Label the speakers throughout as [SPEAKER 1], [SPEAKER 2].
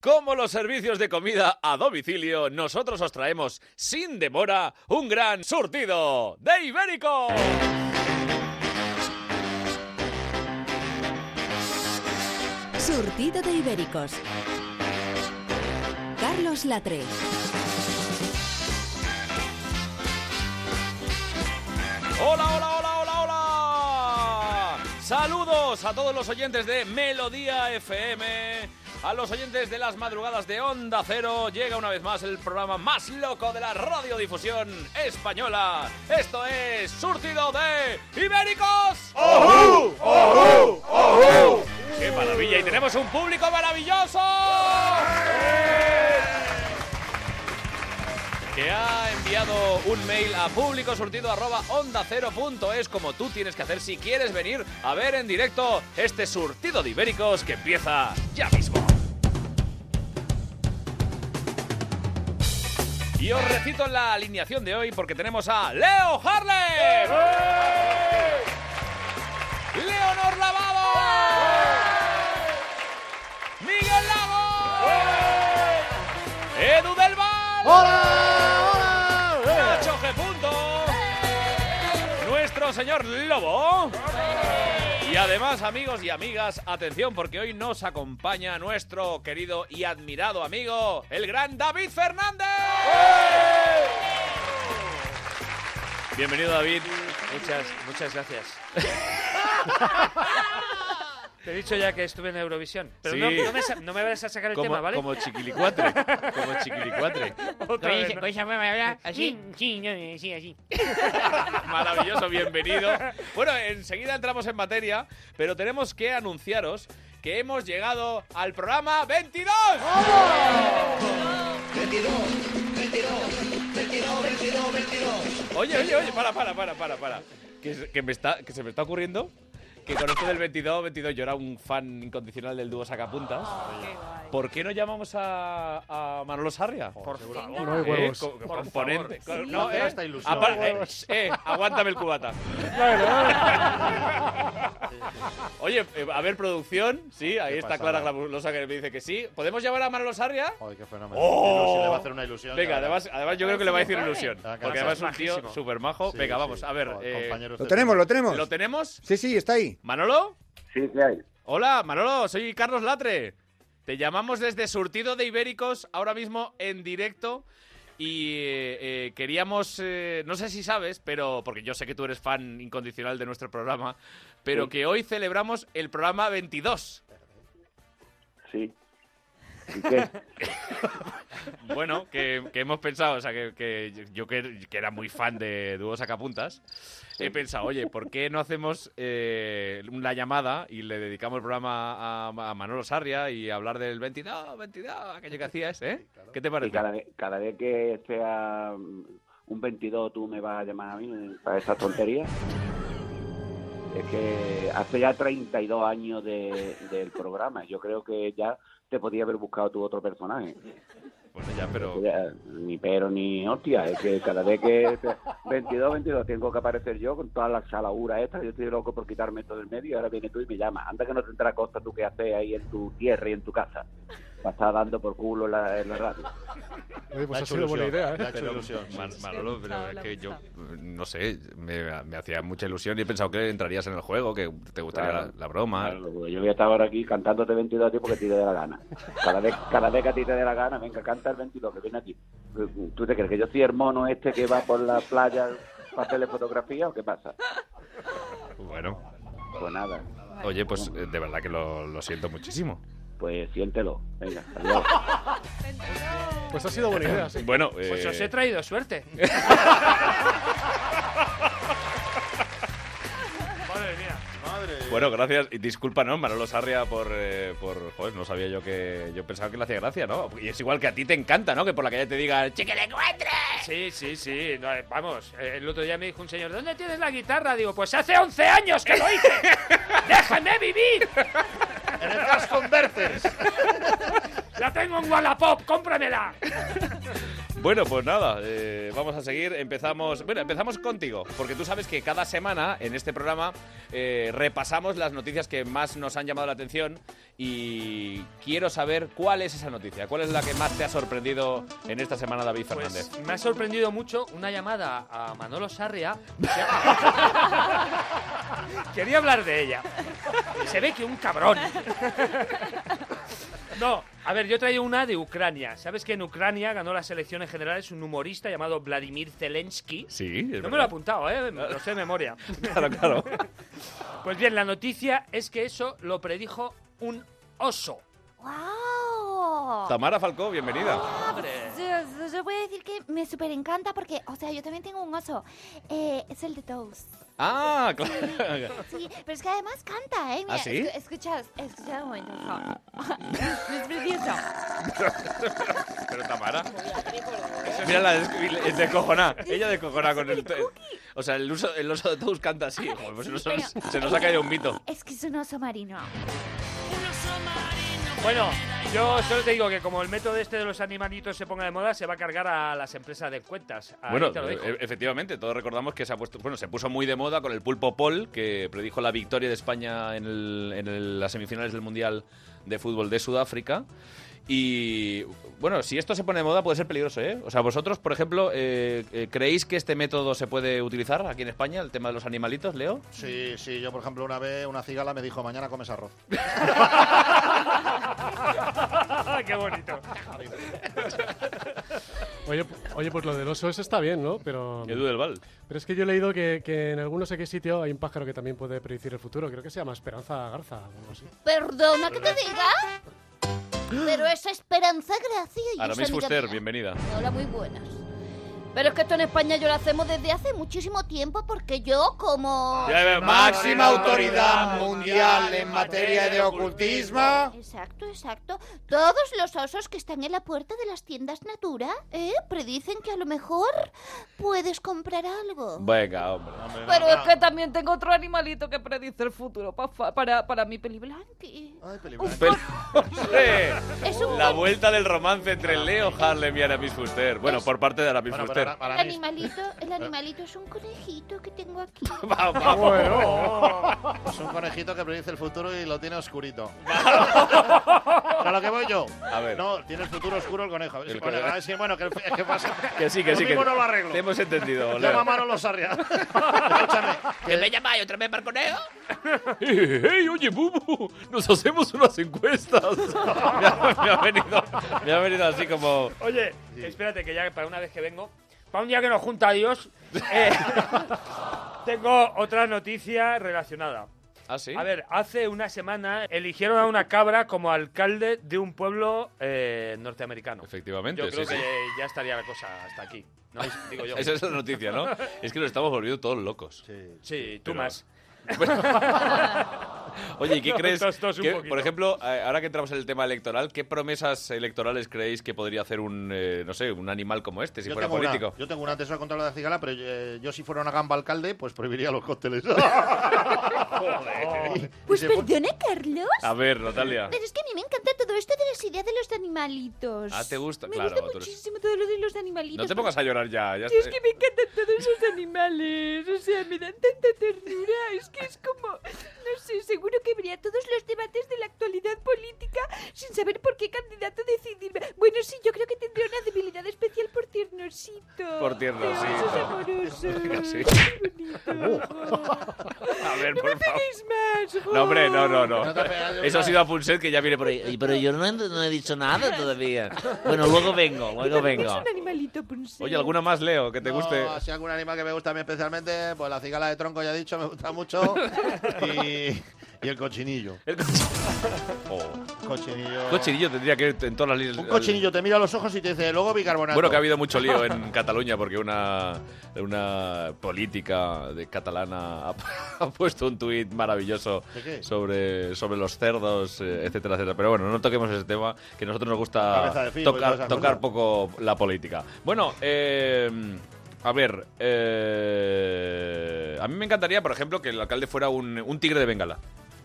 [SPEAKER 1] Como los servicios de comida a domicilio, nosotros os traemos sin demora un gran surtido de Ibérico.
[SPEAKER 2] Surtido de Ibéricos. Carlos Latre.
[SPEAKER 1] Hola, hola, hola, hola, hola. Saludos a todos los oyentes de Melodía FM. A los oyentes de las madrugadas de Onda Cero llega una vez más el programa más loco de la radiodifusión española. Esto es Surtido de Ibéricos. ¡Qué maravilla! Y tenemos un público maravilloso. que ha enviado un mail a público surtido arroba onda cero punto es, como tú tienes que hacer si quieres venir a ver en directo este surtido de ibéricos que empieza ya mismo. Y os recito la alineación de hoy porque tenemos a Leo Harlem.
[SPEAKER 3] ¡Eh!
[SPEAKER 1] ¡Eh! Leonor Lavado. Miguel Lago. Edu del Val. Nacho G. Punto. Nuestro señor Lobo. Y además, amigos y amigas, atención porque hoy nos acompaña nuestro querido y admirado amigo, el gran David Fernández. Bienvenido, David.
[SPEAKER 4] Muchas, muchas gracias. Te he dicho ya que estuve en Eurovisión. Pero
[SPEAKER 1] Sí.
[SPEAKER 4] no, no me, sa- no me vayas a sacar el
[SPEAKER 1] Como,
[SPEAKER 4] tema, ¿vale?
[SPEAKER 1] como chiquilicuatre. Como chiquilicuatre.
[SPEAKER 4] Otra
[SPEAKER 5] Oye,
[SPEAKER 4] vez, ¿no?
[SPEAKER 5] oye, ¿me habla?
[SPEAKER 1] Ah,
[SPEAKER 4] ¿Así?
[SPEAKER 5] Sí, sí, no, eh, sí, así.
[SPEAKER 1] Maravilloso, bienvenido. Bueno, enseguida entramos en materia, pero tenemos que anunciaros que hemos llegado al programa 22. Oye, oye, oye, para, para, para, para, para. Que, se- que me está, que se me está ocurriendo que con esto del 22, 22, yo era un fan incondicional del dúo Sacapuntas. ¿Por Oh, qué no llamamos a, a Manolo Sarria? Por
[SPEAKER 6] favor. No hay huevos.
[SPEAKER 1] co- componente.
[SPEAKER 6] favor.
[SPEAKER 1] No,
[SPEAKER 6] Hacer
[SPEAKER 1] eh,
[SPEAKER 6] hasta ilusión.
[SPEAKER 1] apar-
[SPEAKER 6] No hay huevos.
[SPEAKER 1] eh, eh, aguántame el cubata. Oye, eh, a ver, producción. Sí, ahí está
[SPEAKER 6] pasada.
[SPEAKER 1] Clara Glabulosa que me dice que sí. ¿Podemos llamar a Manolo Sarria?
[SPEAKER 6] Ay, qué fenómeno.
[SPEAKER 1] ¡Oh!
[SPEAKER 6] Si le va a hacer una ilusión. ya
[SPEAKER 1] Venga,
[SPEAKER 6] verás.
[SPEAKER 1] además, además yo creo que le va a decir ilusión.
[SPEAKER 6] Ah, claro.
[SPEAKER 1] Porque además es un tío
[SPEAKER 4] Majísimo.
[SPEAKER 1] súper majo.
[SPEAKER 6] Sí,
[SPEAKER 1] Venga,
[SPEAKER 6] sí.
[SPEAKER 1] vamos, a ver.
[SPEAKER 6] Co-
[SPEAKER 1] eh,
[SPEAKER 6] compañeros
[SPEAKER 7] Lo
[SPEAKER 6] de
[SPEAKER 7] tenemos, lo
[SPEAKER 6] trabajo.
[SPEAKER 7] tenemos.
[SPEAKER 1] ¿Lo tenemos?
[SPEAKER 7] Sí, sí, está ahí.
[SPEAKER 1] ¿Manolo?
[SPEAKER 8] Sí, ¿qué hay?
[SPEAKER 1] Hola, Manolo, soy Carlos Latre. Te llamamos desde Surtido de Ibéricos, ahora mismo en directo. Y eh, eh, queríamos, eh, no sé si sabes, pero porque yo sé que tú eres fan incondicional de nuestro programa, pero que hoy celebramos el programa 22.
[SPEAKER 8] Sí. ¿Y qué?
[SPEAKER 1] Bueno, que, que hemos pensado, o sea, que, que yo que, que era muy fan de Dúo Sacapuntas, he pensado, oye, ¿por qué no hacemos eh, la llamada y le dedicamos el programa a, a Manolo Sarria y hablar del 22, 22,
[SPEAKER 9] Ah,
[SPEAKER 1] aquello que hacías, ¿eh? ¿Qué te
[SPEAKER 8] Y
[SPEAKER 1] parece?
[SPEAKER 8] cada, vez, cada vez que sea mm, un 22 tú me vas a llamar a mí para esas tonterías. Es que hace ya 32 años de- del programa. Yo creo que ya te podía haber buscado tu otro personaje.
[SPEAKER 1] Bueno, ya, pero...
[SPEAKER 8] Ya, Ni pero ni hostia. Es que cada vez que sea 22, 22 tengo que aparecer yo con todas las salaura estas. Yo estoy loco por quitarme todo del medio. y Ahora vienes tú y me llamas. Anda que no tendrá costa tú que haces ahí en tu tierra y en tu casa. Vas a estar dando por culo en la, en la radio.
[SPEAKER 6] Me
[SPEAKER 7] Oye,
[SPEAKER 6] ha
[SPEAKER 7] pues ha
[SPEAKER 6] hecho
[SPEAKER 7] sido buena
[SPEAKER 6] ilusión,
[SPEAKER 7] idea,
[SPEAKER 6] me ha
[SPEAKER 7] ¿eh?
[SPEAKER 6] hecho ilusión.
[SPEAKER 1] Man- Manolo,
[SPEAKER 10] Le ha
[SPEAKER 1] pero
[SPEAKER 10] gustado,
[SPEAKER 1] es
[SPEAKER 10] le ha
[SPEAKER 1] que yo,
[SPEAKER 10] gustado.
[SPEAKER 1] no sé, me, me hacía mucha ilusión y he pensado que entrarías en el juego, que te gustaría
[SPEAKER 8] Claro.
[SPEAKER 1] la, la broma.
[SPEAKER 8] Claro, porque yo voy a estar ahora aquí cantándote 22 a ti porque a ti te dé la gana. Cada vez, cada vez que a ti te dé la gana, venga, canta el 22 que viene aquí. ¿Tú te crees que yo soy el mono este que va por la playa para hacerle fotografía o qué pasa?
[SPEAKER 1] Bueno,
[SPEAKER 8] Pues nada,
[SPEAKER 1] oye, pues eh, de verdad que lo, lo siento muchísimo.
[SPEAKER 8] pues siéntelo. Venga, adiós.
[SPEAKER 7] Pues ha sido buena idea, sí.
[SPEAKER 1] Bueno,
[SPEAKER 4] Pues os
[SPEAKER 1] eh,
[SPEAKER 4] he traído suerte. Madre mía.
[SPEAKER 1] Bueno, gracias. Y disculpa, ¿no? Manolo Sarria por, eh, por... Joder, no sabía yo que... Yo pensaba que le hacía gracia, ¿no? Y es igual que a ti te encanta, ¿no? Que por la calle te diga... "Che, que le encuentre!
[SPEAKER 4] Sí, sí, sí. no, eh, vamos, eh, el otro día me dijo un señor, ¿dónde tienes la guitarra? Digo, pues hace 11 años que lo hice. ¡Déjame vivir!
[SPEAKER 6] ¡En el Cash Converters!
[SPEAKER 4] ¡La tengo en Wallapop! ¡Cómpramela!
[SPEAKER 1] Bueno, pues nada, eh, vamos a seguir. Empezamos, bueno, empezamos contigo, porque tú sabes que cada semana en este programa eh, repasamos las noticias que más nos han llamado la atención y quiero saber cuál es esa noticia, cuál es la que más te ha sorprendido en esta semana, David Fernández.
[SPEAKER 4] Pues me ha sorprendido mucho una llamada a Manolo Sarria. Quería hablar de ella. Se ve que un cabrón. No, a ver, yo he traído una de Ucrania. ¿Sabes que en Ucrania ganó las elecciones generales un humorista llamado Vladimir Zelensky?
[SPEAKER 1] Sí, es
[SPEAKER 4] No me lo he
[SPEAKER 1] verdad.
[SPEAKER 4] apuntado, ¿eh? Me Lo sé de memoria.
[SPEAKER 1] Claro, claro.
[SPEAKER 4] Pues bien, la noticia es que eso lo predijo un oso.
[SPEAKER 5] ¡Wow!
[SPEAKER 1] Tamara Falcó, bienvenida.
[SPEAKER 5] Yo, yo- yo voy a decir que me súper encanta porque, o sea, yo también tengo un oso. Eh, es el de Toast.
[SPEAKER 1] Ah, claro.
[SPEAKER 5] Sí, pero es que además canta, ¿eh?
[SPEAKER 1] ¿Ah, sí?
[SPEAKER 5] escu- Escuchad, escuchad un momento, por favor. Es precioso.
[SPEAKER 1] Pero Tamara. Mira la es descojonada. Ella descojonada con el. O sea, el, uso, el oso de Tous canta así. Joder, pues nos-
[SPEAKER 5] pero-
[SPEAKER 1] se nos ha caído un mito.
[SPEAKER 5] Es que es un oso marino.
[SPEAKER 4] Bueno, yo solo te digo que como el método este de los animalitos se ponga de moda, se va a cargar a las empresas de cuentas. Ahí
[SPEAKER 1] Bueno,
[SPEAKER 4] te lo digo.
[SPEAKER 1] e- efectivamente, todos recordamos que se ha puesto, bueno, se puso muy de moda con el pulpo Pol, que predijo la victoria de España en, el- en el- las semifinales del Mundial de Fútbol de Sudáfrica. Y bueno, si esto se pone de moda puede ser peligroso, ¿eh? O sea, vosotros, por ejemplo, eh, eh, ¿creéis que este método se puede utilizar aquí en España, el tema de los animalitos, Leo?
[SPEAKER 6] Sí, sí, yo por ejemplo una vez una cigala me dijo, mañana comes arroz.
[SPEAKER 4] ¡Qué bonito!
[SPEAKER 11] Oye, pu- oye, pues lo del oso eso está bien, ¿no? Pero,
[SPEAKER 1] Edu del Val.
[SPEAKER 11] pero es que yo he leído que, que en algún no sé qué sitio hay un pájaro que también puede predecir el futuro. Creo que se llama Esperanza Garza o algo así.
[SPEAKER 12] Perdona que te diga, pero esa esperanza gracia y
[SPEAKER 1] Aramis
[SPEAKER 12] esa amiga
[SPEAKER 1] Fuster,
[SPEAKER 12] mía.
[SPEAKER 1] bienvenida.
[SPEAKER 12] Hola, muy buenas. Pero es que esto en España yo lo hacemos desde hace muchísimo tiempo porque yo como...
[SPEAKER 1] Ya veo, máxima autoridad
[SPEAKER 6] mundial en materia de ocultismo.
[SPEAKER 12] Exacto, exacto. Todos los osos que están en la puerta de las tiendas Natura, ¿eh? Predicen que a lo mejor puedes comprar algo.
[SPEAKER 1] Venga, hombre.
[SPEAKER 9] Pero es que también tengo otro animalito que predice el futuro pa- fa- para, para mi peli blanqui.
[SPEAKER 1] Pero, hombre,
[SPEAKER 12] Es un
[SPEAKER 1] la vuelta del romance entre Leo Harlem y Aramis Fuster. Bueno, por parte de Aramis
[SPEAKER 6] Bueno,
[SPEAKER 1] Fuster.
[SPEAKER 6] pero
[SPEAKER 12] El
[SPEAKER 6] ahora- ahora mismo-
[SPEAKER 12] animalito, el animalito es un conejito que tengo aquí.
[SPEAKER 1] Ah. Va- vamos.
[SPEAKER 6] Es un conejito que predice el futuro y lo tiene oscurito. ¿A lo que voy yo?
[SPEAKER 1] A ver.
[SPEAKER 6] No, tiene el futuro oscuro el conejo.
[SPEAKER 1] El
[SPEAKER 6] bueno,
[SPEAKER 1] conejo.
[SPEAKER 6] ah, sí, bueno, que, es que pasa.
[SPEAKER 1] Que sí, que
[SPEAKER 6] Lo
[SPEAKER 1] sí. Que
[SPEAKER 6] mismo no lo arreglo.
[SPEAKER 1] Te hemos entendido,
[SPEAKER 6] Llama
[SPEAKER 1] Leo.
[SPEAKER 6] a Manolo Sarria. Escúchame.
[SPEAKER 1] ¿Que me llamáis otra vez para conejo?
[SPEAKER 13] ¡Ey, ey, oye, Bubu! ¡Nos hacemos unas encuestas!
[SPEAKER 1] me, ha, me ha venido, me ha venido así como...
[SPEAKER 4] Oye, espérate que ya para una vez que vengo, para un día que nos junta Dios, eh, tengo otra noticia relacionada.
[SPEAKER 1] ¿Ah, sí?
[SPEAKER 4] A ver, hace una semana eligieron a una cabra como alcalde de un pueblo eh, norteamericano.
[SPEAKER 1] Efectivamente,
[SPEAKER 4] Yo creo
[SPEAKER 1] sí,
[SPEAKER 4] que
[SPEAKER 1] sí.
[SPEAKER 4] ya estaría la cosa hasta aquí. ¿no? Digo yo.
[SPEAKER 1] Esa es la noticia, ¿no? Es que nos estamos volviendo todos locos.
[SPEAKER 4] Sí, tú
[SPEAKER 1] Pero-
[SPEAKER 4] más.
[SPEAKER 1] Oye, ¿y ¿qué
[SPEAKER 4] No,
[SPEAKER 1] crees?
[SPEAKER 4] tos, tos un
[SPEAKER 1] que,
[SPEAKER 4] poquito.
[SPEAKER 1] por ejemplo, eh, ahora que entramos en el tema electoral, ¿qué promesas electorales creéis que podría hacer un, eh, no sé, un animal como este, si
[SPEAKER 6] yo
[SPEAKER 1] fuera
[SPEAKER 6] tengo
[SPEAKER 1] político?
[SPEAKER 6] Una, yo tengo una tesora contra la de cigala, pero eh, yo si fuera una gamba alcalde, pues prohibiría los cócteles. Y- y
[SPEAKER 12] Pues
[SPEAKER 6] se pon-
[SPEAKER 12] perdona, Carlos.
[SPEAKER 1] A ver, Natalia.
[SPEAKER 12] Pero es que a mí me encanta todo esto de las ideas de los animalitos.
[SPEAKER 1] Ah, ¿te gusta?
[SPEAKER 12] Me
[SPEAKER 1] Claro,
[SPEAKER 12] gusta
[SPEAKER 1] tú eres-
[SPEAKER 12] muchísimo todo lo de los animalitos.
[SPEAKER 1] No te pongas a llorar ya. ya
[SPEAKER 9] Tío, es
[SPEAKER 1] está-
[SPEAKER 9] que me encantan todos esos animales. O sea, me dan tanta ternura. Es que es como. No sé, seguro que vería todos los debates de la actualidad política sin saber por qué candidato decidirme. Bueno, sí, yo creo que tendría una debilidad especial por tiernosito.
[SPEAKER 1] Por Tiernosito.
[SPEAKER 9] De osos amorosos.
[SPEAKER 1] Venga, sí. Uh.
[SPEAKER 9] Qué bonito.
[SPEAKER 1] A ver,
[SPEAKER 9] No me
[SPEAKER 1] por favor.
[SPEAKER 9] peguéis más.
[SPEAKER 1] No, hombre, no, no, no.
[SPEAKER 6] No te pegas, yo
[SPEAKER 1] Eso ha
[SPEAKER 6] no.
[SPEAKER 1] sido a Punset que ya viene por ahí.
[SPEAKER 13] Pero, yo no he, no he dicho nada todavía. Bueno, luego vengo, luego
[SPEAKER 9] Es
[SPEAKER 13] vengo.
[SPEAKER 9] un animalito, Punce.
[SPEAKER 1] Oye, ¿alguna más, Leo, que te
[SPEAKER 6] No,
[SPEAKER 1] guste?
[SPEAKER 6] Si algún animal que me gusta a mí especialmente, pues la cigala de tronco, ya he dicho, me gusta mucho. y, y el cochinillo.
[SPEAKER 1] El cochi- Oh.
[SPEAKER 6] Cochinillo.
[SPEAKER 1] Cochinillo tendría que ir en todas las líneas.
[SPEAKER 6] Un cochinillo te mira a los ojos y te dice, luego bicarbonato.
[SPEAKER 1] Bueno, que ha habido mucho lío en Cataluña porque una, una política de catalana ha, ha puesto un tuit maravilloso
[SPEAKER 6] ¿De qué?
[SPEAKER 1] sobre, sobre los cerdos, eh, etcétera, etcétera. Pero bueno, no toquemos ese tema, que a nosotros nos
[SPEAKER 6] Cabeza
[SPEAKER 1] gusta
[SPEAKER 6] de fijo y todas
[SPEAKER 1] tocar,
[SPEAKER 6] esas
[SPEAKER 1] tocar
[SPEAKER 6] cosas.
[SPEAKER 1] poco la política. Bueno, eh, a ver, eh, a mí me encantaría, por ejemplo, que el alcalde fuera un, un tigre de Bengala.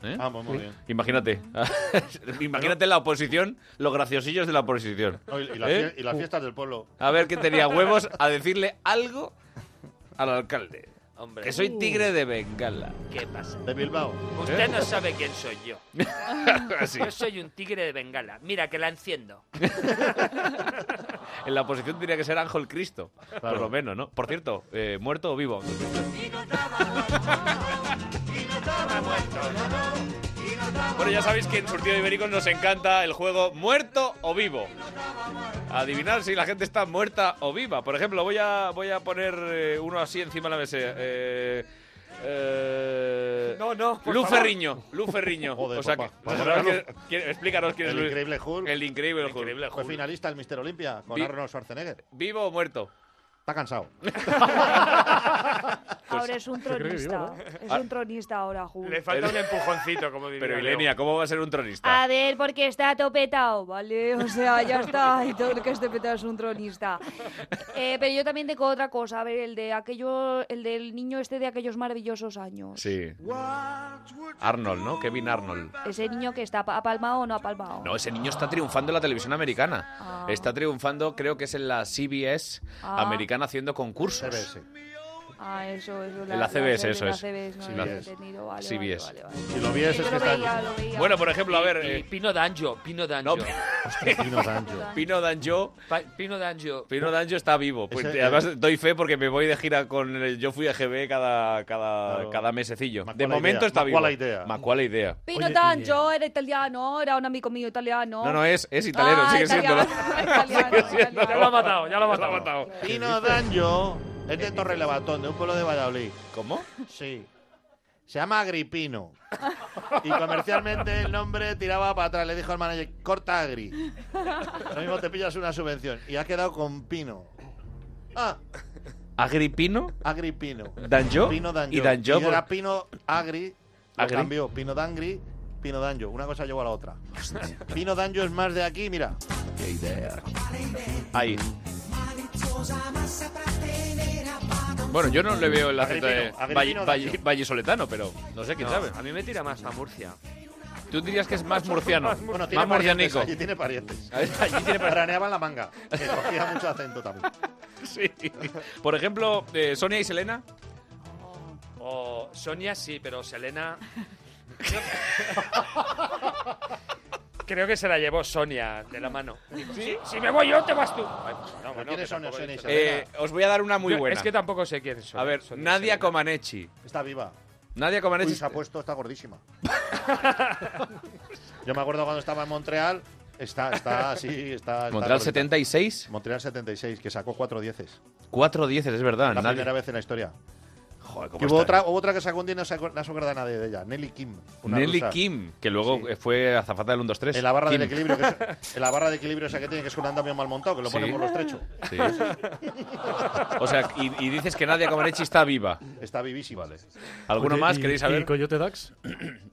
[SPEAKER 1] ¿eh?
[SPEAKER 6] Ah, pues muy bien.
[SPEAKER 1] Imagínate. Imagínate la oposición, los graciosillos de la oposición.
[SPEAKER 6] No, y, y las
[SPEAKER 1] ¿Eh?
[SPEAKER 6] fie- y las fiestas del pueblo.
[SPEAKER 1] A ver qué tenía huevos a decirle algo al alcalde.
[SPEAKER 4] Hombre.
[SPEAKER 1] Que soy tigre de Bengala.
[SPEAKER 4] ¿Qué pasa?
[SPEAKER 6] De Bilbao.
[SPEAKER 4] Usted
[SPEAKER 1] ¿Eh?
[SPEAKER 4] no sabe quién soy yo.
[SPEAKER 1] Así.
[SPEAKER 4] Yo soy un tigre de Bengala. Mira, que la enciendo.
[SPEAKER 1] En la oposición tenía que ser Ángel Cristo, por
[SPEAKER 6] Claro.
[SPEAKER 1] lo menos, ¿no? Por cierto, eh, muerto o vivo. Bueno, ya sabéis que en Surtido de Ibéricos nos encanta el juego muerto o vivo. Adivinar si la gente está muerta o viva. Por ejemplo, voy a, voy a poner eh, uno así encima de la mesa. Eh, eh,
[SPEAKER 4] No, no, por
[SPEAKER 1] Lu
[SPEAKER 4] favor.
[SPEAKER 1] Ferriño. Lu Ferriño.
[SPEAKER 6] Joder,
[SPEAKER 1] o sea,
[SPEAKER 6] papá.
[SPEAKER 1] que- no, no, que- que- explícanos quién es
[SPEAKER 6] El
[SPEAKER 1] Lu-
[SPEAKER 6] increíble Hulk.
[SPEAKER 1] El increíble Hulk.
[SPEAKER 6] Fue finalista el Mister Olimpia con
[SPEAKER 1] Vi-
[SPEAKER 6] Arnold Schwarzenegger.
[SPEAKER 1] ¿Vivo o muerto?
[SPEAKER 6] Está cansado.
[SPEAKER 1] Pues
[SPEAKER 9] Ahora es un
[SPEAKER 1] creo que
[SPEAKER 9] tronista.
[SPEAKER 1] vivo, ¿no?
[SPEAKER 9] Es
[SPEAKER 1] Ah.
[SPEAKER 9] un tronista ahora, Jul.
[SPEAKER 4] Le falta un empujoncito, como diría
[SPEAKER 1] Pero
[SPEAKER 4] Leo.
[SPEAKER 1] Ilenia, ¿cómo va a ser un tronista?
[SPEAKER 9] A ver, porque está topetado, ¿vale? O sea, ya está. Y todo lo que esté petado es un tronista. Eh, pero yo también tengo otra cosa. A ver, el de aquello, el del niño este de aquellos maravillosos años.
[SPEAKER 1] Sí. Arnold, ¿no? Kevin Arnold.
[SPEAKER 9] Ese niño que está pa- ha palmado o no ha palmado.
[SPEAKER 1] No, ese niño está triunfando en la televisión americana.
[SPEAKER 9] Ah.
[SPEAKER 1] Está triunfando, creo que es en la CBS
[SPEAKER 9] Ah.
[SPEAKER 1] americana haciendo concursos.
[SPEAKER 9] Ah, eso, eso.
[SPEAKER 1] En la CBS, eso
[SPEAKER 9] la
[SPEAKER 1] es.
[SPEAKER 9] CBS, no
[SPEAKER 1] Sí,
[SPEAKER 9] lo
[SPEAKER 1] la-
[SPEAKER 9] he entendido. Vale,
[SPEAKER 1] Sí,
[SPEAKER 9] vale,
[SPEAKER 1] bien.
[SPEAKER 9] vale, vale.
[SPEAKER 6] Si lo vies,
[SPEAKER 9] Yo
[SPEAKER 6] es que
[SPEAKER 9] lo
[SPEAKER 6] está
[SPEAKER 9] veía, lo veía.
[SPEAKER 1] Bueno, por ejemplo, a ver.
[SPEAKER 4] Y
[SPEAKER 1] eh,
[SPEAKER 4] Pino Danjo, Pino Danjo.
[SPEAKER 6] Pino Sancho.
[SPEAKER 1] Pino Danjo.
[SPEAKER 4] Pa- Pino Danjo.
[SPEAKER 1] Pino Danjo está vivo. Pues,
[SPEAKER 6] Ese- eh,
[SPEAKER 1] además, doy fe porque me voy de gira con. el- yo fui a GB cada, cada,
[SPEAKER 6] Claro.
[SPEAKER 1] cada mesecillo.
[SPEAKER 6] Macuala
[SPEAKER 1] De momento
[SPEAKER 6] idea,
[SPEAKER 1] está vivo.
[SPEAKER 6] macuala idea.
[SPEAKER 1] Macuala idea.
[SPEAKER 9] Pino Danjo era italiano, era un amigo mío italiano.
[SPEAKER 1] No, no, es, es italiano,
[SPEAKER 9] Ah,
[SPEAKER 1] sigue siendo.
[SPEAKER 9] italiano, italiano, italiano.
[SPEAKER 4] Ya lo ha matado, ya lo ha matado.
[SPEAKER 6] Pino Danjo es de Torrelevatón, de un pueblo de Valladolid.
[SPEAKER 1] ¿Cómo?
[SPEAKER 6] Sí. Se llama Agripino. Y comercialmente el nombre tiraba para atrás. Le dijo al manager, corta Agri. Ahora mismo te pillas una subvención. Y ha quedado con Pino. Ah,
[SPEAKER 1] Agripino,
[SPEAKER 6] Agripino.
[SPEAKER 1] Danjo
[SPEAKER 6] Pino Danjo.
[SPEAKER 1] y Danjo.
[SPEAKER 6] Y
[SPEAKER 1] por-
[SPEAKER 6] era Pino Agri. Lo
[SPEAKER 1] Agri.
[SPEAKER 6] cambió. Pino Dangri, Pino Danjo. Una cosa llevó a la otra. Pino Danjo es más de aquí, mira.
[SPEAKER 1] Ahí. Bueno, yo no le veo el acento de
[SPEAKER 6] Agripino,
[SPEAKER 1] Valle,
[SPEAKER 6] Agripino
[SPEAKER 1] Valle-
[SPEAKER 6] Danjo.
[SPEAKER 1] vallisoletano, pero no sé quién
[SPEAKER 4] No,
[SPEAKER 1] sabe.
[SPEAKER 4] a mí me tira más a Murcia.
[SPEAKER 1] Tú dirías que es más murciano,
[SPEAKER 6] Bueno, tiene
[SPEAKER 1] más
[SPEAKER 6] parientes.
[SPEAKER 1] murcianico.
[SPEAKER 6] Allí tiene parientes.
[SPEAKER 1] Allí tiene par-
[SPEAKER 6] Raneaban la manga. Que cogía mucho acento también.
[SPEAKER 1] Sí. Por ejemplo, eh, Sonia y Selena.
[SPEAKER 4] O Sonia sí, pero Selena. Creo que se la llevó Sonia de la mano. Dijo, "Si- Si me voy yo, te vas tú. Ay, no, bueno,
[SPEAKER 6] ¿Quiénes
[SPEAKER 4] que
[SPEAKER 6] son
[SPEAKER 4] tampoco
[SPEAKER 6] Sonia y
[SPEAKER 4] he dicho-
[SPEAKER 6] pues, Selena?
[SPEAKER 1] Eh, os voy a dar una muy
[SPEAKER 4] Yo-
[SPEAKER 1] buena.
[SPEAKER 4] Es que tampoco sé quién son.
[SPEAKER 1] A ver,
[SPEAKER 4] son
[SPEAKER 1] Nadia
[SPEAKER 4] Selena.
[SPEAKER 1] Comaneci.
[SPEAKER 6] Está viva.
[SPEAKER 1] Nadia
[SPEAKER 6] Uy,
[SPEAKER 1] Comaneci.
[SPEAKER 6] se ha puesto, está gordísima. Yo me acuerdo cuando estaba en Montreal. Está, está así, está. está
[SPEAKER 1] Montreal
[SPEAKER 6] gordita.
[SPEAKER 1] 76,
[SPEAKER 6] Montreal 76, que sacó cuatro dieces.
[SPEAKER 1] 4 10 es verdad.
[SPEAKER 6] La
[SPEAKER 1] Nadia-
[SPEAKER 6] primera vez en la historia.
[SPEAKER 1] Joder,
[SPEAKER 6] Que
[SPEAKER 1] ¿cómo
[SPEAKER 6] hubo,
[SPEAKER 1] está?
[SPEAKER 6] otra, hubo otra que sacó un día y no se acu- no se acuerda nadie de ella. Nelly Kim. una
[SPEAKER 1] Nelly
[SPEAKER 6] rusa.
[SPEAKER 1] Kim, que luego
[SPEAKER 6] Sí.
[SPEAKER 1] fue azafata del 1-2-3.
[SPEAKER 6] En la barra
[SPEAKER 1] Kim.
[SPEAKER 6] del equilibrio. Que es- en la barra de equilibrio esa que tiene, que es un andamio mal montado, que lo pone
[SPEAKER 1] Sí.
[SPEAKER 6] por lo estrecho.
[SPEAKER 1] Sí. O sea, y, y dices que Nadia Comaneci está viva.
[SPEAKER 6] Está vivísima.
[SPEAKER 1] ¿Alguno
[SPEAKER 11] Oye,
[SPEAKER 1] más
[SPEAKER 11] ¿y-
[SPEAKER 1] queréis
[SPEAKER 11] ¿Y
[SPEAKER 1] saber?
[SPEAKER 11] Coyote Dax?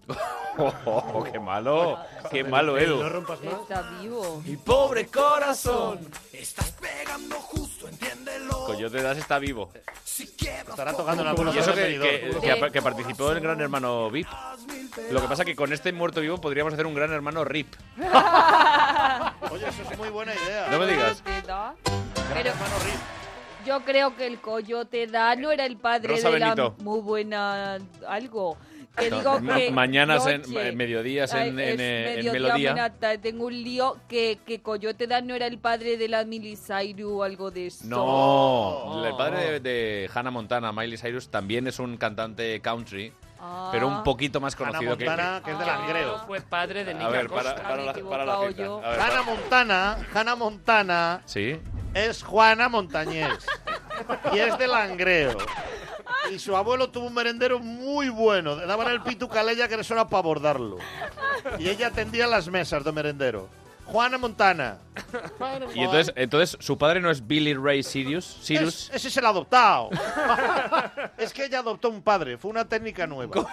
[SPEAKER 1] Oh, oh, oh, ¡Qué malo! ¡Qué malo, Edu!
[SPEAKER 11] rompas
[SPEAKER 9] Está vivo.
[SPEAKER 1] ¡Mi pobre corazón! Estás pegando justo, entiéndelo. Coyote Das está vivo.
[SPEAKER 6] Estará tocando en algunos
[SPEAKER 1] Y eso que,
[SPEAKER 6] Benidorm.
[SPEAKER 1] que- que ap- que participó en el Gran Hermano VIP. Lo que pasa que con este muerto vivo podríamos hacer un Gran Hermano RIP.
[SPEAKER 6] Oye, eso es muy buena idea.
[SPEAKER 1] No me digas.
[SPEAKER 9] Coyote da. Pero yo creo que el coyote da no era el padre
[SPEAKER 1] Rosa
[SPEAKER 9] de la
[SPEAKER 1] Benito.
[SPEAKER 9] muy buena algo. Que
[SPEAKER 1] No,
[SPEAKER 9] digo
[SPEAKER 1] ma-
[SPEAKER 9] que
[SPEAKER 1] mañanas en-
[SPEAKER 9] noche,
[SPEAKER 1] eh, mediodías en-
[SPEAKER 9] ay,
[SPEAKER 1] en,
[SPEAKER 9] es
[SPEAKER 1] eh, en
[SPEAKER 9] mediodía,
[SPEAKER 1] Melodía.
[SPEAKER 9] buena tarde, tengo un lío que, que Coyote Dan no era el padre de la Milisairu o algo de eso.
[SPEAKER 1] No, el padre de, de Hannah Montana, Miley Cyrus, también es un cantante country,
[SPEAKER 9] Ah.
[SPEAKER 1] pero un poquito más
[SPEAKER 6] Ana
[SPEAKER 1] conocido que.
[SPEAKER 6] Montana,
[SPEAKER 4] Ah.
[SPEAKER 6] que es del
[SPEAKER 4] Pero
[SPEAKER 6] Langreo.
[SPEAKER 4] fue Pues padre de
[SPEAKER 1] A
[SPEAKER 11] Ah,
[SPEAKER 4] Nick
[SPEAKER 1] ver,
[SPEAKER 4] Acosta.
[SPEAKER 1] para, para la, para la
[SPEAKER 9] equivocado
[SPEAKER 1] cinta.
[SPEAKER 9] yo.
[SPEAKER 1] A ver,
[SPEAKER 6] Hannah
[SPEAKER 1] para-
[SPEAKER 6] Montana, Hannah Montana
[SPEAKER 1] Sí.
[SPEAKER 6] es Juana Montañés y es de Langreo. Y su abuelo tuvo un merendero muy bueno. Le daban el pituca a ella que eso era para abordarlo. Y ella atendía las mesas de merendero. Juana Montana.
[SPEAKER 1] Y entonces, entonces su padre no es Billy Ray Sirius. Sirius.
[SPEAKER 6] Es- ese es el adoptado. es que ella adoptó un padre. Fue una técnica nueva.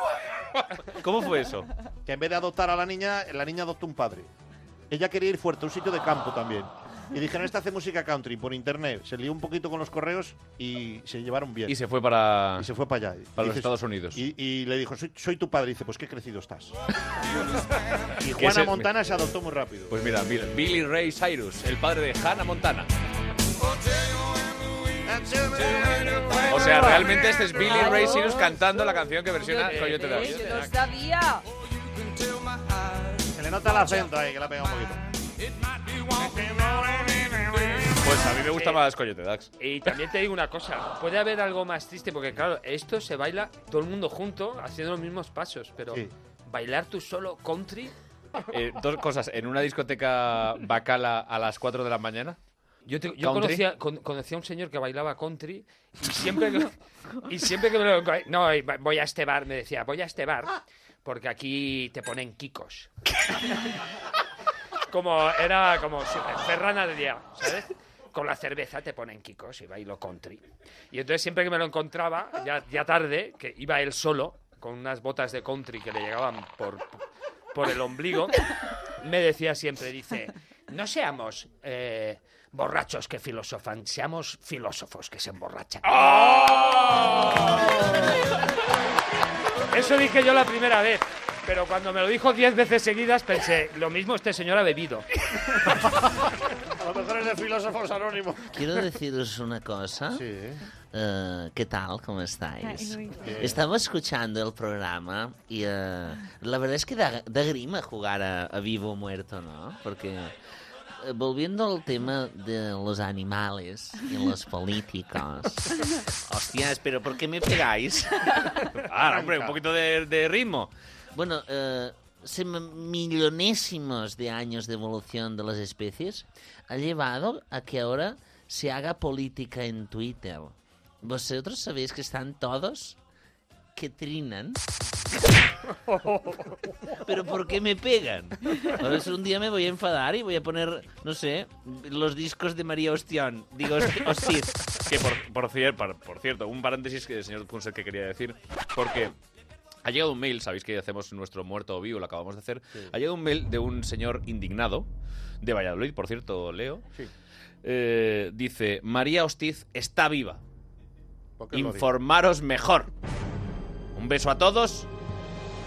[SPEAKER 1] ¿Cómo fue eso?
[SPEAKER 6] que en vez de adoptar a la niña, la niña adoptó un padre. Ella quería ir fuerte, a un sitio de campo también. Y dijeron, esta hace música country por internet. Se lió un poquito con los correos y se llevaron bien.
[SPEAKER 1] Y se fue para.
[SPEAKER 6] Y se fue para allá.
[SPEAKER 1] Para los
[SPEAKER 6] Dices-
[SPEAKER 1] Estados Unidos.
[SPEAKER 6] Y, y le dijo, soy, soy tu padre. Y dice, pues qué crecido estás. y
[SPEAKER 1] Que
[SPEAKER 6] Juana
[SPEAKER 1] se-
[SPEAKER 6] Montana se adoptó muy rápido.
[SPEAKER 1] Pues mira, Bill- Billy Ray Cyrus, el padre de Hannah Montana. O sea, realmente este es Billy Ray Cyrus cantando la canción que versiona Coyote
[SPEAKER 9] Eh,
[SPEAKER 1] David.
[SPEAKER 9] yo no sabía.
[SPEAKER 6] Se le nota el acento ahí, que la pega un poquito.
[SPEAKER 1] Pues a mí me gusta más Coyote Dax.
[SPEAKER 4] Y también te digo una cosa, puede haber algo más triste porque claro, esto se baila todo el mundo junto haciendo los mismos pasos, pero
[SPEAKER 1] Sí.
[SPEAKER 4] bailar tú solo country
[SPEAKER 1] Eh, dos cosas. En una discoteca bacala a las 4 de la mañana.
[SPEAKER 4] Yo, te- Yo conocía, con- conocí a un señor que bailaba country y siempre que, y siempre que me lo enco- No, y va- voy a este bar, me decía, voy a este bar porque aquí te ponen kikos. como era como super ferrana de día, ¿sabes? Con la cerveza te ponen kikos y bailo country. Y entonces siempre que me lo encontraba, ya, ya tarde, que iba él solo, con unas botas de country que le llegaban por, por el ombligo, me decía siempre, dice, no seamos eh, borrachos que filosofan, seamos filósofos que se emborrachan. ¡Oh! Eso dije yo la primera vez, pero cuando me lo dijo diez veces seguidas pensé, lo mismo este señor ha bebido.
[SPEAKER 6] A lo mejor es de filósofos anónimos.
[SPEAKER 14] Quiero deciros una cosa. Eh, ¿Qué tal? ¿Cómo estáis?
[SPEAKER 6] Ay, muy bien.
[SPEAKER 14] Estaba escuchando el programa y eh, la verdad es que da, da grima jugar a, a vivo o muerto, ¿no? Porque eh, volviendo al tema de los animales y los políticos. Hostias, pero ¿por qué me pegáis?
[SPEAKER 1] Ah, hombre, un poquito de, de ritmo.
[SPEAKER 14] Bueno, eh, se- millonésimos de años de evolución de las especies ha llevado a que ahora se haga política en Twitter. Vosotros sabéis que están todos que trinan. Pero ¿por qué me pegan? A ver si un día me voy a enfadar y voy a poner, no sé, los discos de María Ostión. Digo, Osti- Ostir.
[SPEAKER 1] Que por, por, cier- par- por cierto, un paréntesis que el señor Punset que quería decir, porque ha llegado un mail, sabéis que hacemos nuestro muerto o vivo, lo acabamos de hacer, ha llegado un mail de un señor indignado, de Valladolid, por cierto, Leo, Eh, dice, María Hostiz está viva, informaros mejor. Un beso a todos,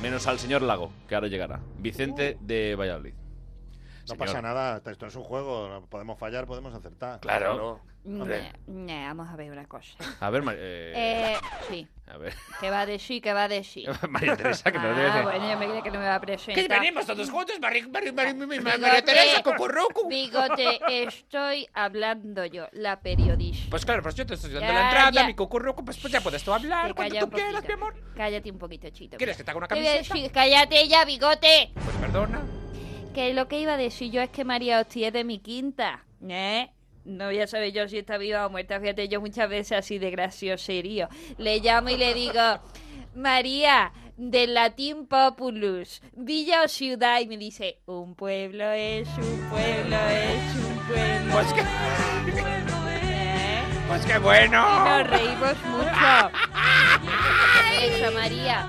[SPEAKER 1] menos al señor Lago, que ahora llegará, Vicente de Valladolid.
[SPEAKER 6] No
[SPEAKER 1] Señor.
[SPEAKER 6] pasa nada, esto es un juego, no podemos fallar, podemos acertar.
[SPEAKER 1] Claro.
[SPEAKER 9] Nah, nah, Eh, vamos a ver una cosa.
[SPEAKER 1] A ver, Mar- eh,
[SPEAKER 9] Eh, sí.
[SPEAKER 1] a ver.
[SPEAKER 9] Que va de sí, que va de sí.
[SPEAKER 1] María Teresa, que no lo
[SPEAKER 9] Ah, bueno, yo me creía que no me va a presentar.
[SPEAKER 15] Que venimos todos juntos, María, María, María, María, María,
[SPEAKER 9] Bigote,
[SPEAKER 15] Teresa, eh, Copurruco.
[SPEAKER 9] Bigote, estoy hablando yo, la periodista.
[SPEAKER 15] Pues claro, pues yo te estoy dando
[SPEAKER 9] Ya,
[SPEAKER 15] la entrada,
[SPEAKER 9] ya.
[SPEAKER 15] mi cocurruco, pues, pues ya puedes tú hablar
[SPEAKER 9] Te
[SPEAKER 15] cuando
[SPEAKER 9] calla
[SPEAKER 15] tú
[SPEAKER 9] un
[SPEAKER 15] quieras,
[SPEAKER 9] poquito.
[SPEAKER 15] mi amor.
[SPEAKER 9] Cállate un poquito, Chito.
[SPEAKER 15] ¿Quieres que te haga una
[SPEAKER 9] Te voy a
[SPEAKER 15] camiseta?
[SPEAKER 9] decir, cállate ya, bigote.
[SPEAKER 15] Pues perdona.
[SPEAKER 9] Que lo que iba a decir yo es que María Hostia es de mi quinta. ¿Eh? No voy a saber yo si está viva o muerta. Fíjate, yo muchas veces así de gracioserío. Le llamo y le digo, María, del latín populus, villa o ciudad. Y me dice, un pueblo es un pueblo es un pueblo. Pues que...
[SPEAKER 15] Pues qué bueno.
[SPEAKER 9] Y nos reímos mucho. Eso, María.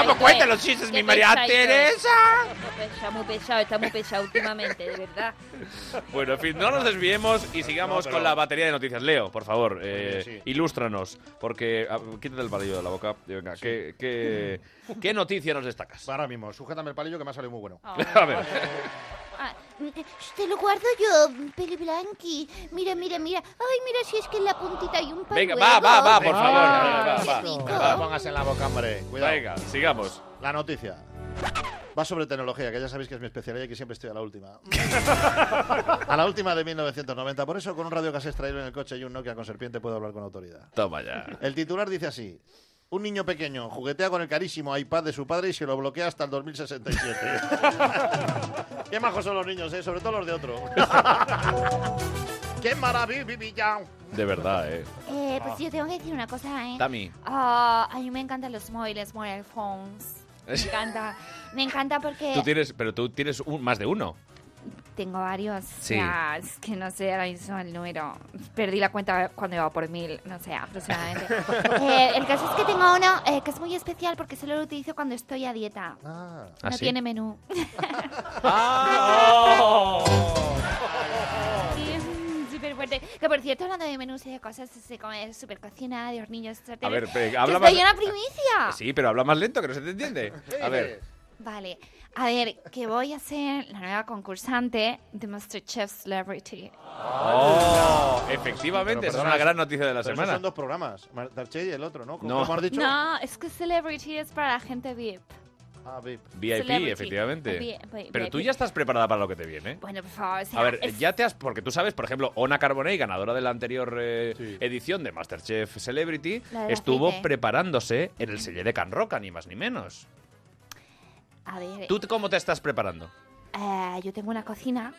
[SPEAKER 15] ¿Cómo cuentan los chistes, mi María Teresa?
[SPEAKER 9] Está muy pesado, está muy pesado últimamente, de verdad.
[SPEAKER 1] Bueno, en fin, no nos desviemos y sigamos
[SPEAKER 6] No, pero-
[SPEAKER 1] con la batería de noticias. Leo, por favor, eh,
[SPEAKER 6] sí.
[SPEAKER 1] ilústranos, porque ah, quítate el palillo de la boca. y Venga, ¿qué, qué, Eh, qué noticia nos destacas?
[SPEAKER 6] Ahora mismo, sujétame el palillo que me ha salido muy bueno.
[SPEAKER 1] A ver.
[SPEAKER 12] Ah, mm, te lo guardo yo, Peli Blanqui. Mira, mira, mira. Ay, mira si es que en la puntita hay un
[SPEAKER 1] Venga,
[SPEAKER 12] pañuelo.
[SPEAKER 1] va, va, va, por favor.
[SPEAKER 12] Qué
[SPEAKER 1] venga,
[SPEAKER 12] rico.
[SPEAKER 1] va, va, va.
[SPEAKER 6] Póngase en la boca, hombre. Cuidado.
[SPEAKER 1] Venga, sigamos.
[SPEAKER 6] La noticia. Va sobre tecnología, que ya sabéis que es mi especialidad y que siempre estoy a la última. a la última de 1990. Por eso, con un radio que traído en el coche y un Nokia con serpiente puedo hablar con autoridad.
[SPEAKER 1] Toma ya.
[SPEAKER 6] El titular dice así. Un niño pequeño juguetea con el carísimo iPad de su padre y se lo bloquea hasta el 2067. Qué majos son los niños, ¿eh? sobre todo los de otro. Qué maravilla.
[SPEAKER 1] De verdad, eh.
[SPEAKER 5] Eh, pues yo tengo que decir una cosa, ¿eh?
[SPEAKER 1] Tami.
[SPEAKER 5] Ah, a mí me encantan los móviles, mobile phones. Me encanta. Me encanta porque
[SPEAKER 1] Tú tienes, pero tú tienes un- más de uno.
[SPEAKER 5] tengo varios.
[SPEAKER 1] Sí.
[SPEAKER 5] O sea, es que no sé ahora mismo el número. Perdí la cuenta cuando iba por mil, no sé, aproximadamente. Eh, el caso es que tengo uno eh, que es muy especial porque solo lo utilizo cuando estoy a dieta.
[SPEAKER 6] Ah.
[SPEAKER 5] No
[SPEAKER 1] ¿Ah, sí?
[SPEAKER 3] ¡Ah!
[SPEAKER 5] tiene menú. Por cierto, hablando de menús y de cosas así como de super cocina, de hornillos, etc.
[SPEAKER 1] A ver, pe-
[SPEAKER 5] ¡Que
[SPEAKER 1] habla
[SPEAKER 5] os
[SPEAKER 1] más- Eh,
[SPEAKER 5] doy una primicia!
[SPEAKER 1] Sí, pero habla más lento, que no se te entiende. A ver.
[SPEAKER 5] Vale, a ver, que voy a ser la nueva concursante de MasterChef Celebrity.
[SPEAKER 6] Ah,
[SPEAKER 1] Oh, efectivamente, esa es una gran noticia de la
[SPEAKER 6] pero esos
[SPEAKER 1] semana.
[SPEAKER 6] Son dos programas, Martarche y el otro, ¿no?
[SPEAKER 1] No.
[SPEAKER 6] ¿Cómo has dicho?
[SPEAKER 5] No, es que Celebrity es para gente VIP.
[SPEAKER 6] Ah, VIP.
[SPEAKER 1] VIP,
[SPEAKER 5] Celebrity.
[SPEAKER 1] efectivamente.
[SPEAKER 5] Vi- vi-
[SPEAKER 1] Pero tú
[SPEAKER 5] VIP.
[SPEAKER 1] ya estás preparada para lo que te viene.
[SPEAKER 5] Bueno, por favor, o sea,
[SPEAKER 1] A ver, eh,
[SPEAKER 5] es-
[SPEAKER 1] ya te has. Porque tú sabes, por ejemplo, Ona Carbonell, ganadora de la anterior eh, edición de Masterchef Celebrity,
[SPEAKER 5] La del
[SPEAKER 1] estuvo
[SPEAKER 5] aceite.
[SPEAKER 1] preparándose en el sello de Can Roca, ni más ni menos.
[SPEAKER 5] a ver,
[SPEAKER 1] ¿Tú t- cómo te estás preparando?
[SPEAKER 5] eh, yo tengo una cocina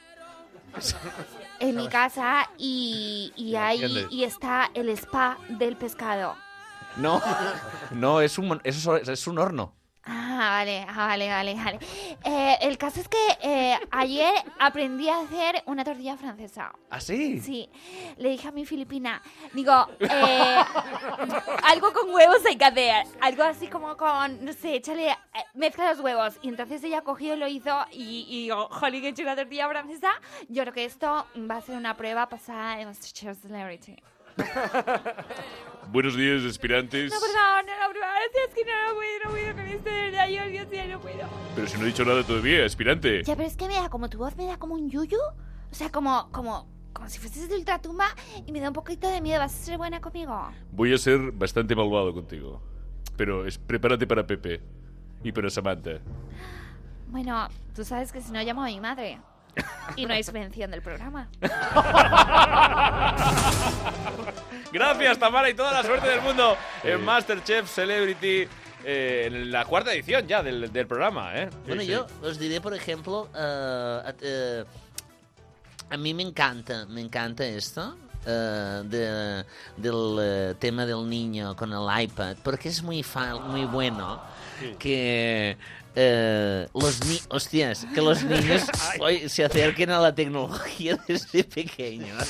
[SPEAKER 5] en mi casa y, y ahí
[SPEAKER 1] entiendes.
[SPEAKER 5] y está el spa del pescado.
[SPEAKER 1] No, no, es un, mon- eso es, es un horno.
[SPEAKER 5] Ah, vale, ah, vale, vale, vale. Eh, el caso es que eh, ayer aprendí a hacer una tortilla francesa.
[SPEAKER 1] ¿Ah, sí?
[SPEAKER 5] Sí, le dije a mi filipina, digo, eh, algo con huevos hay que hacer, algo así como con, no sé, échale, eh, mezcla los huevos. Y entonces ella cogió, lo hizo y, y digo, jolín, que he hecho una tortilla francesa. Yo creo que esto va a ser una prueba pasada de MasterChef Celebrity.
[SPEAKER 13] Buenos días, aspirantes.
[SPEAKER 9] No, por favor, no, no, por favor, es que no, no puedo, no puedo con esto, de verdad, yo, yo, sí, no puedo.
[SPEAKER 13] Pero si no he dicho nada todavía, aspirante.
[SPEAKER 5] Ya, pero es que me da como tu voz me da como un yuyu. O sea, como, como, como si fueses de ultratumba y me da un poquito de miedo. ¿Vas a ser buena conmigo?
[SPEAKER 13] Voy a ser bastante malvado contigo. Pero es, prepárate para Pepe. Y para Samantha.
[SPEAKER 5] Bueno, tú sabes que si no llamo a mi madre. Y no hay subvención del programa.
[SPEAKER 1] Gracias, Tamara, y toda la suerte del mundo en Masterchef Celebrity, eh, en la cuarta edición ya del, del programa, ¿eh?
[SPEAKER 14] Bueno, yo os diré, por ejemplo, eh, at- eh, a mí me encanta, me encanta esto eh, de- del eh, tema del niño con el iPad, porque es muy, fa- muy bueno que... eh, los ni hostias, que los niños hoy se acerquen a la tecnología desde pequeños.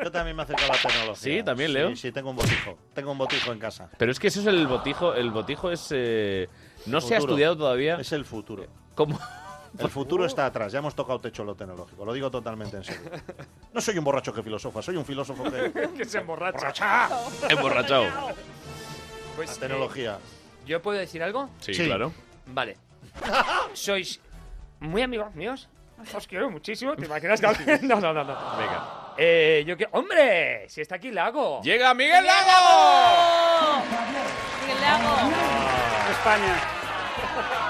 [SPEAKER 6] Yo también me acerco a la tecnología.
[SPEAKER 1] Sí, también, Leo.
[SPEAKER 6] Sí, sí, tengo un botijo. Tengo un botijo en casa.
[SPEAKER 1] Pero es que eso es el botijo, el botijo es... eh, no se ha
[SPEAKER 6] Futuro.
[SPEAKER 1] estudiado todavía.
[SPEAKER 6] Es el futuro.
[SPEAKER 1] ¿Cómo?
[SPEAKER 6] El futuro está atrás, ya hemos tocado techo en lo tecnológico, lo digo totalmente en serio. No soy un borracho que filosofa, soy un filósofo que...
[SPEAKER 4] que se emborracha.
[SPEAKER 1] Emborrachao.
[SPEAKER 4] Pues,
[SPEAKER 6] La tecnología.
[SPEAKER 4] eh, ¿Yo puedo decir algo?
[SPEAKER 1] Sí, Sí. claro.
[SPEAKER 4] Vale. Sois muy amigos míos. Os quiero muchísimo. ¿Te imaginas que.? no, no, no, no.
[SPEAKER 1] Venga.
[SPEAKER 4] Eh, yo que. ¡Hombre! Si está aquí Lago.
[SPEAKER 1] ¡Llega Miguel Lago!
[SPEAKER 9] Miguel Lago.
[SPEAKER 8] España.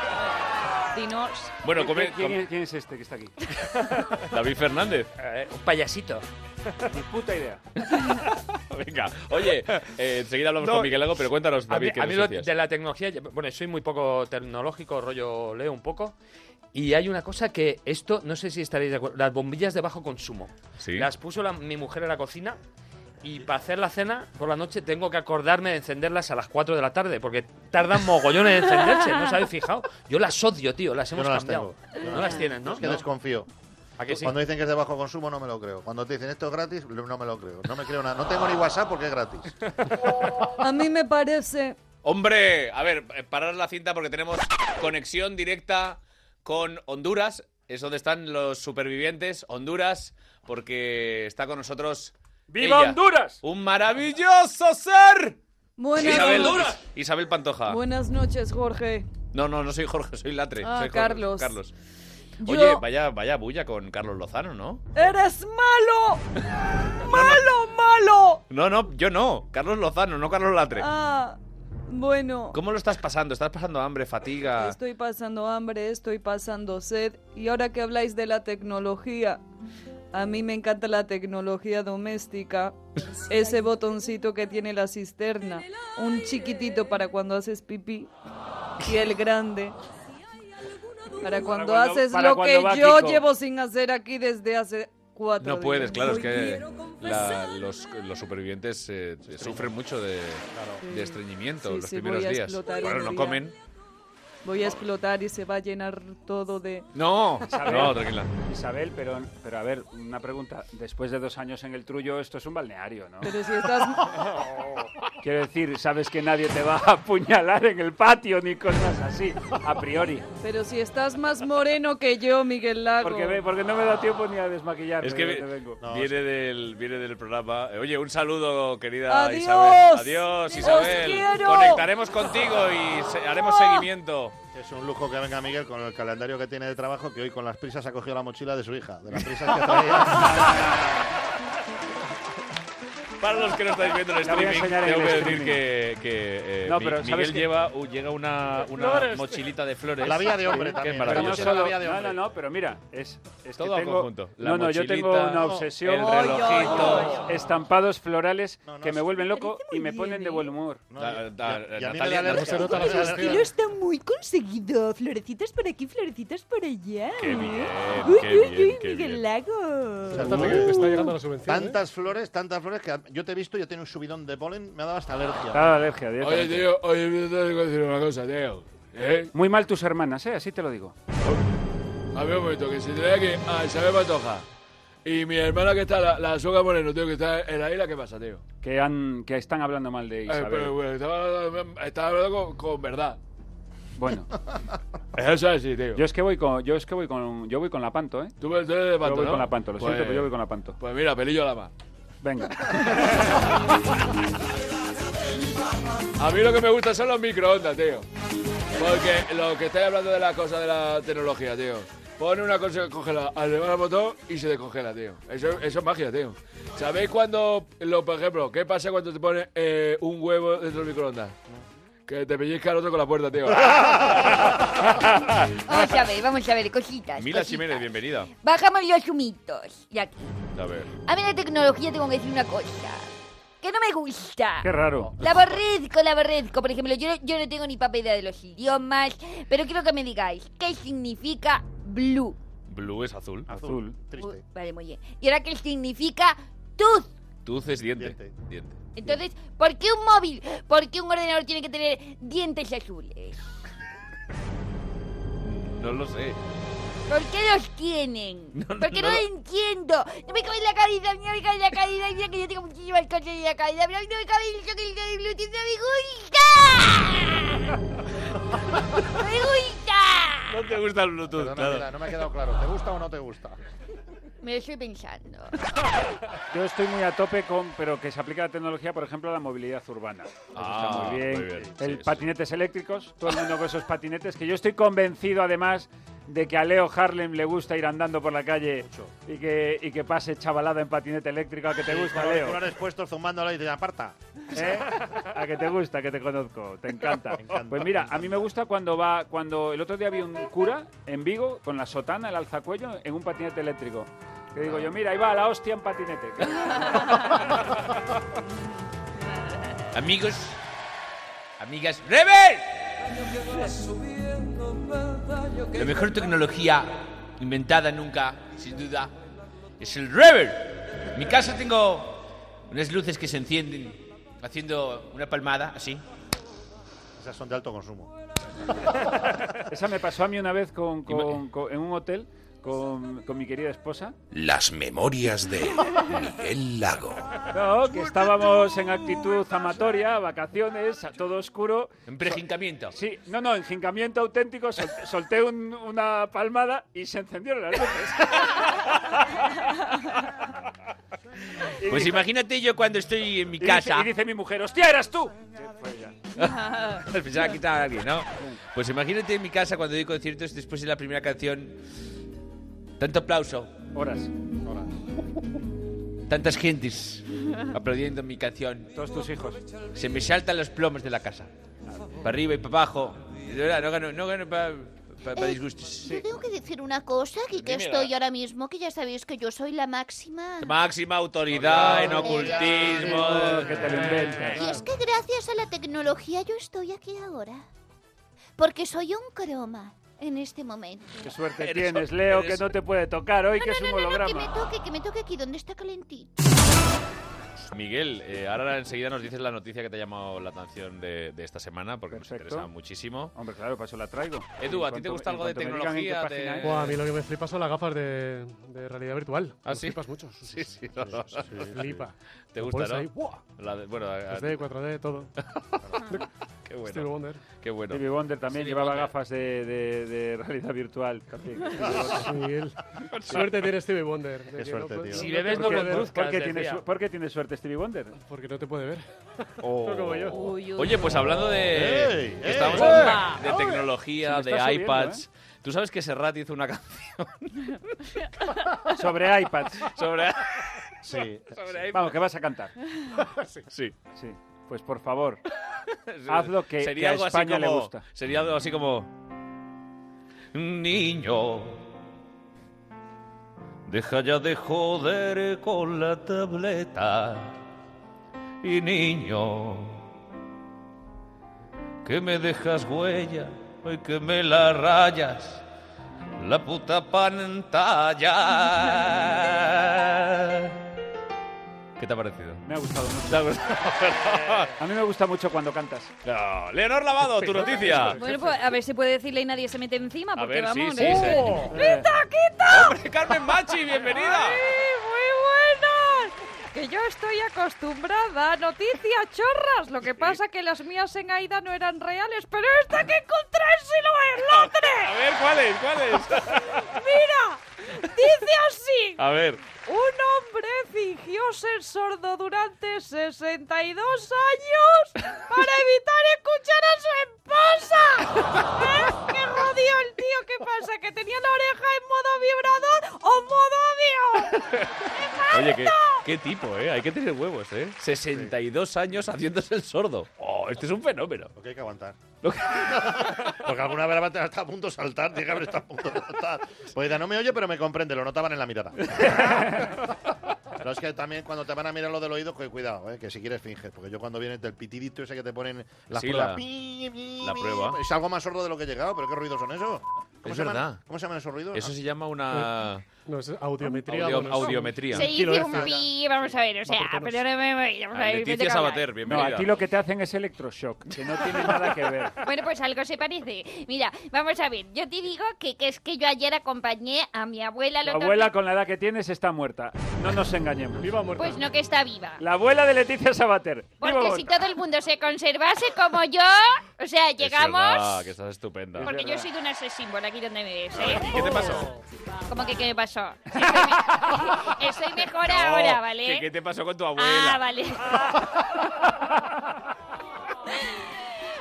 [SPEAKER 9] Dinos.
[SPEAKER 1] Bueno, come-
[SPEAKER 8] ¿Quién,
[SPEAKER 1] come-
[SPEAKER 8] es- quién es este que está aquí?
[SPEAKER 1] David Fernández.
[SPEAKER 4] un payasito.
[SPEAKER 8] Ni puta idea.
[SPEAKER 1] Venga, oye, eh, enseguida hablamos
[SPEAKER 4] No,
[SPEAKER 1] con Miguel Lago, pero cuéntanos,
[SPEAKER 4] A mí,
[SPEAKER 1] David, ¿qué
[SPEAKER 4] a mí
[SPEAKER 1] nos
[SPEAKER 4] lo
[SPEAKER 1] decías?
[SPEAKER 4] de la tecnología, yo- bueno, soy muy poco tecnológico, rollo leo un poco. Y hay una cosa que esto, no sé si estaréis de acuerdo, las bombillas de bajo consumo.
[SPEAKER 1] Sí.
[SPEAKER 4] Las puso la- mi mujer en la cocina y para hacer la cena por la noche tengo que acordarme de encenderlas a las 4 de la tarde porque tardan mogollones en encenderse, ¿no os habéis fijado? Yo las odio, tío, las
[SPEAKER 6] Yo
[SPEAKER 4] hemos
[SPEAKER 6] no las
[SPEAKER 4] cambiado.
[SPEAKER 6] tengo. Yo
[SPEAKER 4] No
[SPEAKER 6] no-
[SPEAKER 4] las tienes, ¿no?
[SPEAKER 6] Es que
[SPEAKER 4] No.
[SPEAKER 6] desconfío.
[SPEAKER 4] ¿A que sí?
[SPEAKER 6] Cuando dicen que es de bajo consumo no me lo creo. Cuando te dicen esto es gratis, no me lo creo. No me creo nada. No tengo ni WhatsApp porque es gratis.
[SPEAKER 9] A mí me parece.
[SPEAKER 1] Hombre, a ver, eh, parar la cinta porque tenemos conexión directa con Honduras. Es donde están los supervivientes, Honduras, porque está con nosotros.
[SPEAKER 4] ¡Viva
[SPEAKER 1] ella,
[SPEAKER 4] Honduras!
[SPEAKER 1] ¡Un maravilloso ser!
[SPEAKER 9] Buenas
[SPEAKER 1] Isabel,
[SPEAKER 9] noches.
[SPEAKER 1] Isabel Pantoja.
[SPEAKER 9] Buenas noches, Jorge.
[SPEAKER 1] No, no, no soy Jorge, soy Latre.
[SPEAKER 9] Ah,
[SPEAKER 1] soy Jorge-
[SPEAKER 9] Carlos.
[SPEAKER 1] Carlos.
[SPEAKER 9] Yo-
[SPEAKER 1] Oye, vaya, vaya bulla con Carlos Lozano, ¿no?
[SPEAKER 9] ¡Eres malo! ¡Malo, malo!
[SPEAKER 1] No, no, yo no. Carlos Lozano, no Carlos Latre.
[SPEAKER 9] Ah, bueno.
[SPEAKER 1] ¿Cómo lo estás pasando? ¿Estás pasando hambre, fatiga?
[SPEAKER 9] Estoy pasando hambre, estoy pasando sed. Y ahora que habláis de la tecnología, a mí me encanta la tecnología doméstica. Ese botoncito que tiene la cisterna, un chiquitito para cuando haces pipí y el grande para cuando
[SPEAKER 8] cuando-
[SPEAKER 9] haces
[SPEAKER 8] para
[SPEAKER 9] lo
[SPEAKER 8] cuando va
[SPEAKER 9] que yo
[SPEAKER 8] Kiko.
[SPEAKER 9] llevo sin hacer aquí desde hace cuatro
[SPEAKER 1] No
[SPEAKER 9] días.
[SPEAKER 1] puedes, claro, es que la- los, los supervivientes eh, sufren mucho de, de estreñimiento
[SPEAKER 9] Sí,
[SPEAKER 1] los
[SPEAKER 9] sí,
[SPEAKER 1] primeros
[SPEAKER 9] voy a
[SPEAKER 1] días.
[SPEAKER 9] explotar
[SPEAKER 1] Bueno,
[SPEAKER 9] un
[SPEAKER 1] no
[SPEAKER 9] día.
[SPEAKER 1] comen.
[SPEAKER 16] Voy a explotar y se va a llenar todo de...
[SPEAKER 1] No, no, tranquila.
[SPEAKER 8] Isabel, pero, pero a ver, una pregunta. Después de dos años en el Trullo, esto es un balneario, ¿no?
[SPEAKER 16] Pero si estás...
[SPEAKER 8] Quiero decir, sabes que nadie te va a apuñalar en el patio ni cosas así, a priori.
[SPEAKER 16] Pero si estás más moreno que yo, Miguel Lago.
[SPEAKER 8] Porque, ve- porque no me da tiempo ni a desmaquillarme.
[SPEAKER 1] Es que
[SPEAKER 8] ya te vengo.
[SPEAKER 1] viene, del, viene del programa. Eh, Oye, un saludo, querida
[SPEAKER 8] ¡Adiós!
[SPEAKER 1] Isabel. Adiós, Isabel.
[SPEAKER 6] quiero!
[SPEAKER 1] Conectaremos contigo y se- haremos
[SPEAKER 9] Ah.
[SPEAKER 1] seguimiento.
[SPEAKER 6] Es un lujo que venga Miguel con el calendario que tiene de trabajo, que hoy con las prisas ha cogido la mochila de su hija. De las prisas que traía.
[SPEAKER 1] Para los que no estáis viendo el
[SPEAKER 8] La voy a
[SPEAKER 1] streaming,
[SPEAKER 8] enseñar en
[SPEAKER 1] tengo
[SPEAKER 8] el
[SPEAKER 1] que decir
[SPEAKER 8] streaming.
[SPEAKER 1] que, que, eh,
[SPEAKER 8] No,
[SPEAKER 1] Mi-
[SPEAKER 8] pero ¿sabes
[SPEAKER 1] Miguel
[SPEAKER 8] qué?
[SPEAKER 1] lleva, u- llega una, una
[SPEAKER 8] Flores.
[SPEAKER 1] mochilita de flores.
[SPEAKER 8] La vía de
[SPEAKER 6] hombre
[SPEAKER 1] Que
[SPEAKER 6] también,
[SPEAKER 1] es
[SPEAKER 6] la
[SPEAKER 1] maravillosa.
[SPEAKER 8] No, solo- no, no, no, pero mira, es, es
[SPEAKER 1] Todo
[SPEAKER 8] que
[SPEAKER 1] al
[SPEAKER 8] tengo,
[SPEAKER 1] conjunto. La
[SPEAKER 8] no, no, yo tengo
[SPEAKER 1] mochilita,
[SPEAKER 8] una obsesión
[SPEAKER 1] el
[SPEAKER 8] con los
[SPEAKER 1] relojito.
[SPEAKER 8] estampados florales que me
[SPEAKER 1] sí,
[SPEAKER 8] vuelven loco y me ponen de buen humor.
[SPEAKER 1] Da- da-
[SPEAKER 8] y a mí me da
[SPEAKER 1] Natalia,
[SPEAKER 8] alergia.
[SPEAKER 1] no se nota la
[SPEAKER 8] Pero es
[SPEAKER 1] alergia.
[SPEAKER 9] Lo está muy conseguido. Florecitas por aquí, florecitas por allá.
[SPEAKER 1] Qué bien,
[SPEAKER 9] Uy,
[SPEAKER 1] qué
[SPEAKER 9] uy,
[SPEAKER 1] bien,
[SPEAKER 9] uy,
[SPEAKER 1] qué
[SPEAKER 9] Miguel
[SPEAKER 1] bien.
[SPEAKER 9] Lago.
[SPEAKER 6] Tantas flores, tantas flores que yo te he visto, yo tengo un subidón de polen, me ha dado hasta alergia.
[SPEAKER 8] Está de alergia,
[SPEAKER 17] Oye,
[SPEAKER 8] directamente.
[SPEAKER 17] tío, oye, yo te tengo que decir una cosa, tío. ¿Eh?
[SPEAKER 8] Muy mal tus hermanas, ¿eh? Así te lo digo.
[SPEAKER 17] A ver un momento, que se trae aquí a Isabel Pantoja. Y mi hermana que está, la, la soga Moreno, tío, que está en la isla, ¿qué pasa, tío?
[SPEAKER 8] Que, han, que están hablando mal de
[SPEAKER 17] Eh,
[SPEAKER 8] Isabel.
[SPEAKER 17] pero bueno, estaba, estaba hablando con, con verdad.
[SPEAKER 8] Bueno.
[SPEAKER 17] Eso es así, tío.
[SPEAKER 8] Yo es que voy con, yo es que voy con, yo voy con la panto, ¿eh?
[SPEAKER 17] Tú, tú eres de Panto,
[SPEAKER 8] yo voy
[SPEAKER 17] ¿no?
[SPEAKER 8] con la panto, lo
[SPEAKER 17] Pues-
[SPEAKER 8] siento, pero yo voy con la panto.
[SPEAKER 17] Pues mira, pelillo a la más.
[SPEAKER 8] Venga.
[SPEAKER 17] A mí lo que me gusta son los microondas, tío. Porque lo que estáis hablando de las cosas de la tecnología, tío. Pone una cosa que congela, además el botón y se descongela, tío. Eso, eso es magia, tío. ¿Sabéis cuando, lo, por ejemplo, qué pasa cuando te pone eh, un huevo dentro del microondas? Que te pellizca el otro con la puerta, tío.
[SPEAKER 5] Vamos a ver, vamos a ver, cositas.
[SPEAKER 1] Mila
[SPEAKER 5] cositas.
[SPEAKER 1] Jiménez, bienvenida.
[SPEAKER 5] Bajamos los humitos. de aquí.
[SPEAKER 1] A ver.
[SPEAKER 5] A mí la tecnología tengo que decir una cosa. Que no me gusta.
[SPEAKER 8] Qué raro.
[SPEAKER 5] La aborrezco, la aborrezco. Por ejemplo, yo, no- yo no tengo ni papel de los idiomas, pero quiero que me digáis, ¿qué significa blue?
[SPEAKER 1] Blue es azul.
[SPEAKER 8] Azul.
[SPEAKER 5] Uy, vale, muy bien. ¿Y ahora qué significa tooth?
[SPEAKER 1] Tuz es diente. Diente.
[SPEAKER 5] Entonces, ¿por qué un móvil? ¿Por qué un ordenador tiene que tener dientes azules?
[SPEAKER 1] No lo sé.
[SPEAKER 5] ¿Por qué los tienen? Porque no,
[SPEAKER 1] no
[SPEAKER 5] lo
[SPEAKER 1] lo-
[SPEAKER 5] entiendo. No me cabe en la cabeza, no me cabe en la cabeza. Mira que yo tengo muchísimas cosas en la cabeza, pero a mí no me cabe el choque el cabello, no me gusta. ¡Me gusta!
[SPEAKER 1] No te gusta el Bluetooth,
[SPEAKER 6] Perdona,
[SPEAKER 1] claro.
[SPEAKER 6] Mila, no me ha quedado claro. ¿Te gusta o no te gusta?
[SPEAKER 5] Me lo estoy pensando.
[SPEAKER 8] Yo estoy muy a tope con, pero que se aplica la tecnología, por ejemplo, a la movilidad urbana. Eso
[SPEAKER 1] Ah,
[SPEAKER 8] está muy bien.
[SPEAKER 1] muy bien, sí,
[SPEAKER 8] El
[SPEAKER 1] sí.
[SPEAKER 8] patinetes eléctricos, todo el mundo con esos patinetes, que yo estoy convencido además de que a Leo Harlem le gusta ir andando por la calle y que, y que pase chavalada en patinete eléctrico.
[SPEAKER 1] Ah,
[SPEAKER 8] A que te gusta,
[SPEAKER 6] Con
[SPEAKER 8] Leo.
[SPEAKER 6] auriculares puestos, zumbándolo y te aparta.
[SPEAKER 8] ¿Eh? A que te gusta, que te conozco, te encanta. Pues mira, a mí me gusta cuando va, cuando el otro día vi un cura en Vigo con la sotana, el alzacuello, en un patinete eléctrico. Que
[SPEAKER 1] Ah.
[SPEAKER 8] digo yo, mira, ahí va la hostia en patinete.
[SPEAKER 1] Amigos, amigas, ¡Rebel!
[SPEAKER 18] La mejor tecnología inventada nunca, sin duda, es el Rebel. En mi casa tengo unas luces que se encienden haciendo una palmada, así.
[SPEAKER 6] Esas son de alto consumo.
[SPEAKER 8] Esa me pasó a mí una vez con- con- con- en un hotel con, con mi querida esposa.
[SPEAKER 3] Las memorias de Miguel Lago.
[SPEAKER 8] No, que estábamos en actitud amatoria, vacaciones, a todo oscuro.
[SPEAKER 18] En prejincamiento.
[SPEAKER 8] Sí, no, no, en jincamiento auténtico sol- solté un- una palmada y se encendieron las luces. Y
[SPEAKER 18] Pues
[SPEAKER 8] dijo-
[SPEAKER 18] imagínate yo cuando estoy en mi
[SPEAKER 8] y dice-
[SPEAKER 18] casa.
[SPEAKER 8] Y dice mi mujer, hostia, eras tú. Sí, pues ya.
[SPEAKER 18] Pensaba que estaba alguien, ¿no? Pues imagínate en mi casa cuando doy conciertos después de la primera canción. Tanto aplauso.
[SPEAKER 8] Horas.
[SPEAKER 18] Tantas gentes aplaudiendo mi canción.
[SPEAKER 8] Todos tus hijos.
[SPEAKER 18] Se me saltan los plomos de la casa. Para arriba y para abajo. De verdad, no gano, no gano para
[SPEAKER 12] Eh,
[SPEAKER 18] disgustos.
[SPEAKER 12] Yo tengo que decir una cosa, aquí que
[SPEAKER 18] Dímela.
[SPEAKER 12] estoy ahora mismo, que ya sabéis que yo soy la máxima.
[SPEAKER 1] Máxima autoridad en
[SPEAKER 12] Hola.
[SPEAKER 1] ocultismo.
[SPEAKER 8] Que te lo inventas.
[SPEAKER 12] Y es que gracias a la tecnología yo estoy aquí ahora. Porque soy un croma en este momento.
[SPEAKER 8] Qué suerte
[SPEAKER 12] Eres-
[SPEAKER 8] tienes, Leo, que
[SPEAKER 12] eres-
[SPEAKER 8] no te puede tocar hoy, que es un
[SPEAKER 12] No, no, no, que
[SPEAKER 8] holograma.
[SPEAKER 12] me toque, que me toque aquí donde está calentito.
[SPEAKER 1] Miguel, eh, ahora enseguida nos dices la noticia que te ha llamado la atención de, de esta semana, porque nos interesa muchísimo.
[SPEAKER 8] Hombre, claro, para eso la traigo.
[SPEAKER 1] Edu, ¿a ti
[SPEAKER 8] En
[SPEAKER 1] te
[SPEAKER 8] cuanto-
[SPEAKER 1] gusta
[SPEAKER 8] en
[SPEAKER 1] algo de
[SPEAKER 8] cuanto me digan en qué
[SPEAKER 1] tecnología?
[SPEAKER 8] página
[SPEAKER 1] de-
[SPEAKER 8] es.
[SPEAKER 11] Buah, a mí lo que me flipa son las gafas de, de realidad virtual.
[SPEAKER 1] ¿Ah,
[SPEAKER 11] Me
[SPEAKER 1] sí?
[SPEAKER 11] flipas mucho.
[SPEAKER 1] Sí, sí, no, no,
[SPEAKER 11] sí,
[SPEAKER 1] no, sí.
[SPEAKER 11] flipa.
[SPEAKER 1] ¿Te
[SPEAKER 11] Lo
[SPEAKER 1] gusta,
[SPEAKER 11] pones
[SPEAKER 1] no?
[SPEAKER 11] ahí, ¡buah! Este
[SPEAKER 1] La de- bueno, a- a-
[SPEAKER 11] 3D, 4D, todo.
[SPEAKER 1] Qué bueno.
[SPEAKER 11] Stevie Wonder.
[SPEAKER 1] Qué bueno.
[SPEAKER 8] Stevie Wonder también
[SPEAKER 1] Stevie
[SPEAKER 8] llevaba
[SPEAKER 1] Wonder.
[SPEAKER 8] gafas de, de- de realidad virtual. también.
[SPEAKER 11] Miguel, suerte tiene Stevie Wonder. de que no puede-
[SPEAKER 8] Si
[SPEAKER 11] no
[SPEAKER 8] bebes
[SPEAKER 11] te
[SPEAKER 8] no
[SPEAKER 11] puede ver.
[SPEAKER 8] conduzcas. ¿Por qué, tiene su- por qué tiene suerte Stevie Wonder?
[SPEAKER 11] Porque no te puede ver.
[SPEAKER 1] Oh.
[SPEAKER 11] No como yo.
[SPEAKER 1] Oye, pues hablando de.
[SPEAKER 11] ¡Ey!
[SPEAKER 1] que
[SPEAKER 11] ¡Ey!
[SPEAKER 1] estábamos
[SPEAKER 11] ¡Eh!
[SPEAKER 1] hablando de
[SPEAKER 11] ¡Ole!
[SPEAKER 1] tecnología,
[SPEAKER 8] Se
[SPEAKER 1] de
[SPEAKER 8] me está ¿eh? subiendo,
[SPEAKER 1] iPads. Tú sabes que Serrat hizo una canción
[SPEAKER 8] Sobre iPads.
[SPEAKER 1] sobre.
[SPEAKER 8] Sí.
[SPEAKER 1] Sobre iPads.
[SPEAKER 8] Vamos, que vas a cantar.
[SPEAKER 1] Sí. Sí.
[SPEAKER 8] Pues por favor, ¿eh? haz lo que, que a España
[SPEAKER 1] así
[SPEAKER 8] le
[SPEAKER 1] como,
[SPEAKER 8] gusta.
[SPEAKER 1] Sería algo así como. Niño, deja ya de joder con la tableta. Y niño, que me dejas huella y que me la rayas. La puta pantalla. ¿Qué te ha parecido?
[SPEAKER 8] Me ha gustado mucho.
[SPEAKER 1] ¿Te ha gustado?
[SPEAKER 8] A mí me gusta mucho cuando cantas.
[SPEAKER 1] No, Leonor Lavado, tu noticia.
[SPEAKER 5] Bueno, pues a ver si puede decirle y nadie se mete encima,
[SPEAKER 1] A
[SPEAKER 5] porque
[SPEAKER 1] ver, sí,
[SPEAKER 5] vamos.
[SPEAKER 1] sí,
[SPEAKER 5] ¿eh?
[SPEAKER 1] sí.
[SPEAKER 5] ¡Quita, quita!
[SPEAKER 1] ¡Hombre, Carmen Machi, bienvenida!
[SPEAKER 5] ¡Ay, muy buenas! Que yo estoy acostumbrada a noticias chorras. Lo que pasa que las mías en Aida no eran reales, pero esta que encontré sí lo es, Londres.
[SPEAKER 1] A ver, ¿cuál es? ¿Cuál es?
[SPEAKER 5] Mira, dice así.
[SPEAKER 1] A ver.
[SPEAKER 5] Un hombre fingió ser sordo durante 62 años para evitar escuchar a su esposa. ¿Eh? ¡Qué rodeo el tío! ¿Qué pasa? ¿Que tenía la oreja en modo vibrador o modo avión?
[SPEAKER 1] Oye, qué, qué tipo, ¿eh? Hay que tener huevos, ¿eh? 62 años haciéndose el sordo. Oh, este es un fenómeno.
[SPEAKER 6] Lo que hay que aguantar. Porque alguna vez hasta a punto de saltar, tiene que haber estado a punto de saltar. Pues dice, no me oye, pero me comprende, lo notaban en la mirada. Pero es que también cuando te van a mirar lo del oído, que cuidado, ¿eh? que si quieres finges, porque yo cuando viene el pitidito ese que te ponen las
[SPEAKER 1] Sí,
[SPEAKER 6] pruebas,
[SPEAKER 1] la-
[SPEAKER 6] pi, pi,
[SPEAKER 1] la
[SPEAKER 6] pi,
[SPEAKER 1] prueba.
[SPEAKER 6] es algo más sordo de lo que he llegado, pero ¿qué ruidos son esos?
[SPEAKER 1] Es
[SPEAKER 6] se
[SPEAKER 1] verdad.
[SPEAKER 6] Llaman, ¿Cómo se llaman esos ruidos? Ah.
[SPEAKER 1] Eso se llama una...
[SPEAKER 11] Eh, No, es audiometría.
[SPEAKER 1] Audio-
[SPEAKER 11] bueno, es-
[SPEAKER 1] audiometría.
[SPEAKER 5] Se hizo un pi, vamos a Ah, ver, o sea,
[SPEAKER 1] Vamos.
[SPEAKER 5] perdóname, vamos a ver. vete que hablar.
[SPEAKER 8] No, a ti lo que te hacen es electroshock, que no tiene nada que ver.
[SPEAKER 5] Bueno, pues algo se parece. Mira, vamos a ver, yo te digo que, que es que yo ayer acompañé a mi abuela al
[SPEAKER 8] La
[SPEAKER 5] otro
[SPEAKER 8] abuela con la edad que tienes está muerta. No nos engañemos. Viva
[SPEAKER 5] día. Pues no que está viva.
[SPEAKER 8] La abuela de Leticia Sabater. Viva
[SPEAKER 5] Porque si
[SPEAKER 8] muerta.
[SPEAKER 5] todo el mundo se conservase como yo, o sea,
[SPEAKER 1] Ah,
[SPEAKER 5] llegamos...
[SPEAKER 1] que estás estupenda.
[SPEAKER 5] Porque yo he sido una símbolo aquí donde me ves, ¿eh?
[SPEAKER 1] ¿Qué te pasó?
[SPEAKER 5] ¿Cómo que qué me pasó? Sí, Estoy, me- estoy mejor ahora,
[SPEAKER 1] No,
[SPEAKER 5] ¿vale?
[SPEAKER 1] que ¿Qué te pasó con tu abuela?
[SPEAKER 5] Ah, vale.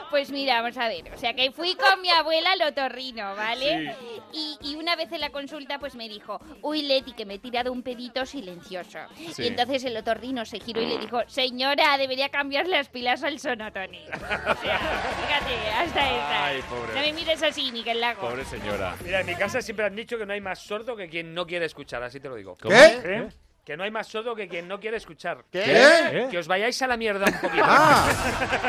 [SPEAKER 5] Pues mira, vamos a ver. O sea, que fui con mi abuela al otorrino, ¿vale? Y, y una vez en la consulta, pues me dijo, uy, Leti, que me he tirado un pedito silencioso.
[SPEAKER 12] Sí.
[SPEAKER 5] Y entonces el otorrino se giró y le dijo, señora, debería cambiar las pilas al sonotone. O sea, fíjate, hasta esta.
[SPEAKER 1] Ay,
[SPEAKER 5] No me
[SPEAKER 1] pobre.
[SPEAKER 5] mires así, Miguel Lago.
[SPEAKER 1] Pobre señora.
[SPEAKER 4] Mira, en mi casa siempre han dicho que no hay más sordo que quien no quiere escuchar, así te lo digo.
[SPEAKER 1] ¿Cómo?
[SPEAKER 4] ¿Eh?
[SPEAKER 1] ¿Qué?
[SPEAKER 4] Que no hay más sordo que quien no quiere escuchar.
[SPEAKER 8] ¿Qué?
[SPEAKER 4] ¿Eh? Que os vayáis a la mierda un poquito.
[SPEAKER 8] Ah.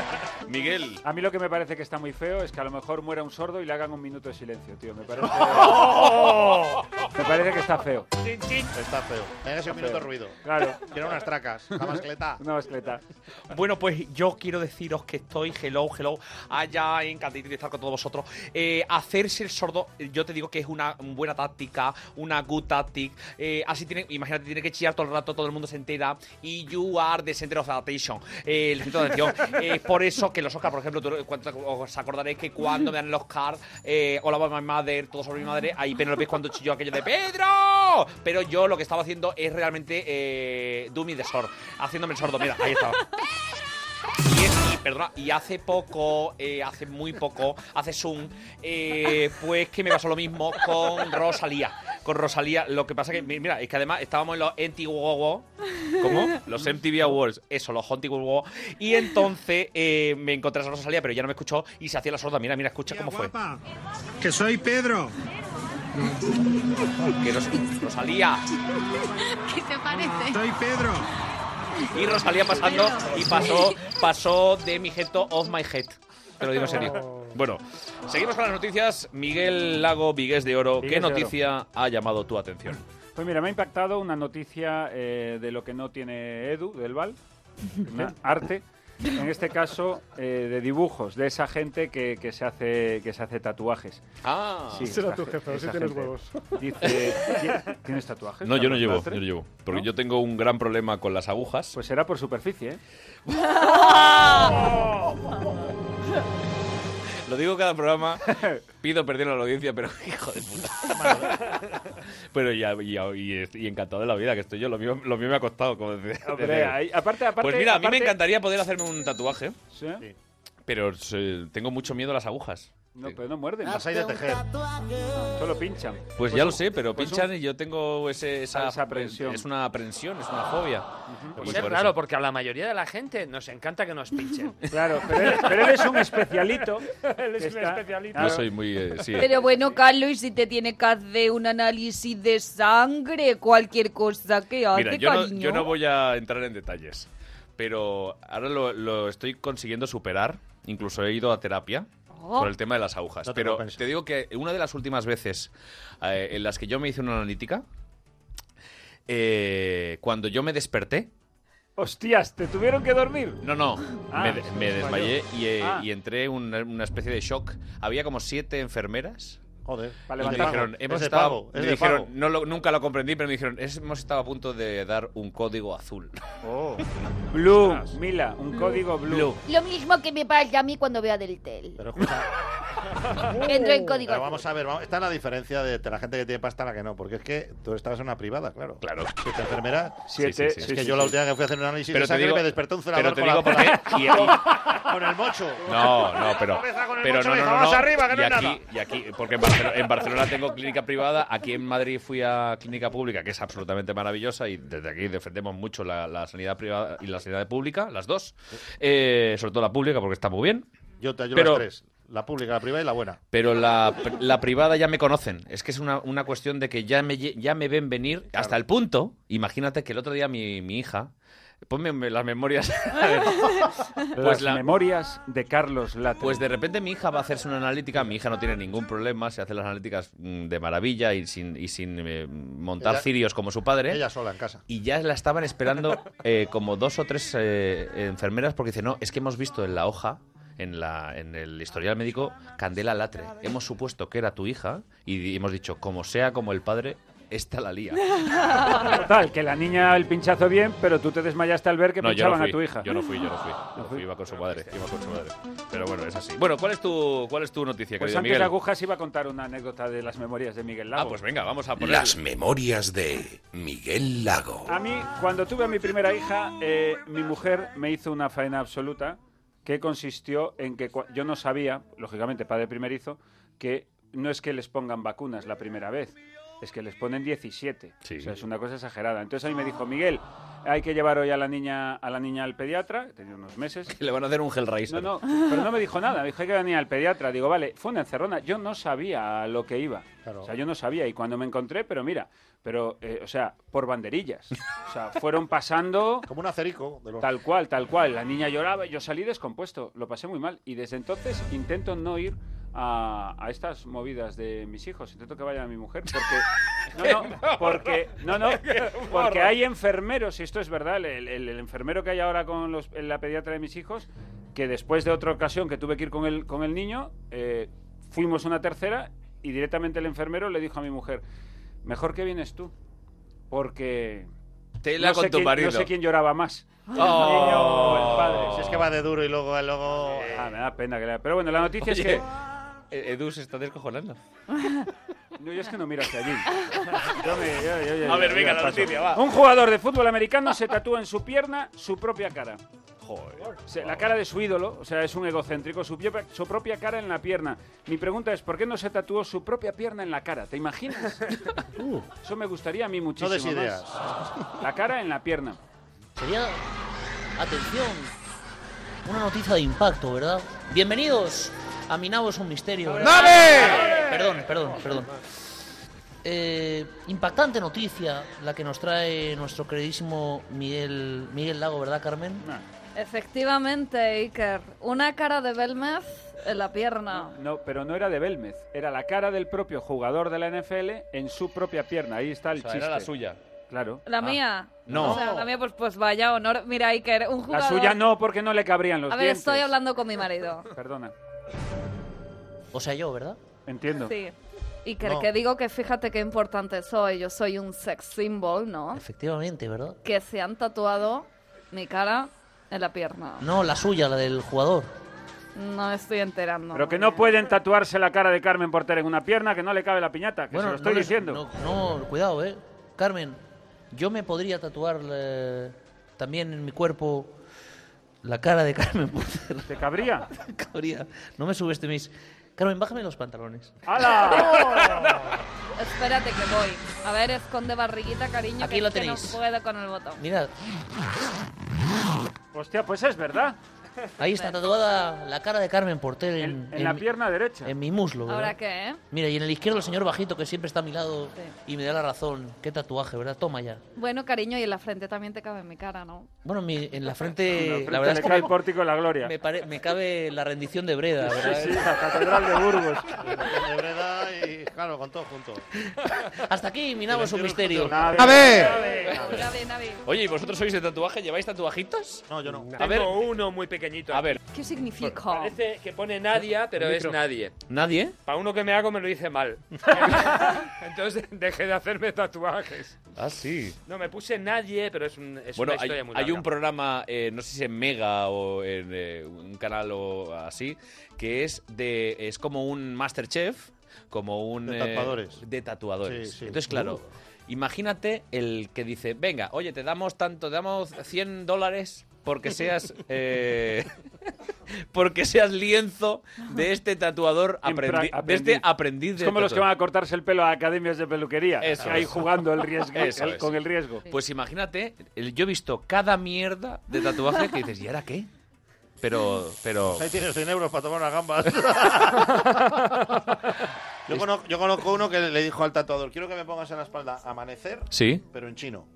[SPEAKER 1] Miguel.
[SPEAKER 8] A mí lo que me parece que está muy feo es que a lo mejor muera un sordo y le hagan un minuto de silencio, tío. Me parece,
[SPEAKER 1] ¡Oh!
[SPEAKER 8] me parece que está feo.
[SPEAKER 6] Está feo. Me ha sido un minuto de ruido.
[SPEAKER 8] Claro.
[SPEAKER 6] Quiero unas tracas, la mascleta.
[SPEAKER 8] Una mascleta.
[SPEAKER 3] Bueno, pues yo quiero deciros que estoy, hello, hello, allá encantadito de estar con todos vosotros. Eh, hacerse el sordo, eh, yo te digo que es una buena táctica, una good tactic. Eh, así tiene, imagínate, tiene que chillar todo el rato, todo el mundo se entera. Y you are the center of attention, eh, el centro de atención. Eh, es por eso que los Oscars, por ejemplo, tú- cuando- os acordaréis que cuando me dan los Oscars, eh, Hola, my mother, todo sobre mi madre, ahí Penelope es cuando chilló aquello de ¡Pedro! Pero yo lo que estaba haciendo es realmente eh, do me the sword, haciéndome el sordo. Mira, ahí estaba. Y, es- y, perdona, y hace poco, eh, hace muy poco, hace Zoom, eh, pues que me pasó lo mismo con Rosalía. Con Rosalía, lo que pasa que, mi- mira, es que además estábamos en los Antiguo
[SPEAKER 1] ¿Cómo? Los MTV Awards.
[SPEAKER 3] eso, los Hunting World War. Y entonces eh, me encontré a esa Rosalía, pero ya no me escuchó y se hacía la sorda. Mira, mira, escucha cómo fue.
[SPEAKER 19] Que soy Pedro.
[SPEAKER 3] Que Ros- Rosalía.
[SPEAKER 14] ¿Qué te parece?
[SPEAKER 3] Soy Pedro. Y Rosalía pasando y pasó, pasó de mi gesto off my head.
[SPEAKER 1] Te lo digo en
[SPEAKER 8] Oh.
[SPEAKER 1] serio. Bueno, seguimos con las noticias. Miguel Lago Vigués de Oro.
[SPEAKER 8] Vigués
[SPEAKER 1] ¿Qué
[SPEAKER 8] de Oro.
[SPEAKER 1] noticia ha llamado tu atención?
[SPEAKER 8] Pues mira, me ha impactado una noticia eh, de lo que no tiene Edu, del Val, una arte, en este caso eh, de dibujos, de esa gente que, que se, hace, que se hace tatuajes.
[SPEAKER 11] Ah. Ese era
[SPEAKER 8] esta
[SPEAKER 11] tu
[SPEAKER 8] ge-
[SPEAKER 11] jefe, a ver si
[SPEAKER 8] esa
[SPEAKER 11] tienes
[SPEAKER 8] gente.
[SPEAKER 11] huevos.
[SPEAKER 8] Dice, "¿Ti- ¿tienes tatuajes?
[SPEAKER 1] No, yo no
[SPEAKER 8] Carlos
[SPEAKER 1] llevo, yo
[SPEAKER 8] Latre?".
[SPEAKER 1] no llevo. Porque
[SPEAKER 8] ¿No?
[SPEAKER 1] yo tengo un gran problema con las agujas.
[SPEAKER 8] Pues será por superficie, ¿eh?
[SPEAKER 3] Lo digo cada programa. Pido perder a la audiencia, pero hijo de puta. pero ya, ya- y, y encantado de la vida, que estoy yo. Lo mío, lo mío me ha costado. Como decía.
[SPEAKER 8] Hombre, ahí- aparte- aparte-
[SPEAKER 3] pues mira, a mí
[SPEAKER 8] aparte-
[SPEAKER 3] me encantaría poder hacerme un tatuaje.
[SPEAKER 8] ¿Sí?
[SPEAKER 3] Pero eh, tengo mucho miedo a las agujas.
[SPEAKER 8] No, pero no muerden.
[SPEAKER 6] Las hay de tejer.
[SPEAKER 8] Solo pinchan.
[SPEAKER 3] Pues, ya lo sé, pero
[SPEAKER 8] pues
[SPEAKER 3] pinchan y yo tengo ese, esa,
[SPEAKER 8] esa aprensión.
[SPEAKER 3] Es una aprensión, es una fobia.
[SPEAKER 4] Pues
[SPEAKER 3] Muy
[SPEAKER 4] es
[SPEAKER 3] por
[SPEAKER 4] raro,
[SPEAKER 3] eso.
[SPEAKER 4] porque a la mayoría de la gente nos encanta que nos pinchen.
[SPEAKER 8] Claro, pero él, pero él es un especialito.
[SPEAKER 4] Él es
[SPEAKER 8] que
[SPEAKER 4] un
[SPEAKER 8] está-
[SPEAKER 4] especialito.
[SPEAKER 1] Yo soy muy. eh, sí.
[SPEAKER 16] Pero bueno, Carlos, ¿y si te tiene que hacer un análisis de sangre, cualquier cosa que hace,
[SPEAKER 1] Mira, yo no,
[SPEAKER 16] cariño?
[SPEAKER 1] yo no voy a entrar en detalles, pero ahora lo, lo estoy consiguiendo superar. Incluso he ido a terapia
[SPEAKER 16] Oh.
[SPEAKER 1] por el tema de las agujas.
[SPEAKER 3] No te
[SPEAKER 1] pero
[SPEAKER 3] compensa.
[SPEAKER 1] te digo que una de las últimas veces eh, en las que yo me hice una analítica, eh, cuando yo me desperté,
[SPEAKER 8] Hostias, ¿te tuvieron que dormir?
[SPEAKER 1] no, no,
[SPEAKER 8] Ah,
[SPEAKER 1] me, de-
[SPEAKER 8] se
[SPEAKER 1] me
[SPEAKER 8] desmayó.
[SPEAKER 1] desmayé y, eh,
[SPEAKER 8] Ah.
[SPEAKER 1] y entré en una, una especie de shock. Había como siete enfermeras.
[SPEAKER 6] Joder.
[SPEAKER 1] Y me dijeron, hemos
[SPEAKER 6] es de
[SPEAKER 1] estado-
[SPEAKER 6] pavo, es
[SPEAKER 1] me
[SPEAKER 6] de
[SPEAKER 1] dijeron,
[SPEAKER 6] pavo.
[SPEAKER 1] no lo- nunca lo comprendí, pero me dijeron, "Es- hemos estado a punto de dar un código azul.
[SPEAKER 6] Oh.
[SPEAKER 8] Blue, Mila, un código blue.
[SPEAKER 5] Lo mismo que me pasa a mí cuando veo a Deltel.
[SPEAKER 6] Pero escucha,
[SPEAKER 5] Entro en código.
[SPEAKER 6] pero vamos a ver, vamos- está la diferencia de, de la gente que tiene pasta a la que no, porque es que tú estabas en una privada, claro.
[SPEAKER 1] Claro.
[SPEAKER 6] Siete enfermeras.
[SPEAKER 8] Siete,
[SPEAKER 6] Es
[SPEAKER 8] sí,
[SPEAKER 6] que
[SPEAKER 8] sí,
[SPEAKER 6] yo la
[SPEAKER 8] sí.
[SPEAKER 6] última que fui a hacer un análisis
[SPEAKER 1] Pero
[SPEAKER 6] de
[SPEAKER 1] te
[SPEAKER 6] sangre
[SPEAKER 1] digo-
[SPEAKER 6] me despertó un celador
[SPEAKER 1] pero te
[SPEAKER 6] con,
[SPEAKER 1] digo
[SPEAKER 6] la-
[SPEAKER 1] por qué, y
[SPEAKER 6] con- con el mocho.
[SPEAKER 1] No, no, pero. Pero no, no, no,
[SPEAKER 6] Vamos
[SPEAKER 1] no.
[SPEAKER 6] arriba, que
[SPEAKER 1] y
[SPEAKER 6] no es
[SPEAKER 1] aquí,
[SPEAKER 6] nada.
[SPEAKER 1] Y aquí, porque en Barcelona, en Barcelona tengo clínica privada, aquí en Madrid fui a clínica pública, que es absolutamente maravillosa, y desde aquí defendemos mucho la, la sanidad privada y la sanidad pública, las dos. Eh, sobre todo la pública, porque está muy bien.
[SPEAKER 6] Yo te ayudo
[SPEAKER 1] Pero-
[SPEAKER 6] las tres. La pública, la privada y la buena.
[SPEAKER 1] Pero la, la privada ya me conocen. Es que es una, una cuestión de que ya me, lle- ya me ven venir hasta el punto. Imagínate que el otro día mi, mi hija. Ponme me- las memorias. Pues
[SPEAKER 8] Las
[SPEAKER 1] memorias de Carlos Latre. Pues de repente mi hija va a hacerse una analítica. Mi hija no tiene ningún problema. Se hace las analíticas mm, de maravilla y sin, y sin eh, montar
[SPEAKER 6] Ella-
[SPEAKER 1] cirios como su
[SPEAKER 8] ¿Eh?
[SPEAKER 1] padre.
[SPEAKER 6] Ella sola en casa.
[SPEAKER 1] Y ya la estaban esperando eh, como dos o tres eh, enfermeras porque dice, no, es que hemos visto en la hoja, en, la, en el historial médico, Candela Latre. Hemos supuesto que era tu hija y di- hemos dicho, como sea como el padre, esta la lía.
[SPEAKER 8] Total, que la niña el pinchazo bien, pero tú te desmayaste al ver que
[SPEAKER 1] No, yo
[SPEAKER 8] pinchaban
[SPEAKER 1] no fui,
[SPEAKER 8] a tu hija.
[SPEAKER 1] Yo no fui, yo no fui. Yo no fui, iba con su madre, iba con su madre. Pero bueno, es así. Bueno, ¿cuál es tu, cuál es tu noticia,
[SPEAKER 8] Pues
[SPEAKER 1] querido
[SPEAKER 8] antes
[SPEAKER 1] Miguel?
[SPEAKER 8] de agujas iba a contar una anécdota de las memorias de Miguel Lago.
[SPEAKER 1] Ah, pues venga, vamos a poner...
[SPEAKER 20] Las memorias de Miguel Lago.
[SPEAKER 8] A mí, cuando tuve a mi primera hija, eh, mi mujer me hizo una faena absoluta que consistió en que cua- yo no sabía, lógicamente, padre primerizo, que no es que les pongan vacunas la primera vez, es que les ponen 17. O sea, es una cosa exagerada. Entonces a mí me dijo, Miguel, hay que llevar hoy a la niña, a la niña al pediatra, tenía unos meses.
[SPEAKER 1] le van a hacer un Hellraiser.
[SPEAKER 8] No, no, pero no me dijo nada, me dijo, hay que venir al pediatra. Digo, vale, fue una encerrona, yo no sabía a lo que iba. O sea, yo no sabía y cuando me encontré, pero mira, pero, eh, o sea, por banderillas. O sea, fueron pasando...
[SPEAKER 6] Como un acerico. De los...
[SPEAKER 8] Tal cual, tal cual. La niña lloraba, yo salí descompuesto, lo pasé muy mal. Y desde entonces intento no ir a, a estas movidas de mis hijos. Intento que vaya mi mujer porque... No, no, porque... No, no, porque hay enfermeros, y esto es verdad, el, el- el enfermero que hay ahora con los- en la pediatra de mis hijos, que después de otra ocasión que tuve que ir con el, con el niño, eh, fuimos una tercera y directamente el enfermero le dijo a mi mujer, mejor que vienes tú, porque...
[SPEAKER 3] Tela
[SPEAKER 8] no sé
[SPEAKER 3] con tu
[SPEAKER 8] quién-
[SPEAKER 3] marido".
[SPEAKER 8] No sé quién lloraba más.
[SPEAKER 3] Oh.
[SPEAKER 8] el niño o el padre.
[SPEAKER 6] Oh. Si es que va de duro y luego... luego... eh.
[SPEAKER 8] Ah, me da pena que le... Pero bueno, la noticia
[SPEAKER 3] Oye,
[SPEAKER 8] es
[SPEAKER 1] E-,
[SPEAKER 3] eh, Edu se está descojonando.
[SPEAKER 8] que... No, yo es que no miro hacia allí. Yo me- yo- yo- yo-
[SPEAKER 3] A ver,
[SPEAKER 8] yo
[SPEAKER 3] venga, la
[SPEAKER 8] paso.
[SPEAKER 3] noticia, va.
[SPEAKER 8] Un jugador de fútbol americano se tatúa en su pierna su propia cara. Se- la cara de su ídolo, o sea, es un egocéntrico, su, pie- su propia cara en la pierna. Mi pregunta es, ¿por qué no se tatuó su propia pierna en la cara? ¿Te imaginas? Eso me gustaría a mí muchísimo
[SPEAKER 6] des
[SPEAKER 8] más.
[SPEAKER 6] ideas.
[SPEAKER 8] La cara en la pierna.
[SPEAKER 21] Sería, atención, una noticia de impacto, ¿verdad? Bienvenidos a Mi Nabo es un misterio. ¿verdad? Perdón, perdón, perdón. Eh, impactante noticia la que nos trae nuestro queridísimo Miguel,
[SPEAKER 1] Ah,
[SPEAKER 21] Miguel Lago, ¿verdad, Carmen?
[SPEAKER 16] Efectivamente, Iker. Una cara de Belmez en la pierna.
[SPEAKER 8] No, pero no era de Belmez, era la cara del propio jugador de la NFL en su propia pierna. Ahí está el
[SPEAKER 1] sea,
[SPEAKER 8] chiste.
[SPEAKER 1] era la suya.
[SPEAKER 8] Claro.
[SPEAKER 1] Ah,
[SPEAKER 16] ¿La mía?
[SPEAKER 8] No.
[SPEAKER 16] O sea, la mía, pues, pues vaya honor. Mira, Iker, un
[SPEAKER 8] La
[SPEAKER 16] jugador...
[SPEAKER 8] suya no, porque no le cabrían los
[SPEAKER 16] A ver,
[SPEAKER 8] dientes.
[SPEAKER 16] estoy hablando con mi marido.
[SPEAKER 8] Perdona.
[SPEAKER 21] O sea, yo, ¿verdad?
[SPEAKER 8] Entiendo.
[SPEAKER 16] Sí. Iker,
[SPEAKER 21] No.
[SPEAKER 16] que digo que fíjate qué importante soy. Yo soy un sex symbol, ¿no?
[SPEAKER 21] Efectivamente, ¿verdad?
[SPEAKER 16] Que se han tatuado mi cara en la pierna.
[SPEAKER 21] No, la suya, la del jugador.
[SPEAKER 16] No me estoy enterando.
[SPEAKER 8] Pero que no pueden tatuarse la cara de Carmen Porter en una pierna que no le cabe la piñata, que se lo estoy
[SPEAKER 21] no les-
[SPEAKER 8] diciendo.
[SPEAKER 21] No, no, cuidado, ¿eh? Carmen, yo me podría tatuar eh, también en mi cuerpo la cara de Carmen Porter.
[SPEAKER 8] ¿Te cabría?
[SPEAKER 21] cabría. No me subestiméis. Carmen, bájame los pantalones.
[SPEAKER 16] Espérate que voy. A ver, esconde barriguita, cariño,
[SPEAKER 21] Aquí
[SPEAKER 16] que,
[SPEAKER 21] lo
[SPEAKER 16] es que no
[SPEAKER 21] tenéis.
[SPEAKER 16] puedo con el botón.
[SPEAKER 21] Mira,
[SPEAKER 8] Hostia, pues es verdad.
[SPEAKER 21] ahí está tatuada la cara de Carmen Porter en,
[SPEAKER 8] en la
[SPEAKER 21] mi-
[SPEAKER 8] pierna derecha.
[SPEAKER 21] En mi muslo. ¿verdad?
[SPEAKER 16] ¿Ahora qué, eh?
[SPEAKER 21] Mira, y en el izquierdo el señor bajito que siempre está a mi lado y me da la razón. Qué tatuaje, ¿verdad? Toma ya.
[SPEAKER 16] Bueno, cariño, y en la frente también te cabe mi cara, ¿no?
[SPEAKER 21] Bueno, mi- en la
[SPEAKER 8] En
[SPEAKER 21] frente,
[SPEAKER 8] la
[SPEAKER 21] la,
[SPEAKER 8] frente
[SPEAKER 21] verdad
[SPEAKER 8] le
[SPEAKER 21] es que
[SPEAKER 8] cae el
[SPEAKER 21] me-
[SPEAKER 8] pórtico de la gloria.
[SPEAKER 21] Me, pare- me cabe la rendición de Breda, ¿verdad?
[SPEAKER 8] Sí, sí, la Catedral de Burgos.
[SPEAKER 6] De verdad, y claro, con todo junto.
[SPEAKER 21] Hasta aquí minamos su misterio.
[SPEAKER 6] A ver.
[SPEAKER 1] Oye, ¿y vosotros sois de tatuaje? ¿Lleváis tatuajitos?
[SPEAKER 6] No, yo no.
[SPEAKER 1] A ver,
[SPEAKER 4] Tengo uno muy pequeñito.
[SPEAKER 1] a ver.
[SPEAKER 16] ¿Qué significa?
[SPEAKER 4] pues, Parece que pone Nadia, pero
[SPEAKER 1] Un
[SPEAKER 4] es
[SPEAKER 1] micro.
[SPEAKER 4] nadie.
[SPEAKER 22] ¿Nadie?
[SPEAKER 4] Para uno que me hago me lo hice mal. Entonces dejé de hacerme tatuajes.
[SPEAKER 22] Ah, sí.
[SPEAKER 4] No, me puse nadie, pero es, un, es
[SPEAKER 1] Bueno,
[SPEAKER 4] una
[SPEAKER 1] hay,
[SPEAKER 4] historia muy
[SPEAKER 1] hay
[SPEAKER 4] larga.
[SPEAKER 1] un programa, eh, no sé si en Mega o en eh, un canal o así, que es de es como un Masterchef, como un...
[SPEAKER 6] De
[SPEAKER 1] eh,
[SPEAKER 6] tatuadores.
[SPEAKER 1] de tatuadores.
[SPEAKER 6] Sí, sí.
[SPEAKER 1] Entonces, claro,
[SPEAKER 6] Uh.
[SPEAKER 1] imagínate el que dice, venga, oye, te damos tanto, te damos 100 dólares porque seas... eh, porque seas lienzo de este tatuador aprendi-
[SPEAKER 8] Impra-
[SPEAKER 1] de este aprendiz
[SPEAKER 8] Es
[SPEAKER 1] de
[SPEAKER 8] como los que
[SPEAKER 1] tatuador".
[SPEAKER 8] van a cortarse el pelo a academias de peluquería.
[SPEAKER 1] Eso
[SPEAKER 8] ahí
[SPEAKER 1] es.
[SPEAKER 8] jugando el riesgo,
[SPEAKER 1] Eso
[SPEAKER 8] el-
[SPEAKER 1] es.
[SPEAKER 8] con el riesgo.
[SPEAKER 1] Pues imagínate, el- yo he visto cada mierda de tatuaje que dices, ¿y ahora qué? Pero, pero...
[SPEAKER 6] Ahí tienes 100 euros para tomar unas gambas. yo, conozco, yo conozco uno que le dijo al tatuador, quiero que me pongas en la espalda amanecer,
[SPEAKER 1] Sí.
[SPEAKER 6] pero en chino.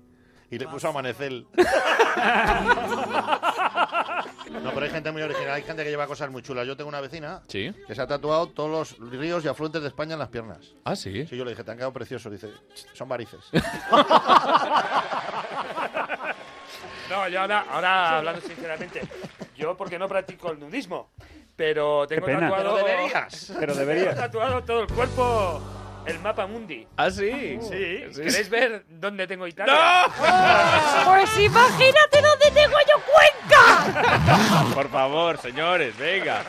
[SPEAKER 6] Y le puso amanecer. No, pero hay gente muy original, hay gente que lleva cosas muy chulas. Yo tengo una vecina
[SPEAKER 1] Sí.
[SPEAKER 6] que se ha tatuado todos los ríos y afluentes de España en las piernas.
[SPEAKER 1] Ah, sí.
[SPEAKER 6] Sí, yo le dije, te han quedado precioso. Dice, "Ch, son varices.
[SPEAKER 4] No, yo ahora, ahora hablando sinceramente, yo porque no practico el nudismo, pero tengo
[SPEAKER 8] pena.
[SPEAKER 4] tatuado.
[SPEAKER 8] Pero deberías. Pero deberías.
[SPEAKER 4] Tengo tatuado todo el cuerpo, el mapa mundi.
[SPEAKER 1] Ah, sí.
[SPEAKER 4] Sí.
[SPEAKER 1] Sí.
[SPEAKER 4] ¿Queréis ver dónde tengo Italia?
[SPEAKER 23] Pues imagínate dónde tengo yo Cuenca.
[SPEAKER 1] Por favor, señores, venga.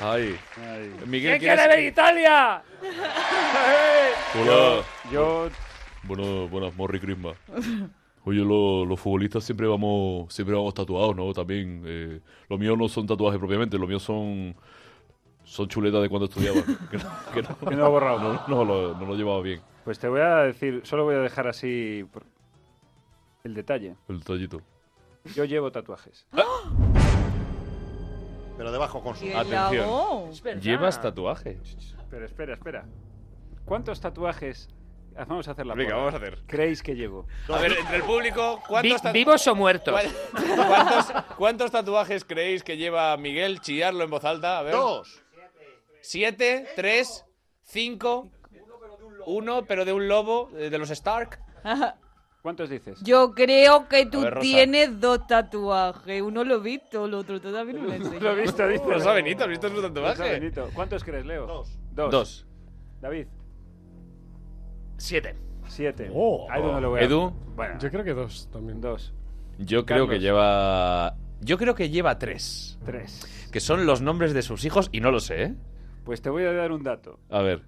[SPEAKER 1] Ay. Miguel,
[SPEAKER 4] ¿Quién quiere ver Italia?
[SPEAKER 8] Hola. Yo. Bueno, buenas, Morri Crisma. Oye, lo- los futbolistas siempre vamos siempre vamos tatuados, ¿no? También. eh, lo mío no son tatuajes propiamente, lo mío son. Son chuletas de cuando estudiaba. Que no, que no,
[SPEAKER 4] Que no ha borrado.
[SPEAKER 8] No, no lo, no lo llevaba bien. Pues te voy a decir, solo voy a dejar así el detalle.
[SPEAKER 4] El tallito.
[SPEAKER 8] Yo llevo tatuajes.
[SPEAKER 6] Pero debajo con su...
[SPEAKER 8] ¿Quién la Atención. hago? Es verdad.
[SPEAKER 1] Llevas tatuaje.
[SPEAKER 8] Pero espera, espera. ¿Cuántos tatuajes Ah, vamos a hacer la
[SPEAKER 1] Venga,
[SPEAKER 8] porra.
[SPEAKER 1] vamos a hacer.
[SPEAKER 8] ¿Creéis que llevo?
[SPEAKER 1] A ver, entre el público, ¿cuántos, ta-
[SPEAKER 4] ¿Vivos o muertos?
[SPEAKER 1] cuál- cuántos- cuántos tatuajes creéis que lleva Miguel? Chillarlo en voz alta, a ver.
[SPEAKER 6] Dos.
[SPEAKER 1] Siete, tres, cinco, uno, pero de un lobo, eh, de los Stark.
[SPEAKER 8] ¿Cuántos dices?
[SPEAKER 16] Yo creo que tú
[SPEAKER 1] ver, Rosa.
[SPEAKER 16] tienes dos tatuajes. Uno lo he visto, el otro todavía no me lo
[SPEAKER 8] Lo he visto, dice.
[SPEAKER 1] Rosa Benito, ¿has visto su tatuaje?
[SPEAKER 8] Rosa Benito. ¿Cuántos crees, Leo? Dos. Dos.
[SPEAKER 1] Dos.
[SPEAKER 8] David,
[SPEAKER 4] Siete.
[SPEAKER 8] siete.
[SPEAKER 13] Oh.
[SPEAKER 8] A Edu no le voy a...
[SPEAKER 1] Edu.
[SPEAKER 8] Bueno,
[SPEAKER 13] Yo creo que dos también.
[SPEAKER 8] Dos.
[SPEAKER 1] Yo creo que
[SPEAKER 8] Carlos.
[SPEAKER 1] lleva. Yo creo que lleva tres.
[SPEAKER 8] tres.
[SPEAKER 1] Que son los nombres de sus hijos y no lo sé, ¿eh?
[SPEAKER 8] Pues te voy a dar un dato.
[SPEAKER 1] A ver.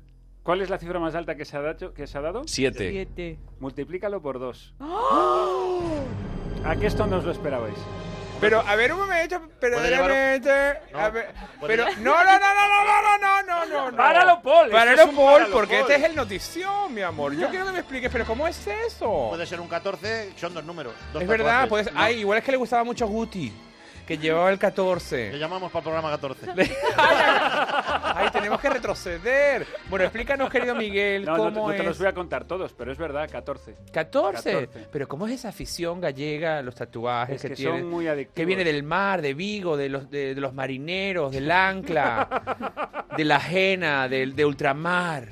[SPEAKER 8] ¿Cuál es la cifra más alta que se ha, dacho- que se ha dado?
[SPEAKER 1] Siete. ¡Ah!
[SPEAKER 8] Multiplícalo por dos. ¿A qué esto no os lo esperabais?
[SPEAKER 4] Pero, a ver, un momento, pero
[SPEAKER 8] Puede llevar-
[SPEAKER 4] realmente... a ver,
[SPEAKER 8] puede-
[SPEAKER 4] pero, no, no, no, no, no, no, no, no, no, no.
[SPEAKER 8] Páralo, Paul, eso
[SPEAKER 4] Páralo,
[SPEAKER 8] es un
[SPEAKER 4] Paul,
[SPEAKER 8] páralo,
[SPEAKER 4] porque
[SPEAKER 8] Paul.
[SPEAKER 4] este es el notición, mi amor.
[SPEAKER 8] Ah.
[SPEAKER 4] Yo quiero que me expliques, pero ¿cómo es eso?
[SPEAKER 6] Puede ser un 14, son dos números. dos
[SPEAKER 4] Es verdad,
[SPEAKER 6] tatuajes.
[SPEAKER 1] pues,
[SPEAKER 4] puedes...
[SPEAKER 6] No,
[SPEAKER 4] Ay, igual es que le gustaba mucho Guti, que llevaba el 14.
[SPEAKER 6] Le llamamos para el programa 14.
[SPEAKER 4] Ay,
[SPEAKER 1] Ay, tenemos que retroceder. Bueno, explícanos, querido Miguel,
[SPEAKER 8] No, no,
[SPEAKER 1] cómo
[SPEAKER 8] no
[SPEAKER 1] es.
[SPEAKER 8] te los voy a contar todos, pero es verdad, 14.
[SPEAKER 1] 14.
[SPEAKER 8] 14.
[SPEAKER 1] Pero ¿cómo es esa afición gallega, los tatuajes
[SPEAKER 8] Es
[SPEAKER 1] que,
[SPEAKER 8] que son
[SPEAKER 1] tienen?
[SPEAKER 8] muy adictivos.
[SPEAKER 1] Que viene del mar, de Vigo, de los, de, de los marineros, del ancla, de la ajena, del de ultramar.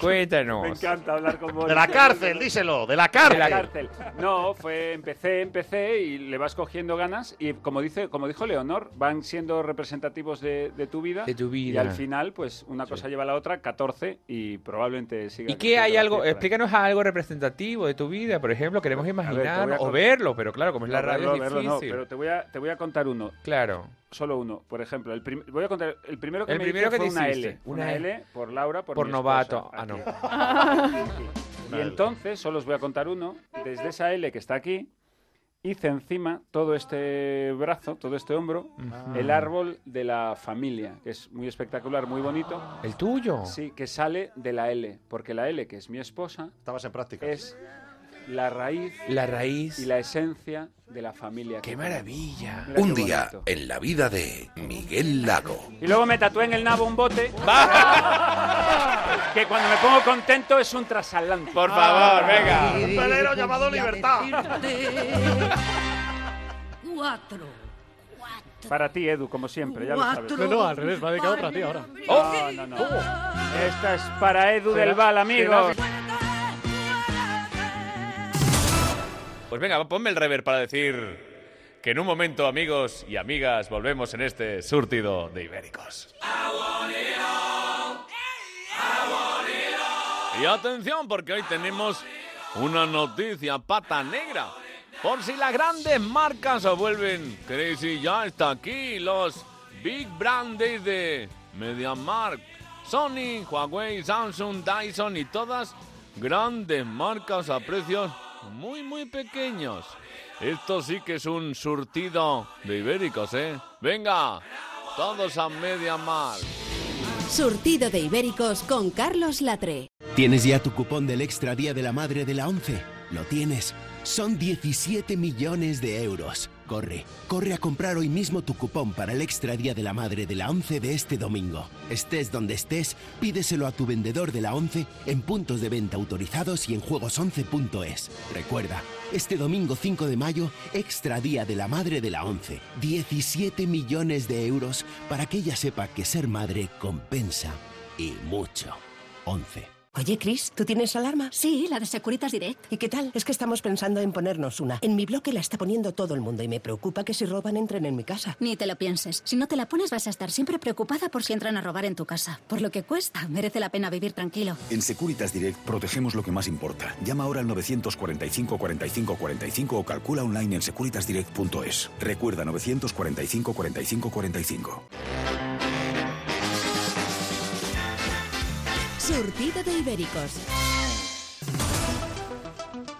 [SPEAKER 1] Cuéntanos.
[SPEAKER 8] Me encanta hablar con vos.
[SPEAKER 1] De la cárcel,
[SPEAKER 6] díselo, de la
[SPEAKER 1] cárcel.
[SPEAKER 8] De la cárcel. No, fue, empecé, empecé y le vas cogiendo ganas y como dice, como dijo Leonor, van siendo representativos de, de tu vida.
[SPEAKER 1] De tu vida.
[SPEAKER 8] Y al final, pues una cosa lleva a la otra, 14 y probablemente siga.
[SPEAKER 1] ¿Y qué hay
[SPEAKER 8] creciendo
[SPEAKER 1] algo?
[SPEAKER 8] así por ahí.
[SPEAKER 1] Explícanos algo representativo de tu vida, por ejemplo, queremos imaginar
[SPEAKER 8] voy a
[SPEAKER 1] o
[SPEAKER 8] con-
[SPEAKER 1] verlo, pero claro, como es la
[SPEAKER 8] No,
[SPEAKER 1] radio
[SPEAKER 8] Pues verlo,
[SPEAKER 1] es
[SPEAKER 8] verlo no,
[SPEAKER 1] difícil.
[SPEAKER 8] pero te voy, a, te voy a contar uno.
[SPEAKER 1] Claro.
[SPEAKER 8] Solo uno. Por ejemplo, el prim- voy a contar el primero que
[SPEAKER 1] El
[SPEAKER 8] me
[SPEAKER 1] primero
[SPEAKER 8] hice
[SPEAKER 1] que te
[SPEAKER 8] fue una
[SPEAKER 1] hiciste,
[SPEAKER 8] L.
[SPEAKER 1] una
[SPEAKER 8] Una,
[SPEAKER 1] L.
[SPEAKER 8] L por Laura, por,
[SPEAKER 1] Por
[SPEAKER 8] mi
[SPEAKER 1] novato.
[SPEAKER 8] esposa,
[SPEAKER 1] Ah, no.
[SPEAKER 5] Ah.
[SPEAKER 8] aquí.
[SPEAKER 1] Una
[SPEAKER 8] y
[SPEAKER 1] L.
[SPEAKER 8] entonces, solo os voy a contar uno. Desde esa L que está aquí, hice encima todo este brazo, todo este hombro,
[SPEAKER 1] Ah.
[SPEAKER 8] el árbol de la familia, que es muy espectacular, muy bonito.
[SPEAKER 1] ¿El tuyo?
[SPEAKER 8] Sí, que sale de la L, porque la L, que es mi esposa,
[SPEAKER 6] estabas en práctica.
[SPEAKER 8] Es la raíz,
[SPEAKER 1] La raíz.
[SPEAKER 8] y la esencia de la familia. ¡Qué
[SPEAKER 1] maravilla!
[SPEAKER 3] Un día en la vida de Miguel Lago.
[SPEAKER 8] Y luego me tatué en el nabo un bote. que cuando me pongo contento es un trasatlántico. Por
[SPEAKER 3] Ah,
[SPEAKER 6] favor, venga. Un velero llamado Libertad.
[SPEAKER 24] Cuatro.
[SPEAKER 8] Para ti, Edu, como siempre, ya lo sabes.
[SPEAKER 24] Cuatro. No, no, al
[SPEAKER 11] revés, va dedicado para ti ahora.
[SPEAKER 4] Oh.
[SPEAKER 8] No, no, no. Esta es para Edu del Val, amigos.
[SPEAKER 1] Pues venga, ponme el rever para decir que en un momento, amigos y amigas, volvemos en este surtido de Ibéricos. Y atención, porque hoy tenemos una noticia pata negra. Por si las grandes marcas se vuelven crazy, ya está aquí los big brands de MediaMarkt. Sony, Huawei, Samsung, Dyson y todas grandes marcas a precios muy, muy pequeños. Esto sí que es un surtido de ibéricos, ¿eh? Venga, todos a MediaMarkt.
[SPEAKER 2] Surtido de Ibéricos con Carlos Latre.
[SPEAKER 20] ¿Tienes ya tu cupón del Extra Día de la Madre de la 11? Lo tienes. Son 17 millones de euros. Corre, corre a comprar hoy mismo tu cupón para el Extra Día de la Madre de la 11 de este domingo. Estés donde estés, pídeselo a tu vendedor de la 11 en puntos de venta autorizados y en juegos11.es. Recuerda, este domingo 5 de mayo, Extra Día de la Madre de la 11. 17 millones de euros para que ella sepa que ser madre compensa y mucho. 11.
[SPEAKER 25] Oye, Chris, ¿tú tienes alarma? Sí, la de Securitas Direct. ¿Y qué tal? Es que estamos pensando en ponernos una. En mi bloque la está poniendo todo el mundo y me preocupa que si roban entren en mi casa.
[SPEAKER 26] Ni te lo pienses. Si no te la pones vas a estar siempre preocupada por si entran a robar en tu casa. Por lo que cuesta, merece la pena vivir tranquilo.
[SPEAKER 7] En Securitas Direct protegemos lo que más importa. Llama ahora al 945 45 45 o calcula online en securitasdirect.es. Recuerda 945 45 45.
[SPEAKER 2] Surtido de Ibéricos.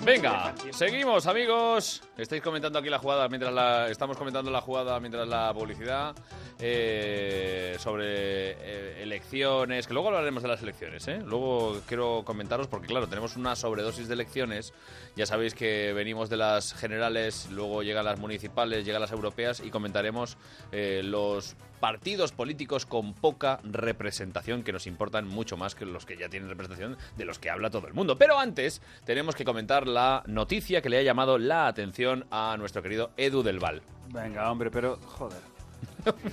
[SPEAKER 1] Venga, seguimos amigos. Estáis comentando aquí la jugada mientras la estamos comentando la jugada mientras la publicidad eh, sobre eh, elecciones. Que luego hablaremos de las elecciones. ¿eh? Luego quiero comentaros porque claro tenemos una sobredosis de elecciones. Ya sabéis que venimos de las generales, luego llegan las municipales, llegan las europeas y comentaremos eh, los partidos políticos con poca representación que nos importan mucho más que los que ya tienen representación de los que habla todo el mundo. Pero antes tenemos que comentar la noticia que le ha llamado la atención a nuestro querido Edu del Val.
[SPEAKER 8] Venga, hombre, pero joder.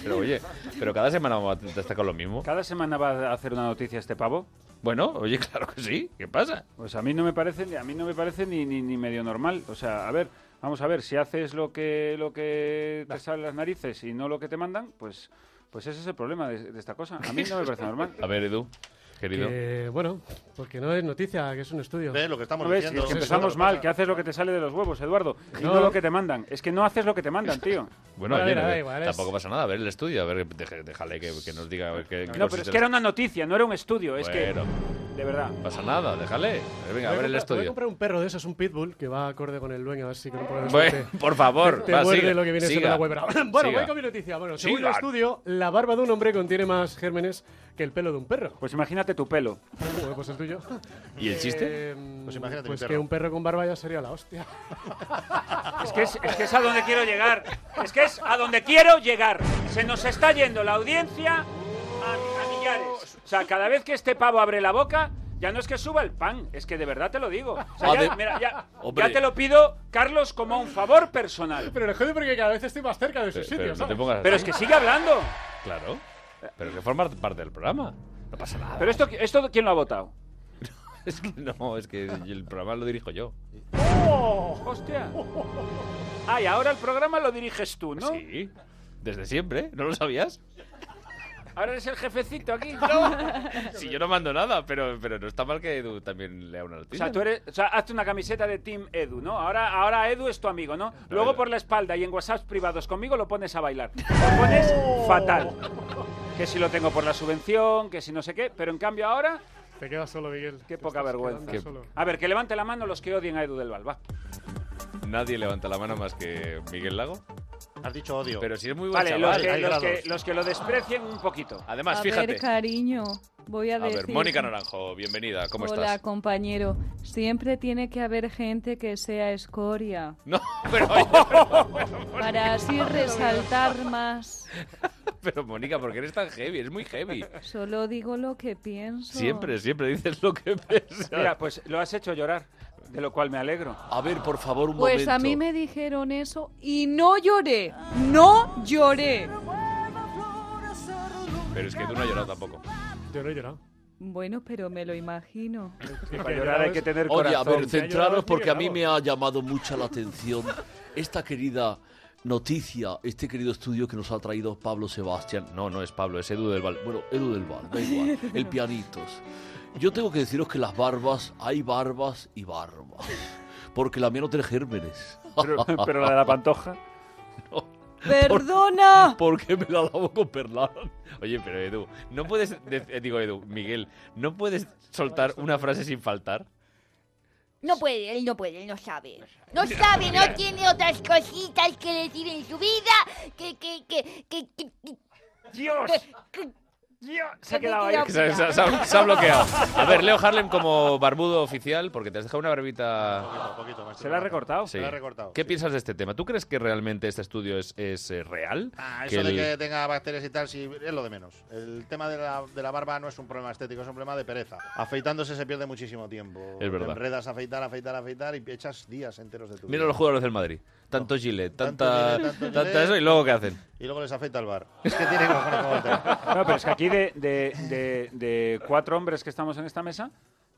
[SPEAKER 1] Pero oye, pero cada semana vamos a estar con lo mismo.
[SPEAKER 8] ¿Cada semana va a hacer una noticia este pavo?
[SPEAKER 1] Bueno, oye, claro que sí. ¿Qué pasa?
[SPEAKER 8] Pues a mí no me parece, ni- a mí no me parece ni, ni, ni medio normal. O sea, a ver, vamos a ver, si haces lo que, lo que te salen las narices y no lo que te mandan, pues, pues ese es el problema de, de esta cosa. A mí no me parece normal.
[SPEAKER 1] A ver, Edu, querido.
[SPEAKER 11] Que, Eh, bueno, porque no es noticia, que es un estudio.
[SPEAKER 6] Ve lo que
[SPEAKER 8] ¿No ves? Es que empezamos mal, que haces lo que te sale de los huevos, Eduardo, y no.
[SPEAKER 11] No.
[SPEAKER 8] lo que te mandan. Es que no haces lo que te mandan, tío.
[SPEAKER 1] Bueno,
[SPEAKER 11] Vale,
[SPEAKER 1] oye,
[SPEAKER 11] nada,
[SPEAKER 1] no-
[SPEAKER 11] igual, es-
[SPEAKER 1] tampoco pasa nada. A ver el estudio, a ver, deje- déjale que, que nos diga a ver qué. qué
[SPEAKER 8] No, pero es
[SPEAKER 1] consiste
[SPEAKER 8] que
[SPEAKER 1] el-
[SPEAKER 8] era una noticia, no era un estudio. Es
[SPEAKER 1] Bueno.
[SPEAKER 8] que, de verdad.
[SPEAKER 1] No pasa nada, déjale. Venga, a ver el
[SPEAKER 11] Voy a
[SPEAKER 1] estudio.
[SPEAKER 11] comprar un perro de esos, un pitbull, que va acorde con el dueño, a ver si con un problema de
[SPEAKER 1] Bueno,
[SPEAKER 11] suerte
[SPEAKER 1] por favor,
[SPEAKER 11] Te
[SPEAKER 1] va,
[SPEAKER 11] muerde
[SPEAKER 1] siga,
[SPEAKER 11] lo que viene siendo
[SPEAKER 1] siga.
[SPEAKER 11] la web. Bueno,
[SPEAKER 1] Siga.
[SPEAKER 11] voy con mi noticia. Bueno, según
[SPEAKER 1] Siga.
[SPEAKER 11] el estudio, la barba de un hombre contiene más gérmenes que el pelo de un perro.
[SPEAKER 8] Pues imagínate tu pelo.
[SPEAKER 11] Pues el tuyo.
[SPEAKER 1] ¿Y el chiste?
[SPEAKER 11] Eh,
[SPEAKER 6] Pues imagínate mi
[SPEAKER 11] pues
[SPEAKER 6] perro.
[SPEAKER 11] que un perro con barba ya sería la hostia.
[SPEAKER 8] Es que es, es que es a donde quiero llegar. Es que es a donde quiero llegar. Se nos está yendo la audiencia a, a millares. O sea, cada vez que este pavo abre la boca, ya no es que suba el pan, es que de verdad te lo digo. O
[SPEAKER 1] Ah,
[SPEAKER 8] sea,
[SPEAKER 11] Ade-
[SPEAKER 8] ya, mira, ya-
[SPEAKER 11] Hombre.
[SPEAKER 8] ya te lo pido, Carlos, como un favor personal.
[SPEAKER 11] Pero le jode porque cada vez estoy más cerca de su
[SPEAKER 1] Pero,
[SPEAKER 11] sitio,
[SPEAKER 1] pero no
[SPEAKER 11] ¿sabes?
[SPEAKER 1] te pongas
[SPEAKER 8] Pero es
[SPEAKER 1] así.
[SPEAKER 8] que sigue hablando.
[SPEAKER 1] Claro. Pero que forma parte del programa. No pasa nada.
[SPEAKER 8] Pero esto, esto ¿quién lo ha votado?
[SPEAKER 1] Es que no, es que el programa lo dirijo yo.
[SPEAKER 8] ¡Oh! ¡Hostia! Ah, y ahora el programa lo diriges tú, ¿no?
[SPEAKER 1] Sí. Desde siempre, ¿eh? ¿no lo sabías?
[SPEAKER 8] Ahora eres el jefecito aquí.
[SPEAKER 1] Sí, yo no mando nada, pero, pero no está mal que Edu también lea una
[SPEAKER 8] O
[SPEAKER 1] noticia.
[SPEAKER 8] sea, tú eres, o sea, hazte una camiseta de Team Edu, ¿no? Ahora, ahora Edu es tu amigo, ¿no? Luego por la espalda y en WhatsApp privados conmigo lo pones a bailar. Lo pones
[SPEAKER 11] Oh.
[SPEAKER 8] fatal. Que si lo tengo por la subvención, que si no sé qué, pero en cambio ahora...
[SPEAKER 11] Te quedas solo, Miguel.
[SPEAKER 8] Qué poca vergüenza.
[SPEAKER 1] quedando solo.
[SPEAKER 8] A ver, que levante la mano los que odien a Edu del Val, va.
[SPEAKER 1] Nadie levanta la mano más que Miguel Lago.
[SPEAKER 6] Has dicho odio.
[SPEAKER 1] Pero si es muy buen
[SPEAKER 8] Vale, los
[SPEAKER 1] chaval.
[SPEAKER 8] que, los, que, los que lo desprecien un poquito.
[SPEAKER 1] Además,
[SPEAKER 16] a
[SPEAKER 1] fíjate.
[SPEAKER 16] ver, cariño, voy a,
[SPEAKER 1] a
[SPEAKER 16] decir...
[SPEAKER 1] ver, Mónica Naranjo, bienvenida. ¿Cómo
[SPEAKER 16] Hola,
[SPEAKER 1] estás?
[SPEAKER 16] compañero. Siempre tiene que haber gente que sea escoria.
[SPEAKER 1] No, pero oye, pero,
[SPEAKER 16] Para así resaltar más.
[SPEAKER 1] pero, Mónica, ¿por qué eres tan heavy? Eres muy heavy.
[SPEAKER 16] Solo digo lo que pienso.
[SPEAKER 1] Siempre, siempre dices lo que piensas.
[SPEAKER 8] Mira, pues lo has hecho llorar, de lo cual me alegro.
[SPEAKER 1] A ver, por favor, un
[SPEAKER 16] Pues a mí me dijeron eso y no lloré. No lloré.
[SPEAKER 1] Pero es que tú no has llorado tampoco.
[SPEAKER 11] Yo no he llorado.
[SPEAKER 16] Bueno, pero me lo imagino.
[SPEAKER 8] Para llorar hay que tener
[SPEAKER 13] Oye, a
[SPEAKER 8] corazón.
[SPEAKER 13] ver, centraros porque a mí me ha llamado mucha la atención esta querida noticia, este querido estudio que nos ha traído Pablo Sebastián. No, no es Pablo, es Edu del Val. Bueno, Edu del Val, da igual. El pianitos. Yo tengo que deciros que las barbas, hay barbas y barbas. Porque la mía no tiene gérmenes.
[SPEAKER 8] Pero- pero la de la pantoja.
[SPEAKER 16] ¡Perdona!
[SPEAKER 1] Porque me la lavo con perlán. Oye, pero Edu, no puedes. de- eh, digo, Edu, Miguel, ¿no puedes soltar una frase sin faltar?
[SPEAKER 5] No puede, él no puede, él no sabe. No sabe, no tiene otras cositas que decir en su vida. Que, que, que, que, que- que-
[SPEAKER 8] Dios. Dios. Se ha quedado ahí.
[SPEAKER 5] Que
[SPEAKER 1] Se, se- se ha, se ha bloqueado. A ver, Leo Harlem como barbudo oficial, porque te has dejado una barbita.
[SPEAKER 8] ¿Se la ha recortado?
[SPEAKER 1] Sí. ¿Qué piensas de este tema? ¿Tú crees que realmente este estudio es, es, eh, real?
[SPEAKER 6] Ah,
[SPEAKER 1] Que
[SPEAKER 6] eso de
[SPEAKER 1] el-
[SPEAKER 6] que tenga bacterias y tal, sí, es lo de menos. El tema de la, de la barba no es un problema estético, es un problema de pereza. Afeitándose se pierde muchísimo tiempo.
[SPEAKER 1] Es verdad.
[SPEAKER 6] Te enredas a afeitar, afeitar, afeitar y echas días enteros de tu
[SPEAKER 1] Mira
[SPEAKER 6] vida.
[SPEAKER 1] los jugadores del Madrid. Tanto Gillette,
[SPEAKER 6] Tanto
[SPEAKER 1] tanta,
[SPEAKER 6] Gillette, tanto
[SPEAKER 1] tanta
[SPEAKER 6] Gillette.
[SPEAKER 1] eso, y luego ¿qué hacen?
[SPEAKER 6] Y luego les afeita el bar. Es que tiene cojones como el tema.
[SPEAKER 8] No, pero es que aquí de, de- de- de cuatro hombres que estamos en esta mesa,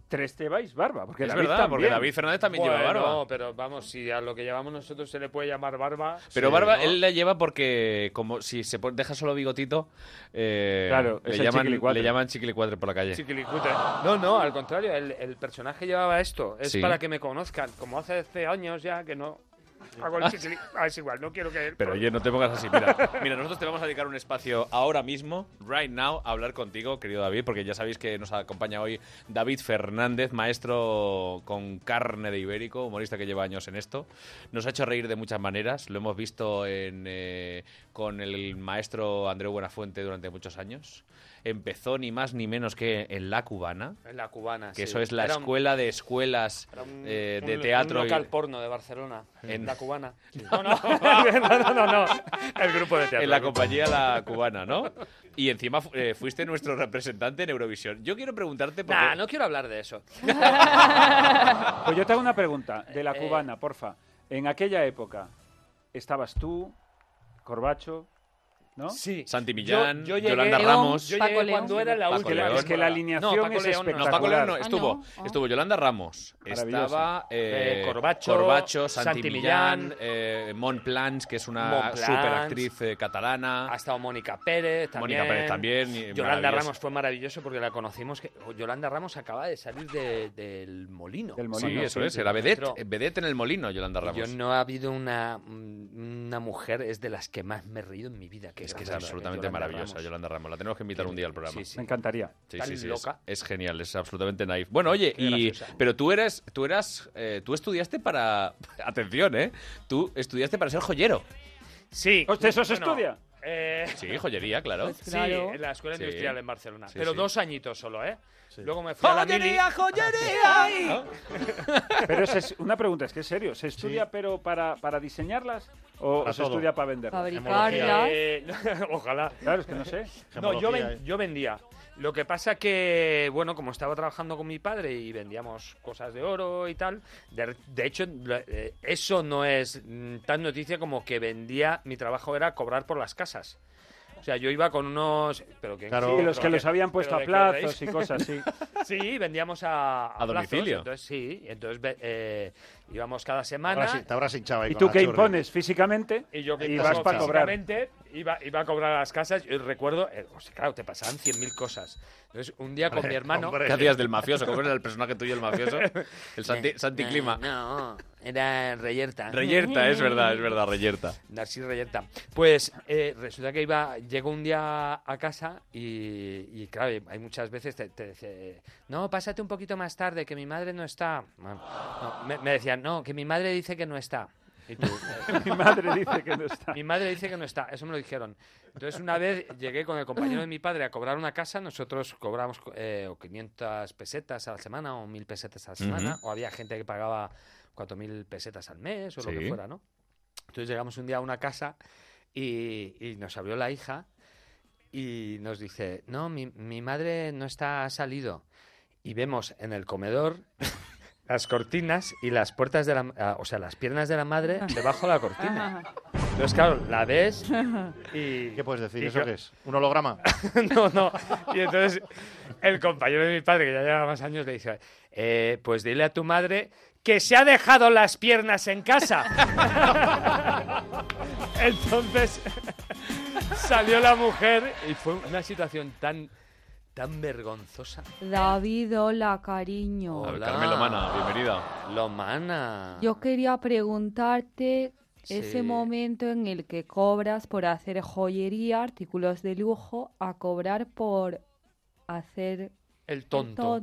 [SPEAKER 8] tres lleváis barba. Porque
[SPEAKER 1] Es
[SPEAKER 8] David
[SPEAKER 1] verdad, porque
[SPEAKER 8] también.
[SPEAKER 1] David Fernández también lleva
[SPEAKER 8] Bueno,
[SPEAKER 1] barba.
[SPEAKER 4] No, pero vamos, si a lo que llevamos nosotros se le puede llamar barba.
[SPEAKER 1] Pero
[SPEAKER 4] sí,
[SPEAKER 1] barba
[SPEAKER 4] ¿no?
[SPEAKER 1] él la lleva porque como si se pon- deja solo bigotito, eh,
[SPEAKER 4] Claro,
[SPEAKER 1] le,
[SPEAKER 4] es el
[SPEAKER 1] llaman,
[SPEAKER 4] chiquilicuatre.
[SPEAKER 1] le llaman chiquilicuatre por la calle.
[SPEAKER 4] Chiquilicutre. No, no, al contrario, el, el personaje llevaba esto. Es
[SPEAKER 1] Sí.
[SPEAKER 4] para que me conozcan. Como hace 11 años ya que no. Hago el chiquili- Ah, es igual, no quiero que.
[SPEAKER 1] Pero oye, no te pongas así, mira. Mira, nosotros te vamos a dedicar un espacio ahora mismo, right now, a hablar contigo, querido David, porque ya sabéis que nos acompaña hoy David Fernández, maestro con carne de ibérico, humorista que lleva años en esto. Nos ha hecho reír de muchas maneras, lo hemos visto en, eh, con el maestro Andreu Buenafuente durante muchos años. Empezó ni más ni menos que en La Cubana,
[SPEAKER 4] En la cubana.
[SPEAKER 1] que
[SPEAKER 4] sí.
[SPEAKER 1] eso es la
[SPEAKER 4] Era un-
[SPEAKER 1] escuela de escuelas
[SPEAKER 4] era un-
[SPEAKER 1] eh,
[SPEAKER 4] un-
[SPEAKER 1] de teatro.
[SPEAKER 4] Un
[SPEAKER 1] y-
[SPEAKER 4] local porno de Barcelona.
[SPEAKER 1] En-
[SPEAKER 4] La cubana.
[SPEAKER 1] No, no.
[SPEAKER 4] no, no, no.
[SPEAKER 1] El grupo de
[SPEAKER 4] teatro.
[SPEAKER 1] En la compañía La Cubana, ¿no? Y encima fu- eh, fuiste nuestro representante en Eurovisión. Yo quiero preguntarte por
[SPEAKER 4] Nah,
[SPEAKER 1] qué-
[SPEAKER 4] no quiero hablar de eso.
[SPEAKER 8] Pues yo te hago una pregunta de la
[SPEAKER 4] Eh.
[SPEAKER 8] cubana, porfa. En aquella época, ¿estabas tú, Corbacho, no?
[SPEAKER 4] Sí.
[SPEAKER 1] Santi Millán,
[SPEAKER 4] Yo- yo llegué-
[SPEAKER 1] Yolanda
[SPEAKER 4] León,
[SPEAKER 1] Ramos.
[SPEAKER 4] yo llegué Paco León. cuando era la
[SPEAKER 1] Paco
[SPEAKER 4] última.
[SPEAKER 1] León.
[SPEAKER 8] Es que la alineación
[SPEAKER 4] No, Paco
[SPEAKER 8] es
[SPEAKER 4] León no.
[SPEAKER 1] No, Paco León no,
[SPEAKER 8] espectacular.
[SPEAKER 1] estuvo. Estuvo Yolanda Ramos.
[SPEAKER 8] Maravilloso.
[SPEAKER 1] Estaba eh,
[SPEAKER 4] Ah, Eh, Corbacho,
[SPEAKER 1] Corbacho, Santi,
[SPEAKER 4] Santi
[SPEAKER 1] Millán,
[SPEAKER 4] Millán.
[SPEAKER 1] eh, Mon Plans, que es una
[SPEAKER 4] Mon Plans.
[SPEAKER 1] superactriz eh, catalana.
[SPEAKER 4] Ha estado Mónica Pérez también.
[SPEAKER 1] Mónica Pérez también, y
[SPEAKER 4] Yolanda
[SPEAKER 1] maravilloso.
[SPEAKER 4] Ramos fue maravilloso porque la conocimos. Que, o Yolanda Ramos acaba de salir de- del molino.
[SPEAKER 8] Del
[SPEAKER 1] Sí, eso es. Era vedette,
[SPEAKER 4] Entró.
[SPEAKER 1] vedette en el molino, Yolanda Ramos.
[SPEAKER 4] Yo no ha habido una, mm, una mujer, es de las que más me he reído en mi vida.
[SPEAKER 1] Es que es absolutamente maravillosa Yolanda Ramos. La tenemos que invitar un día al programa.
[SPEAKER 4] Sí, sí.
[SPEAKER 8] Me encantaría.
[SPEAKER 1] Sí,
[SPEAKER 4] Tan
[SPEAKER 1] sí, sí, es,
[SPEAKER 4] loca.
[SPEAKER 1] es genial, es absolutamente naif. Bueno, oye,
[SPEAKER 4] Qué
[SPEAKER 1] y,
[SPEAKER 4] graciosa.
[SPEAKER 1] pero tú eres, tú eras, eh, tú estudiaste para, atención, eh, tú estudiaste para ser joyero.
[SPEAKER 4] Sí.
[SPEAKER 8] Hostia, ¿eso se
[SPEAKER 4] Bueno,
[SPEAKER 8] estudia?
[SPEAKER 4] eh,
[SPEAKER 1] Sí, joyería, claro.
[SPEAKER 4] Sí, en la Escuela
[SPEAKER 1] Sí.
[SPEAKER 4] Industrial en Barcelona.
[SPEAKER 1] Sí,
[SPEAKER 4] pero
[SPEAKER 1] sí.
[SPEAKER 4] dos añitos solo, ¿eh? Luego me fui a la mili.
[SPEAKER 8] Pero es, es- una pregunta, es que es serio. ¿Se estudia pero para, para diseñarlas o
[SPEAKER 4] Para
[SPEAKER 8] se
[SPEAKER 4] todo.
[SPEAKER 8] estudia para venderlas?
[SPEAKER 4] Fabricarlas. Eh, ojalá.
[SPEAKER 8] Claro, es que no sé.
[SPEAKER 4] No, yo, ven-
[SPEAKER 8] Gemología, ¿eh?
[SPEAKER 4] yo vendía. Lo que pasa que, bueno, como estaba trabajando con mi padre y vendíamos cosas de oro y tal, de, de hecho, la- eh, eso no es mm, tan noticia como que vendía, mi trabajo era cobrar por las casas. O sea, yo iba con unos... Pero que,
[SPEAKER 8] Claro. Sí, los que
[SPEAKER 4] pero
[SPEAKER 8] los habían puesto
[SPEAKER 4] pero
[SPEAKER 8] a
[SPEAKER 4] ¿de qué
[SPEAKER 8] plazos
[SPEAKER 4] reís?
[SPEAKER 8] y cosas así.
[SPEAKER 4] sí, vendíamos a...
[SPEAKER 8] ¿A
[SPEAKER 4] plazos,
[SPEAKER 8] domicilio?
[SPEAKER 4] entonces, sí, entonces ve- eh, íbamos cada semana...
[SPEAKER 6] Ahora sí, te habrás hinchado ahí
[SPEAKER 8] ¿Y
[SPEAKER 6] con
[SPEAKER 8] tú
[SPEAKER 6] la
[SPEAKER 8] qué
[SPEAKER 6] churri.
[SPEAKER 8] impones físicamente?
[SPEAKER 4] Y yo que
[SPEAKER 8] ¿eh? y vas para cobrar.
[SPEAKER 4] físicamente, Iba, iba a cobrar a las casas. Yo recuerdo, eh, o sea, claro, te pasaban 100.000 cosas. Entonces, un día con
[SPEAKER 1] Hombre,
[SPEAKER 4] mi hermano.
[SPEAKER 1] hombre. ¿Qué hacías del mafioso? ¿Cómo era el personaje tuyo, el mafioso? El Santi- Santi Clima.
[SPEAKER 4] No, era Reyerta.
[SPEAKER 1] Reyerta, es verdad, es verdad, Reyerta.
[SPEAKER 4] Narcis Reyerta. Pues eh, resulta que iba, llego un día a casa y, y, claro, hay muchas veces te, te dice, no, pásate un poquito más tarde, que mi madre no está. Bueno, no, me, me decían, no, que mi madre dice que no está. Y tú, eh,
[SPEAKER 8] Mi madre dice que no está.
[SPEAKER 4] Mi madre dice que no está, eso me lo dijeron. Entonces una vez llegué con el compañero de mi padre a cobrar una casa, nosotros cobramos eh, o 500 pesetas a la semana o 1000 pesetas a la semana,
[SPEAKER 1] Ujú.
[SPEAKER 4] o había gente que pagaba 4000 pesetas al mes o lo que
[SPEAKER 1] Sí.
[SPEAKER 4] fuera, ¿no? Entonces llegamos un día a una casa y, y nos abrió la hija y nos dice, no, mi, mi madre no está, ha salido. Y vemos en el comedor las cortinas y las puertas de la... ah, O sea, las piernas de la madre debajo de la cortina. Entonces, claro, la ves y... ¿Qué
[SPEAKER 6] puedes decir? ¿Eso qué es? ¿Un holograma?
[SPEAKER 4] no, no. Y entonces el compañero de mi padre, que ya lleva más años, le dice, "Eh, pues dile a tu madre que se ha dejado las piernas en casa. Entonces salió la mujer y fue una situación tan, tan vergonzosa.
[SPEAKER 16] David, hola, cariño.
[SPEAKER 1] Carmen Lomana, bienvenida.
[SPEAKER 4] Lomana.
[SPEAKER 16] Yo quería preguntarte ese
[SPEAKER 4] Sí.
[SPEAKER 16] momento en el que cobras por hacer joyería, artículos de lujo, a cobrar por hacer
[SPEAKER 4] El tonto.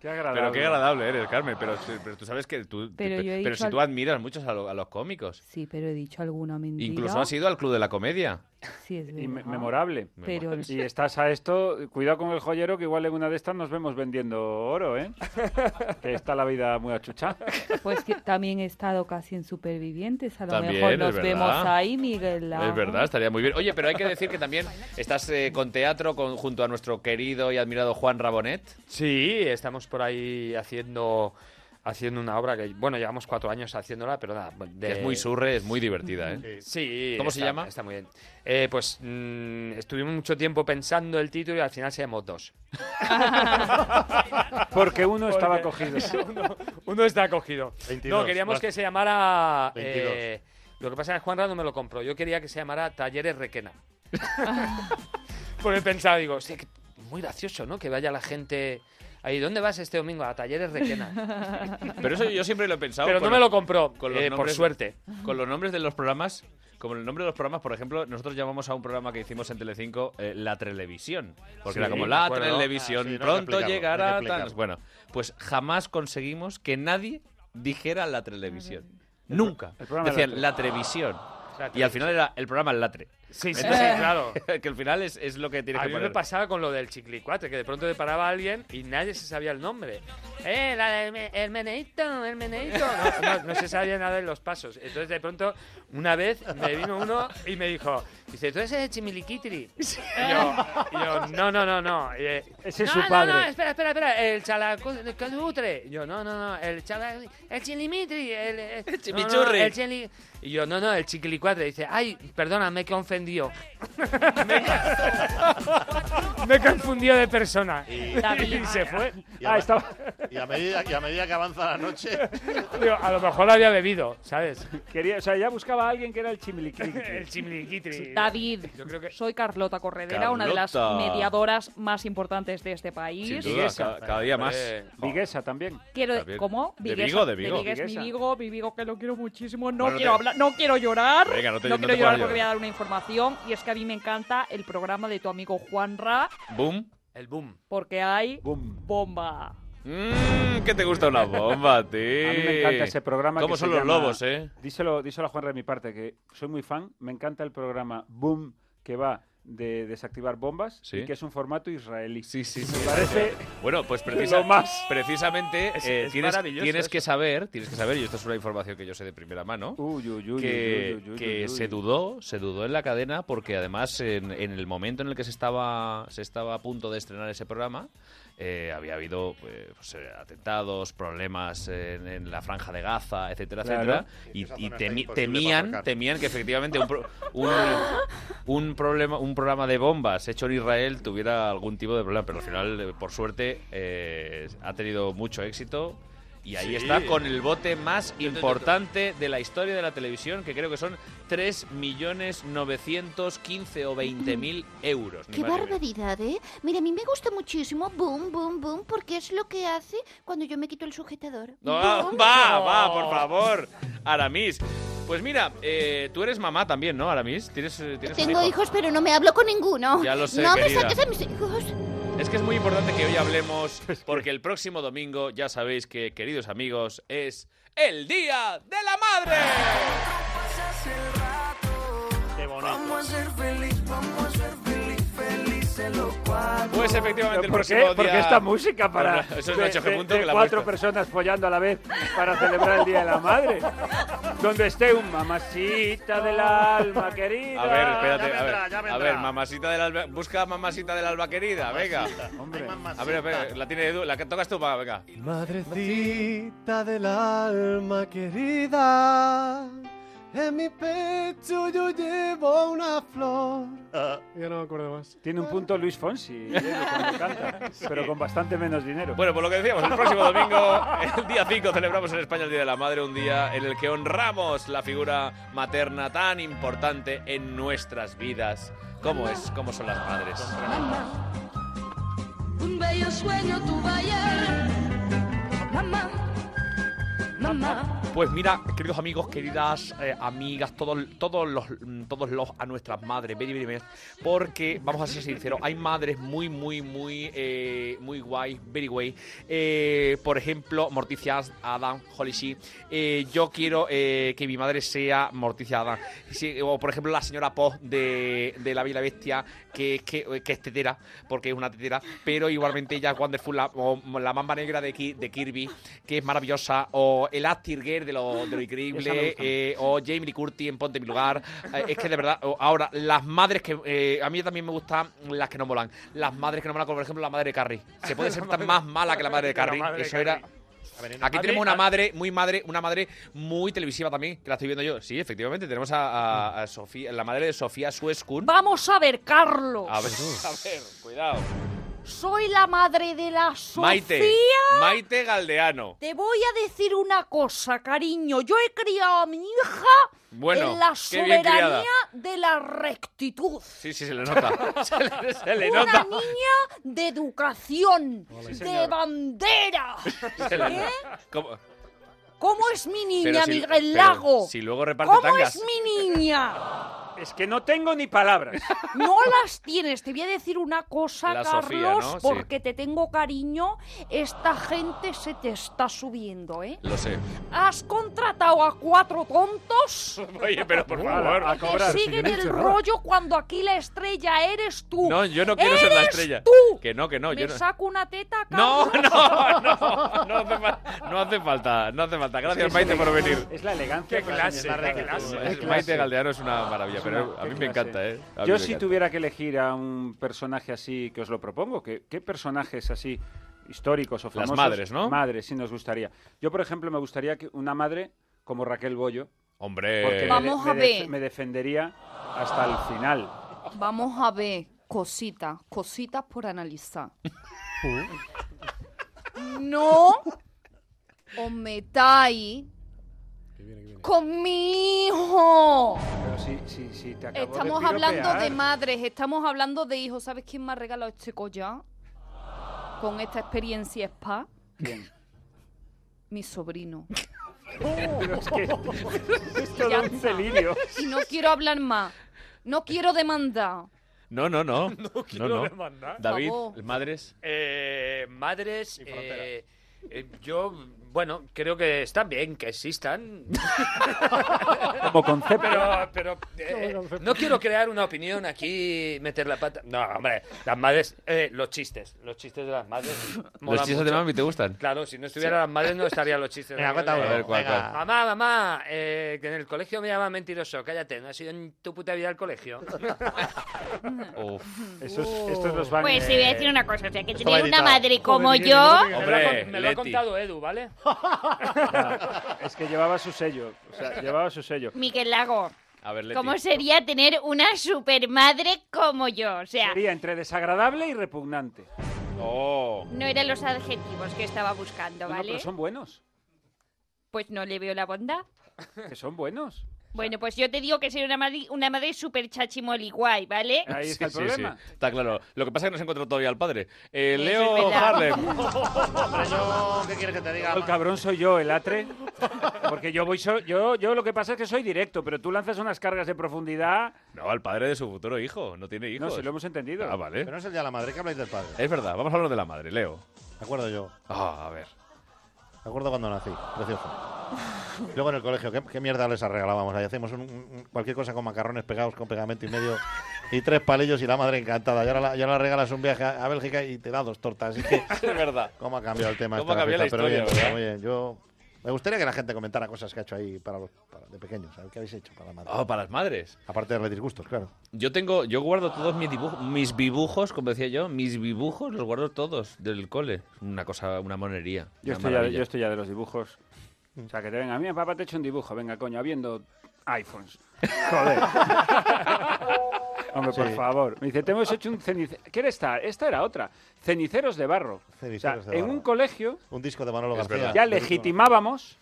[SPEAKER 8] Qué
[SPEAKER 1] Pero qué agradable eres, Carmen. Pero, pero tú sabes que tú.
[SPEAKER 16] Pero yo he dicho
[SPEAKER 1] si
[SPEAKER 16] al-
[SPEAKER 1] tú admiras mucho a, lo- a los cómicos.
[SPEAKER 16] Sí, pero he dicho alguna mentira.
[SPEAKER 1] Incluso has ido al Club de la Comedia.
[SPEAKER 16] Sí, es
[SPEAKER 8] Y me-
[SPEAKER 16] verdad.
[SPEAKER 8] memorable.
[SPEAKER 16] Pero el-
[SPEAKER 8] Y estás a esto, cuidado con el joyero, que igual en una de estas nos vemos vendiendo oro, ¿eh? que está la vida muy achucha.
[SPEAKER 16] Pues que también he estado casi en Supervivientes, a lo
[SPEAKER 1] También,
[SPEAKER 16] mejor
[SPEAKER 1] es
[SPEAKER 16] nos
[SPEAKER 1] verdad.
[SPEAKER 16] vemos ahí, Miguel.
[SPEAKER 1] Es verdad, estaría muy bien. Oye, pero hay que decir que también estás eh, con teatro con- junto a nuestro querido y admirado Juan Rabonet.
[SPEAKER 4] Sí, estamos por ahí haciendo haciendo una obra que, bueno, llevamos cuatro años haciéndola, pero nada. de-
[SPEAKER 1] Es muy surre, es muy divertida, ¿eh?
[SPEAKER 4] Sí.
[SPEAKER 1] ¿Cómo se
[SPEAKER 4] está-
[SPEAKER 1] llama?
[SPEAKER 4] Está muy bien. Eh, pues mm, estuvimos mucho tiempo pensando el título y al final se llamó Dos.
[SPEAKER 8] Porque uno estaba cogido.
[SPEAKER 4] uno, uno está cogido.
[SPEAKER 8] 22,
[SPEAKER 4] no, queríamos
[SPEAKER 8] gracias.
[SPEAKER 4] que se llamara...
[SPEAKER 8] 22.
[SPEAKER 4] eh, lo que pasa es que Juanra no me lo compró. Yo quería que se llamara Talleres Requena. Porque pensaba, digo, "Hostia, que- muy gracioso, ¿no? Que vaya la gente... Ahí, ¿dónde vas este domingo? A Talleres Requena.
[SPEAKER 1] Pero eso yo siempre lo he pensado.
[SPEAKER 4] Pero
[SPEAKER 1] con
[SPEAKER 4] no me lo compró,
[SPEAKER 1] con los
[SPEAKER 4] eh, por
[SPEAKER 1] nombres-
[SPEAKER 4] suerte.
[SPEAKER 1] Con los nombres de los programas, como el nombre de los programas, por ejemplo, nosotros llamamos a un programa que hicimos en Telecinco eh, La Televisión.
[SPEAKER 4] Sí,
[SPEAKER 1] Porque era como
[SPEAKER 4] me
[SPEAKER 1] La
[SPEAKER 4] acuerdo.
[SPEAKER 1] Televisión,
[SPEAKER 4] Ah, sí, no hay que
[SPEAKER 1] pronto
[SPEAKER 4] explicarlo, no
[SPEAKER 1] llegará...
[SPEAKER 4] hay que
[SPEAKER 1] tan-
[SPEAKER 4] explicarlo.
[SPEAKER 1] Bueno, pues jamás conseguimos que nadie dijera La Televisión. Nunca.
[SPEAKER 4] programa de
[SPEAKER 1] Decían
[SPEAKER 4] la
[SPEAKER 1] La Televisión.
[SPEAKER 4] La
[SPEAKER 1] Y al final era el programa Latre.
[SPEAKER 4] Sí, sí,
[SPEAKER 1] Entonces,
[SPEAKER 4] sí, claro.
[SPEAKER 1] que al final es, es lo que tienes
[SPEAKER 4] A
[SPEAKER 1] que
[SPEAKER 4] mí me
[SPEAKER 1] poner.
[SPEAKER 4] pasaba con lo del chiclicuatre, que de pronto le paraba a alguien y nadie se sabía el nombre. ¡Eh, la del me- el meneito, el meneito! No, no- no se sabía nada de los pasos. Entonces, de pronto, una vez me vino uno y me dijo, dice, ¿tú eres el chimiliquitri? Y yo, y yo, no, no, no, no. Y, eh,
[SPEAKER 8] Ese es
[SPEAKER 4] no,
[SPEAKER 8] su
[SPEAKER 4] no,
[SPEAKER 8] padre.
[SPEAKER 4] no, espera, espera, espera. El chalacutre. Y Yo, no, no, no, el chala... El chilimitri, el... El, no, no,
[SPEAKER 1] chimichurri.
[SPEAKER 4] el chili- Y yo, no, no, el chiquilicuatre. Dice, ay, perdona, me he confundido. Me he confundido de persona.
[SPEAKER 6] Y se
[SPEAKER 4] fue.
[SPEAKER 6] Y a,
[SPEAKER 4] Ah, estaba-
[SPEAKER 6] y a medida, y a medida que avanza la noche...
[SPEAKER 4] Digo, a lo mejor había bebido, ¿sabes?
[SPEAKER 8] Quería, o sea, ya buscaba a alguien que era el chimiliquitri.
[SPEAKER 4] el chimiliquitri.
[SPEAKER 16] David,
[SPEAKER 4] Yo creo que...
[SPEAKER 16] soy Carlota Corredera, una de las
[SPEAKER 8] Carlota.
[SPEAKER 16] mediadoras más importantes de este país.
[SPEAKER 1] Sin duda, ca- cada día más.
[SPEAKER 8] Viguesa también.
[SPEAKER 16] Quiero,
[SPEAKER 1] Está bien.
[SPEAKER 16] ¿Cómo?
[SPEAKER 1] De
[SPEAKER 16] Viguesa,
[SPEAKER 1] Vigo, de Vigo.
[SPEAKER 16] Vigues, mi
[SPEAKER 1] Viguesa.
[SPEAKER 16] Vigo, mi Vigo que lo quiero muchísimo. No
[SPEAKER 1] Bueno, no
[SPEAKER 16] quiero
[SPEAKER 1] te-
[SPEAKER 16] hablar, no quiero llorar.
[SPEAKER 1] Venga, no te- no
[SPEAKER 16] quiero
[SPEAKER 1] te
[SPEAKER 16] llorar
[SPEAKER 1] pongas a
[SPEAKER 16] porque voy a
[SPEAKER 1] llorar.
[SPEAKER 16] dar una información y es que a mí me encanta el programa de tu amigo Juanra
[SPEAKER 1] Boom.
[SPEAKER 4] El boom.
[SPEAKER 16] porque hay
[SPEAKER 8] Boom.
[SPEAKER 16] bomba.
[SPEAKER 1] Mm, que te gusta una bomba, tío.
[SPEAKER 8] A mí me encanta ese programa.
[SPEAKER 1] ¿Cómo
[SPEAKER 8] que
[SPEAKER 1] son
[SPEAKER 8] se
[SPEAKER 1] los
[SPEAKER 8] llama-
[SPEAKER 1] lobos, eh?
[SPEAKER 8] Díselo, díselo a Juan de mi parte, que soy muy fan. Me encanta el programa Boom, que va de desactivar bombas
[SPEAKER 1] Sí.
[SPEAKER 8] y que es un formato israelí.
[SPEAKER 1] Sí, sí,
[SPEAKER 8] Me parece
[SPEAKER 1] Bueno, pues precisa-
[SPEAKER 8] lo más.
[SPEAKER 1] precisamente
[SPEAKER 8] Es-
[SPEAKER 1] eh,
[SPEAKER 8] es
[SPEAKER 1] tienes,
[SPEAKER 8] maravilloso
[SPEAKER 1] tienes que
[SPEAKER 8] eso.
[SPEAKER 1] saber, tienes que saber, y esto es una información que yo sé de primera mano, que,
[SPEAKER 8] uy, uy, uy,
[SPEAKER 1] que
[SPEAKER 8] uy.
[SPEAKER 1] se dudó, se dudó en la cadena porque además en, en el momento en el que se estaba se estaba a punto de estrenar ese programa eh, había habido eh, pues, eh, atentados, problemas en, en la franja de Gaza, etcétera,
[SPEAKER 4] Claro.
[SPEAKER 1] etcétera,
[SPEAKER 4] Y
[SPEAKER 1] y,
[SPEAKER 4] esa
[SPEAKER 1] y
[SPEAKER 4] zona está
[SPEAKER 1] temi-
[SPEAKER 4] imposible para
[SPEAKER 1] temían
[SPEAKER 4] marcar.
[SPEAKER 1] temían que efectivamente un, pro- un, un problema un programa de bombas hecho en Israel tuviera algún tipo de problema pero al final eh, por suerte eh, ha tenido mucho éxito y ahí
[SPEAKER 4] Sí.
[SPEAKER 1] está con el bote más
[SPEAKER 4] yo, yo.
[SPEAKER 1] importante de la historia de la televisión que creo que son 3.915.000 o 20.000 euros ni
[SPEAKER 12] Qué
[SPEAKER 1] más ni menos.
[SPEAKER 12] barbaridad, ¿eh? Mira, a mí me gusta muchísimo boom, boom, boom, porque es lo que hace cuando yo me quito el sujetador.
[SPEAKER 1] No, va,
[SPEAKER 12] Boom.
[SPEAKER 1] va,
[SPEAKER 12] Oh.
[SPEAKER 1] va, por favor. Aramis. Pues mira, eh, tú eres mamá también, ¿no, Aramis? ¿Tienes, eh, tienes un
[SPEAKER 12] Tengo
[SPEAKER 1] hijo?
[SPEAKER 12] hijos, pero no me hablo con ninguno.
[SPEAKER 1] Ya lo sé,
[SPEAKER 12] No
[SPEAKER 1] querida.
[SPEAKER 12] me saques a mis hijos.
[SPEAKER 1] Es que es muy importante que hoy hablemos, porque el próximo domingo, ya sabéis que, queridos amigos, es el Día de la Madre.
[SPEAKER 27] Qué
[SPEAKER 3] Vamos a ser feliz, vamos a ser feliz, felices los cuatro.
[SPEAKER 1] Pues efectivamente el
[SPEAKER 8] ¿Por qué?
[SPEAKER 1] próximo día...
[SPEAKER 8] Porque esta música para
[SPEAKER 1] Bueno, eso es
[SPEAKER 8] de-
[SPEAKER 1] Nacho
[SPEAKER 8] de-
[SPEAKER 1] Gepunto
[SPEAKER 8] de
[SPEAKER 1] que la ha
[SPEAKER 8] cuatro
[SPEAKER 1] puesto.
[SPEAKER 8] personas follando a la vez para celebrar el Día de la Madre. Donde esté un mamacita del alma, querida.
[SPEAKER 1] A ver, espérate, a ver, a ver, mamacita del alba, busca mamacita del alba querida, venga. A ver, a ver, la tiene Edu, la que tocas tú, va, venga.
[SPEAKER 28] Madrecita del alma querida, en mi pecho yo llevo una flor.
[SPEAKER 1] Ah.
[SPEAKER 8] Ya no me acuerdo más. Tiene un punto Luis Fonsi, ¿eh? Edu, cuando canta, pero con bastante menos dinero.
[SPEAKER 1] Bueno, por lo que decíamos, el próximo domingo, el día 5, celebramos en España el Día de la Madre, un día en el que honramos la figura materna tan importante en nuestras vidas. ¿Cómo es? ¿Cómo son las madres?
[SPEAKER 3] Mamá, un bello sueño tuve ayer. Mamá, mamá.
[SPEAKER 7] Pues mira, queridos amigos, queridas eh, amigas, todos, todos los mm, todos los a nuestras madres, vení, vení, vení, porque vamos a ser sinceros, hay madres muy, muy, muy, eh, muy guay, very guay. Eh, por ejemplo, Morticia Adam, Holy shit. Eh, yo quiero eh, que mi madre sea Morticia Adam. Sí, o por ejemplo la señora Po de, de La Villa Bestia, que, que, que es tetera, porque es una tetera, pero igualmente ella es Wonderful, la, o la mamba negra de, Ki- de Kirby, que es maravillosa, o el Astirger de lo, de lo
[SPEAKER 8] Esa me
[SPEAKER 7] increíble,
[SPEAKER 8] gusta.
[SPEAKER 7] eh, o Jamie Lee Curtis en Ponte en mi lugar. Eh, es que de verdad, o- ahora, las madres que. eh, a mí también me gustan las que no molan. Las madres que no molan, como por ejemplo la madre de Carrie. Se puede ser tan más mala que la madre
[SPEAKER 29] La
[SPEAKER 7] de Carrie.
[SPEAKER 29] madre de
[SPEAKER 7] Eso era. Aquí
[SPEAKER 29] A mí-
[SPEAKER 7] tenemos
[SPEAKER 29] a-
[SPEAKER 1] Ah.
[SPEAKER 7] una madre, muy madre, una madre muy televisiva también, que la estoy viendo yo. Sí, efectivamente, tenemos a, a- a Sofía, la madre de Sofía Suescun.
[SPEAKER 5] Vamos a ver, Carlos.
[SPEAKER 7] A ver, a ver, cuidado.
[SPEAKER 5] Soy la madre de la Sofía.
[SPEAKER 1] Maite, Maite Galdeano.
[SPEAKER 5] Te voy a decir una cosa, cariño. Yo he criado a mi hija
[SPEAKER 1] Bueno,
[SPEAKER 5] en la
[SPEAKER 1] qué bien criada.
[SPEAKER 5] soberanía de la rectitud.
[SPEAKER 1] Sí, sí, se le nota. Se le, se le
[SPEAKER 5] una
[SPEAKER 1] nota.
[SPEAKER 5] niña de educación,
[SPEAKER 1] Ole. Sí,
[SPEAKER 5] de
[SPEAKER 1] señor.
[SPEAKER 5] bandera.
[SPEAKER 1] Se le nota.
[SPEAKER 5] ¿Eh?
[SPEAKER 1] ¿Cómo?
[SPEAKER 5] ¿Cómo es mi
[SPEAKER 1] Pero
[SPEAKER 5] niña,
[SPEAKER 1] si-
[SPEAKER 5] Miguel
[SPEAKER 1] pero
[SPEAKER 5] Lago?
[SPEAKER 1] Si luego reparte
[SPEAKER 5] ¿Cómo
[SPEAKER 1] tangas.
[SPEAKER 5] es mi niña?
[SPEAKER 8] Es que no tengo ni palabras.
[SPEAKER 5] No las tienes. Te voy a decir una cosa,
[SPEAKER 8] La
[SPEAKER 5] Carlos,
[SPEAKER 8] Sofía, ¿no? Sí.
[SPEAKER 5] porque te tengo cariño. Esta gente se te está subiendo, ¿eh?
[SPEAKER 1] Lo sé.
[SPEAKER 5] Has contratado a cuatro tontos
[SPEAKER 1] Oye, pero por
[SPEAKER 5] Bueno,
[SPEAKER 1] favor.
[SPEAKER 5] a que siguen el rollo cuando aquí la estrella eres tú.
[SPEAKER 1] No, yo no quiero ser la
[SPEAKER 5] ¡Eres
[SPEAKER 1] estrella.
[SPEAKER 5] tú!
[SPEAKER 1] Que no, que no.
[SPEAKER 5] Me
[SPEAKER 1] Yo no.
[SPEAKER 5] saco una teta,
[SPEAKER 1] No,
[SPEAKER 5] Carlos.
[SPEAKER 1] no, no, no hace, fal- no hace falta, no hace falta. Gracias,
[SPEAKER 8] Es
[SPEAKER 1] Maite,
[SPEAKER 8] la-
[SPEAKER 1] por venir.
[SPEAKER 8] Es la elegancia.
[SPEAKER 1] Qué clase, qué clase.
[SPEAKER 8] Es
[SPEAKER 1] Maite Galdeano es una maravilla,
[SPEAKER 8] Es
[SPEAKER 1] pero
[SPEAKER 8] una-
[SPEAKER 1] a mí
[SPEAKER 8] qué
[SPEAKER 1] me
[SPEAKER 8] clase.
[SPEAKER 1] encanta, ¿eh? A mí
[SPEAKER 8] Yo
[SPEAKER 1] me
[SPEAKER 8] si
[SPEAKER 1] encanta.
[SPEAKER 8] tuviera que elegir a un personaje así, que os lo propongo, que- ¿qué personajes así históricos o
[SPEAKER 1] Las
[SPEAKER 8] famosos?
[SPEAKER 1] madres, ¿no?
[SPEAKER 8] Madres, sí, nos gustaría. Yo, por ejemplo, me gustaría que una madre como Raquel Bollo.
[SPEAKER 1] Hombre.
[SPEAKER 8] porque me de-
[SPEAKER 5] Vamos
[SPEAKER 8] me
[SPEAKER 5] a
[SPEAKER 8] def-
[SPEAKER 5] ver.
[SPEAKER 8] me defendería hasta el final.
[SPEAKER 16] Vamos a ver cositas, cositas por analizar.
[SPEAKER 1] Uh.
[SPEAKER 16] No os metáis con mi hijo.
[SPEAKER 8] Pero sí, sí, sí, te acabo de
[SPEAKER 16] Estamos hablando de
[SPEAKER 8] piropear.
[SPEAKER 16] madres, estamos hablando de hijos. ¿Sabes quién me ha regalado este collar? Con esta experiencia spa.
[SPEAKER 8] ¿Quién?
[SPEAKER 16] Mi sobrino.
[SPEAKER 8] Pero es que esto- esto es todo
[SPEAKER 16] Ya
[SPEAKER 8] un delirio.
[SPEAKER 16] Y no quiero hablar más. No quiero demandar.
[SPEAKER 1] No, no, no.
[SPEAKER 16] quiero
[SPEAKER 1] no,
[SPEAKER 16] demandar.
[SPEAKER 1] David,
[SPEAKER 16] Por favor.
[SPEAKER 1] madres.
[SPEAKER 4] Eh, madres, eh, eh, yo Bueno, creo que está bien que existan.
[SPEAKER 8] Como concepto.
[SPEAKER 4] Pero, pero eh, no quiero crear una opinión aquí, meter la pata. No, hombre, las madres, eh, los chistes, los chistes de las madres. molan
[SPEAKER 1] ¿Los chistes de
[SPEAKER 4] mucho.
[SPEAKER 1] mami te gustan?
[SPEAKER 4] Claro, si no estuviera las madres no estarían los chistes. de
[SPEAKER 1] Venga,
[SPEAKER 4] las
[SPEAKER 1] cuenta
[SPEAKER 4] madres.
[SPEAKER 1] uno, A ver, ¿cuál, venga. cuál?
[SPEAKER 4] Mamá, mamá, eh, que en el colegio me llaman mentiroso. Cállate, no has ido en tu puta vida al colegio.
[SPEAKER 8] Estos, estos nos van
[SPEAKER 5] Pues
[SPEAKER 8] eh,
[SPEAKER 5] te voy a decir una cosa, o sea, que
[SPEAKER 8] esto
[SPEAKER 5] tener
[SPEAKER 8] va
[SPEAKER 5] una
[SPEAKER 8] editado.
[SPEAKER 5] madre
[SPEAKER 8] Joder,
[SPEAKER 5] como
[SPEAKER 8] Irene,
[SPEAKER 5] yo...
[SPEAKER 8] no te creas.
[SPEAKER 4] Me lo ha con- me lo
[SPEAKER 8] Hombre,
[SPEAKER 4] ha
[SPEAKER 8] Leti.
[SPEAKER 4] contado Edu, ¿vale?
[SPEAKER 8] Es que llevaba su sello. O sea, llevaba su sello.
[SPEAKER 5] Miquel Lago,
[SPEAKER 8] A ver,
[SPEAKER 5] ¿cómo sería tener una supermadre como yo? O sea,
[SPEAKER 8] Sería entre desagradable y repugnante.
[SPEAKER 1] Oh.
[SPEAKER 5] no eran los adjetivos que estaba buscando,
[SPEAKER 8] No,
[SPEAKER 5] ¿vale?
[SPEAKER 8] pero son buenos.
[SPEAKER 5] Pues no le veo la bondad.
[SPEAKER 8] Que son buenos.
[SPEAKER 5] Bueno, pues yo te digo que sería una madre, una madre súper chachimoli guay, ¿vale?
[SPEAKER 1] Sí, sí, sí. Está claro. Lo que pasa es que no se encontró todavía el padre. Eh, Leo
[SPEAKER 5] verdad.
[SPEAKER 1] Harlem.
[SPEAKER 6] Hombre, yo, ¿qué quieres que te diga?
[SPEAKER 8] El cabrón soy yo, el atre. Porque yo voy so- yo, yo lo que pasa es que soy directo, pero tú lanzas unas cargas de profundidad.
[SPEAKER 1] No, el padre de su futuro hijo. No tiene hijos.
[SPEAKER 8] No, si lo hemos entendido.
[SPEAKER 1] Ah, vale.
[SPEAKER 6] Pero no es el día de la madre, ¿qué habláis del padre?
[SPEAKER 1] Es verdad, vamos a hablar de la madre, Leo.
[SPEAKER 6] Me acuerdo yo.
[SPEAKER 1] Ah, a ver.
[SPEAKER 6] Me acuerdo cuando nací, precioso. Luego en el colegio, ¿qué, qué mierda les arreglábamos? Ahí hacemos un- un- cualquier cosa con macarrones pegados con pegamento y medio y tres palillos y la madre encantada. Y ahora la, y ahora regalas un viaje a, a Bélgica y te da dos tortas. Así que,
[SPEAKER 1] Es verdad.
[SPEAKER 6] ¿Cómo ha cambiado el tema?
[SPEAKER 1] ¿Cómo
[SPEAKER 6] esta
[SPEAKER 1] ha cambiado la
[SPEAKER 6] fiesta? Pero
[SPEAKER 1] historia,
[SPEAKER 6] bien,
[SPEAKER 1] verdad?
[SPEAKER 6] muy bien. Yo, me gustaría que la gente comentara cosas que ha hecho ahí para los, para- de pequeños. A ver, ¿Qué habéis hecho para la madre?
[SPEAKER 1] Ah, para las madres.
[SPEAKER 6] Aparte de los disgustos, claro.
[SPEAKER 1] Yo tengo, yo guardo todos mis dibujos, mis dibujos, como decía yo, mis dibujos los guardo todos del cole. Una cosa, una monería. una
[SPEAKER 8] Yo estoy, ya,
[SPEAKER 1] maravilla.
[SPEAKER 8] yo estoy ya de los dibujos. O sea, que te venga, mira, papá, te he hecho un dibujo. Venga, coño, habiendo iPhones. Joder. Hombre, por
[SPEAKER 6] Sí.
[SPEAKER 8] favor. Me dice, te hemos hecho un cenicero. ¿Qué era esta? Esta era otra. Ceniceros de barro.
[SPEAKER 6] Ceniceros de
[SPEAKER 8] en
[SPEAKER 6] barro.
[SPEAKER 8] un colegio
[SPEAKER 6] Un disco de Manolo
[SPEAKER 1] Es
[SPEAKER 6] García.
[SPEAKER 1] verdad.
[SPEAKER 8] ya legitimábamos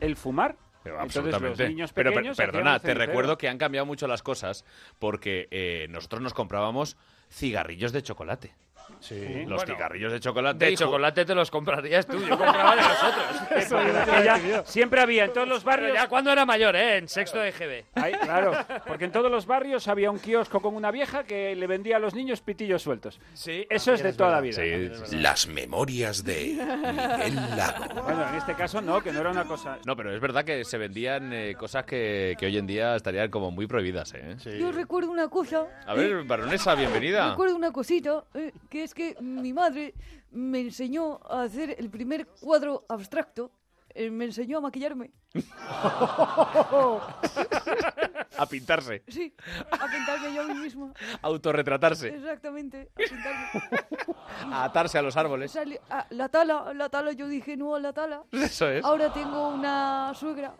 [SPEAKER 8] el fumar.
[SPEAKER 1] Pero
[SPEAKER 8] Entonces, los
[SPEAKER 1] absolutamente.
[SPEAKER 8] niños
[SPEAKER 1] Pero per-
[SPEAKER 8] pequeños hacían
[SPEAKER 1] perdona,
[SPEAKER 8] un
[SPEAKER 1] te
[SPEAKER 8] cenicero.
[SPEAKER 1] recuerdo que han cambiado mucho las cosas porque eh, nosotros nos comprábamos cigarrillos de chocolate.
[SPEAKER 6] Sí.
[SPEAKER 1] Los
[SPEAKER 4] Bueno,
[SPEAKER 1] cigarrillos de chocolate.
[SPEAKER 4] De
[SPEAKER 1] hijo.
[SPEAKER 4] chocolate te los comprarías tú, yo compraba de los otros.
[SPEAKER 8] Eso
[SPEAKER 4] Porque
[SPEAKER 8] iba a
[SPEAKER 4] aquella-
[SPEAKER 8] decir yo.
[SPEAKER 4] siempre había en todos los barrios. ya cuando era mayor, ¿eh? En sexto de GB.
[SPEAKER 8] Ahí, claro, porque en todos los barrios había un kiosco con una vieja que le vendía a los niños pitillos sueltos.
[SPEAKER 4] Sí,
[SPEAKER 8] Eso es de toda la vida.
[SPEAKER 7] Las memorias de Miguel Lago.
[SPEAKER 8] Bueno, en este caso no, que no era una cosa.
[SPEAKER 1] No, pero es verdad que se vendían eh, cosas que, que hoy en día estarían como muy prohibidas, ¿eh?
[SPEAKER 9] Yo recuerdo una cosa.
[SPEAKER 1] A ver, baronesa, bienvenida.
[SPEAKER 9] Recuerdo una cosita, eh, que es que mi madre me enseñó a hacer el primer cuadro abstracto. eh, me enseñó a maquillarme.
[SPEAKER 1] A pintarse,
[SPEAKER 9] sí, a pintarme yo a mí misma.
[SPEAKER 1] a autorretratarse,
[SPEAKER 9] Exactamente, a pintarme.
[SPEAKER 1] a atarse a los árboles.
[SPEAKER 9] Sale- ah, la tala, la tala, yo dije no a la tala.
[SPEAKER 1] Eso es.
[SPEAKER 9] Ahora tengo una suegra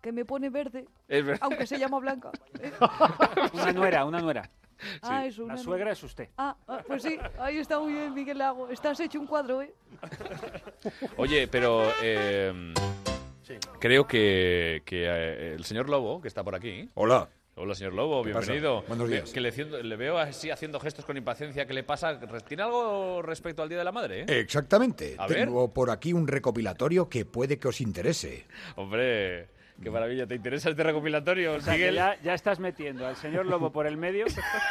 [SPEAKER 9] que me pone verde,
[SPEAKER 1] Es verdad.
[SPEAKER 9] aunque se llama Blanca. eh.
[SPEAKER 8] Una nuera, una nuera.
[SPEAKER 9] Ah, es una
[SPEAKER 8] la
[SPEAKER 9] nuera.
[SPEAKER 8] suegra es usted.
[SPEAKER 9] Ah, ah, pues sí, ahí está muy bien, Miguel Lago. Estás hecho un cuadro, ¿eh?
[SPEAKER 1] Oye, pero eh, creo que, que, eh, el señor Lobo, que está por aquí.
[SPEAKER 7] Hola.
[SPEAKER 1] Hola, señor Lobo,
[SPEAKER 7] ¿Qué pasa?
[SPEAKER 1] bienvenido.
[SPEAKER 7] Buenos
[SPEAKER 1] Ve-
[SPEAKER 7] días.
[SPEAKER 1] Que le, ciendo- le veo así haciendo gestos con impaciencia. ¿Qué le pasa? Re- ¿Tiene algo respecto al Día de la Madre? eh?
[SPEAKER 7] Exactamente.
[SPEAKER 1] A ver.
[SPEAKER 7] Tengo por aquí un recopilatorio que puede que os interese.
[SPEAKER 1] Hombre, qué maravilla. ¿Te interesa este recopilatorio,
[SPEAKER 8] O sea, que
[SPEAKER 1] Miguel?
[SPEAKER 8] ya, ya estás metiendo al señor Lobo por el medio.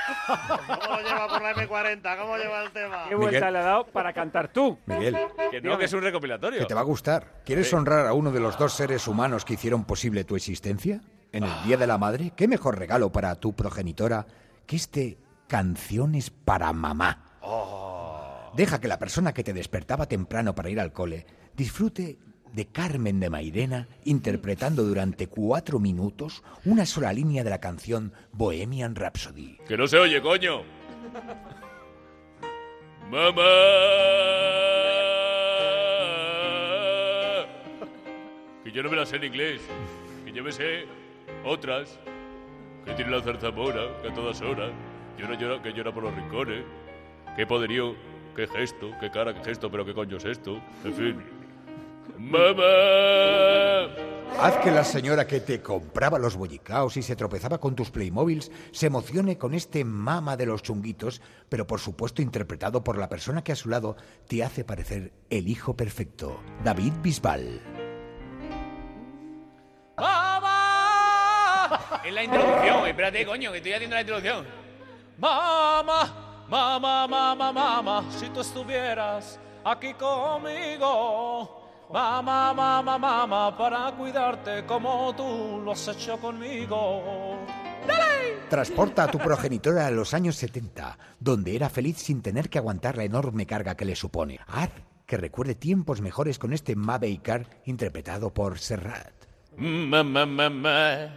[SPEAKER 6] ¿Cómo lo lleva por la M40? ¿Cómo lleva el tema?
[SPEAKER 8] ¿Qué vuelta
[SPEAKER 7] Miguel.
[SPEAKER 8] le ha dado para cantar tú?
[SPEAKER 7] Miguel,
[SPEAKER 1] Que no,
[SPEAKER 8] Dígame.
[SPEAKER 1] que es un recopilatorio.
[SPEAKER 7] que te va a gustar. ¿Quieres
[SPEAKER 1] Sí.
[SPEAKER 7] honrar a uno de los dos seres humanos que hicieron posible tu existencia? En el Día de la Madre, ¿qué mejor regalo para tu progenitora que este Canciones para Mamá? Deja que la persona que te despertaba temprano para ir al cole disfrute de Carmen de Mairena interpretando durante cuatro minutos una sola línea de la canción Bohemian Rhapsody.
[SPEAKER 1] Que no se oye, coño. Mamá. Que yo no me las sé en inglés. Que yo me sé otras. Que tiene la zarzamora, que a todas horas. Llora, llora, que llora por los rincones. Qué poderío, qué gesto, qué cara, qué gesto, pero qué coño es esto. En fin. Mamá.
[SPEAKER 7] Haz que la señora que te compraba los bollicaos y se tropezaba con tus Playmobiles se emocione con este mama de los chunguitos, pero por supuesto interpretado por la persona que a su lado te hace parecer el hijo perfecto, David Bisbal.
[SPEAKER 1] ¡Mamá! Es la introducción, espérate, coño, que estoy haciendo la introducción. ¡Mamá! ¡Mamá, mamá, mamá! Si tú estuvieras aquí conmigo,
[SPEAKER 13] Mamá, mamá, mamá, para cuidarte como tú lo has hecho conmigo.
[SPEAKER 7] Transporta a tu progenitora a los años 70, donde era feliz sin tener que aguantar la enorme carga que le supone. Haz que recuerde tiempos mejores con este Ma Baker interpretado por Serrat.
[SPEAKER 13] Ma, ma, ma, ma,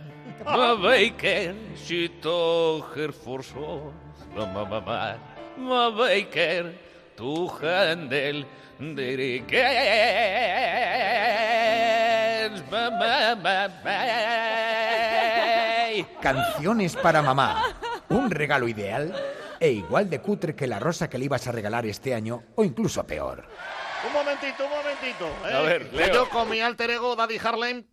[SPEAKER 13] ma Baker, Chito Herforso, la ma, ma, ma, ma Baker, tu handel, dirigentes, ma, ma, ma,
[SPEAKER 1] Pues
[SPEAKER 13] ma.
[SPEAKER 7] Canciones para mamá. Un regalo ideal e igual de cutre que la rosa que le ibas a regalar este año o incluso peor.
[SPEAKER 15] Un momentito, un momentito. ¿eh?
[SPEAKER 7] A ver,
[SPEAKER 15] Que
[SPEAKER 7] Leo.
[SPEAKER 15] Yo con mi alter ego Daddy Harlem,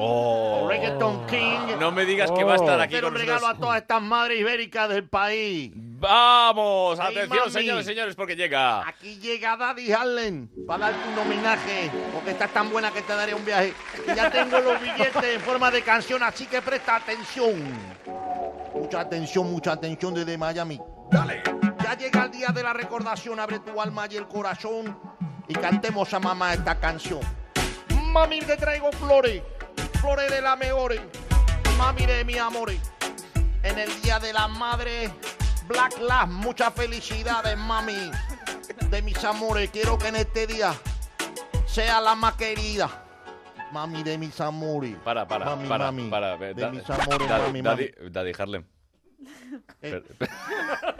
[SPEAKER 1] Oh.
[SPEAKER 15] Reggaeton King.
[SPEAKER 1] No me digas que va a estar aquí
[SPEAKER 15] Hacer
[SPEAKER 1] con
[SPEAKER 15] un regalo
[SPEAKER 1] nosotros.
[SPEAKER 15] a todas estas madres ibéricas del país.
[SPEAKER 1] Vamos,
[SPEAKER 15] Ay,
[SPEAKER 1] atención,
[SPEAKER 15] mami.
[SPEAKER 1] señores, señores, porque llega.
[SPEAKER 15] Aquí llega Daddy Harlem para darte un homenaje, porque estás tan buena que te daré un viaje. Y ya tengo los billetes en forma de canción, así que presta atención. Mucha atención, mucha atención desde Miami. Dale. Ya llega el día de la recordación, abre tu alma y el corazón y cantemos a mamá esta canción. Mami, te traigo flores, flores de la mejores, mami de mis amores. En el día de la madre, Black Lives, muchas felicidades, mami de mis amores. Quiero que en este día sea la más querida. Mami de mis amores.
[SPEAKER 1] Para, Ah, para,
[SPEAKER 15] Mami,
[SPEAKER 1] para,
[SPEAKER 15] mami,
[SPEAKER 1] para.
[SPEAKER 15] de
[SPEAKER 1] da-
[SPEAKER 15] mis amores,
[SPEAKER 1] da-
[SPEAKER 15] mami,
[SPEAKER 1] Daddy- Daddy Harlem.
[SPEAKER 15] Eh.
[SPEAKER 1] Per-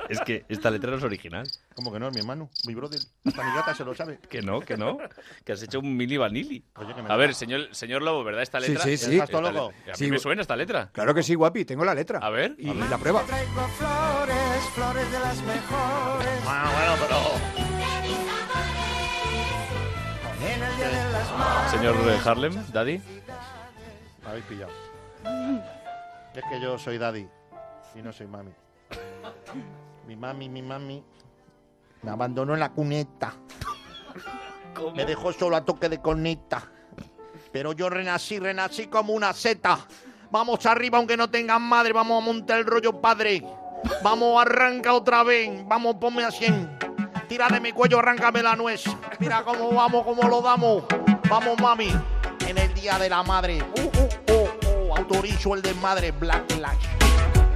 [SPEAKER 1] es que esta letra no es original.
[SPEAKER 15] ¿Cómo que no, mi hermano? Mi brother. Hasta mi gata se lo sabe.
[SPEAKER 1] Que no, que no. Que has hecho un mili vanili.
[SPEAKER 15] que me
[SPEAKER 1] A ver,
[SPEAKER 15] da.
[SPEAKER 1] señor, señor Lobo, ¿verdad? Esta
[SPEAKER 7] Sí,
[SPEAKER 1] letra.
[SPEAKER 7] sí, sí.
[SPEAKER 1] Esta le- A mí
[SPEAKER 7] Sí.
[SPEAKER 1] me suena esta letra.
[SPEAKER 7] Claro que sí, guapi, tengo la letra.
[SPEAKER 1] A ver.
[SPEAKER 7] Y la prueba.
[SPEAKER 3] Traigo flores, flores de las mejores.
[SPEAKER 1] Ah,
[SPEAKER 15] Bueno, bueno, pero.
[SPEAKER 3] En el día de las madres.
[SPEAKER 1] Señor eh, Harlem, Daddy.
[SPEAKER 15] Me habéis pillado. Es que yo soy daddy y no soy mami. Mi mami, mi mami. Me abandonó en la cuneta. Me dejó solo a toque de corneta. Pero yo renací, renací como una seta. Vamos arriba aunque no tengan madre, vamos a montar el rollo padre. Vamos, arranca otra vez, vamos, ponme a 100. Tira de mi cuello, arráncame la nuez. Mira cómo vamos, cómo lo damos. Vamos, mami, en el Día de la Madre. Uh, uh, uh, uh, autorizo el desmadre, Black Lash.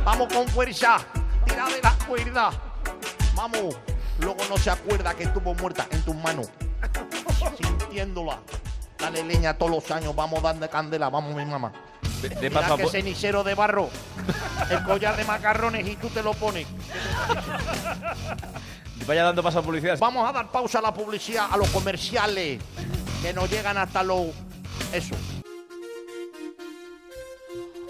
[SPEAKER 15] Vamos con fuerza, tira de la cuerda. Vamos, luego no se acuerda que estuvo muerta en tus manos. Sintiéndola. Dale leña todos los años, vamos dando candela, vamos mi mamá.
[SPEAKER 1] De, de
[SPEAKER 15] Mira
[SPEAKER 1] paso a
[SPEAKER 15] que
[SPEAKER 1] po-
[SPEAKER 15] cenicero de barro, el collar de macarrones y tú te lo pones.
[SPEAKER 1] Vaya dando paso a publicidad.
[SPEAKER 15] Vamos a dar pausa a la publicidad, a los comerciales que nos llegan hasta los... Eso.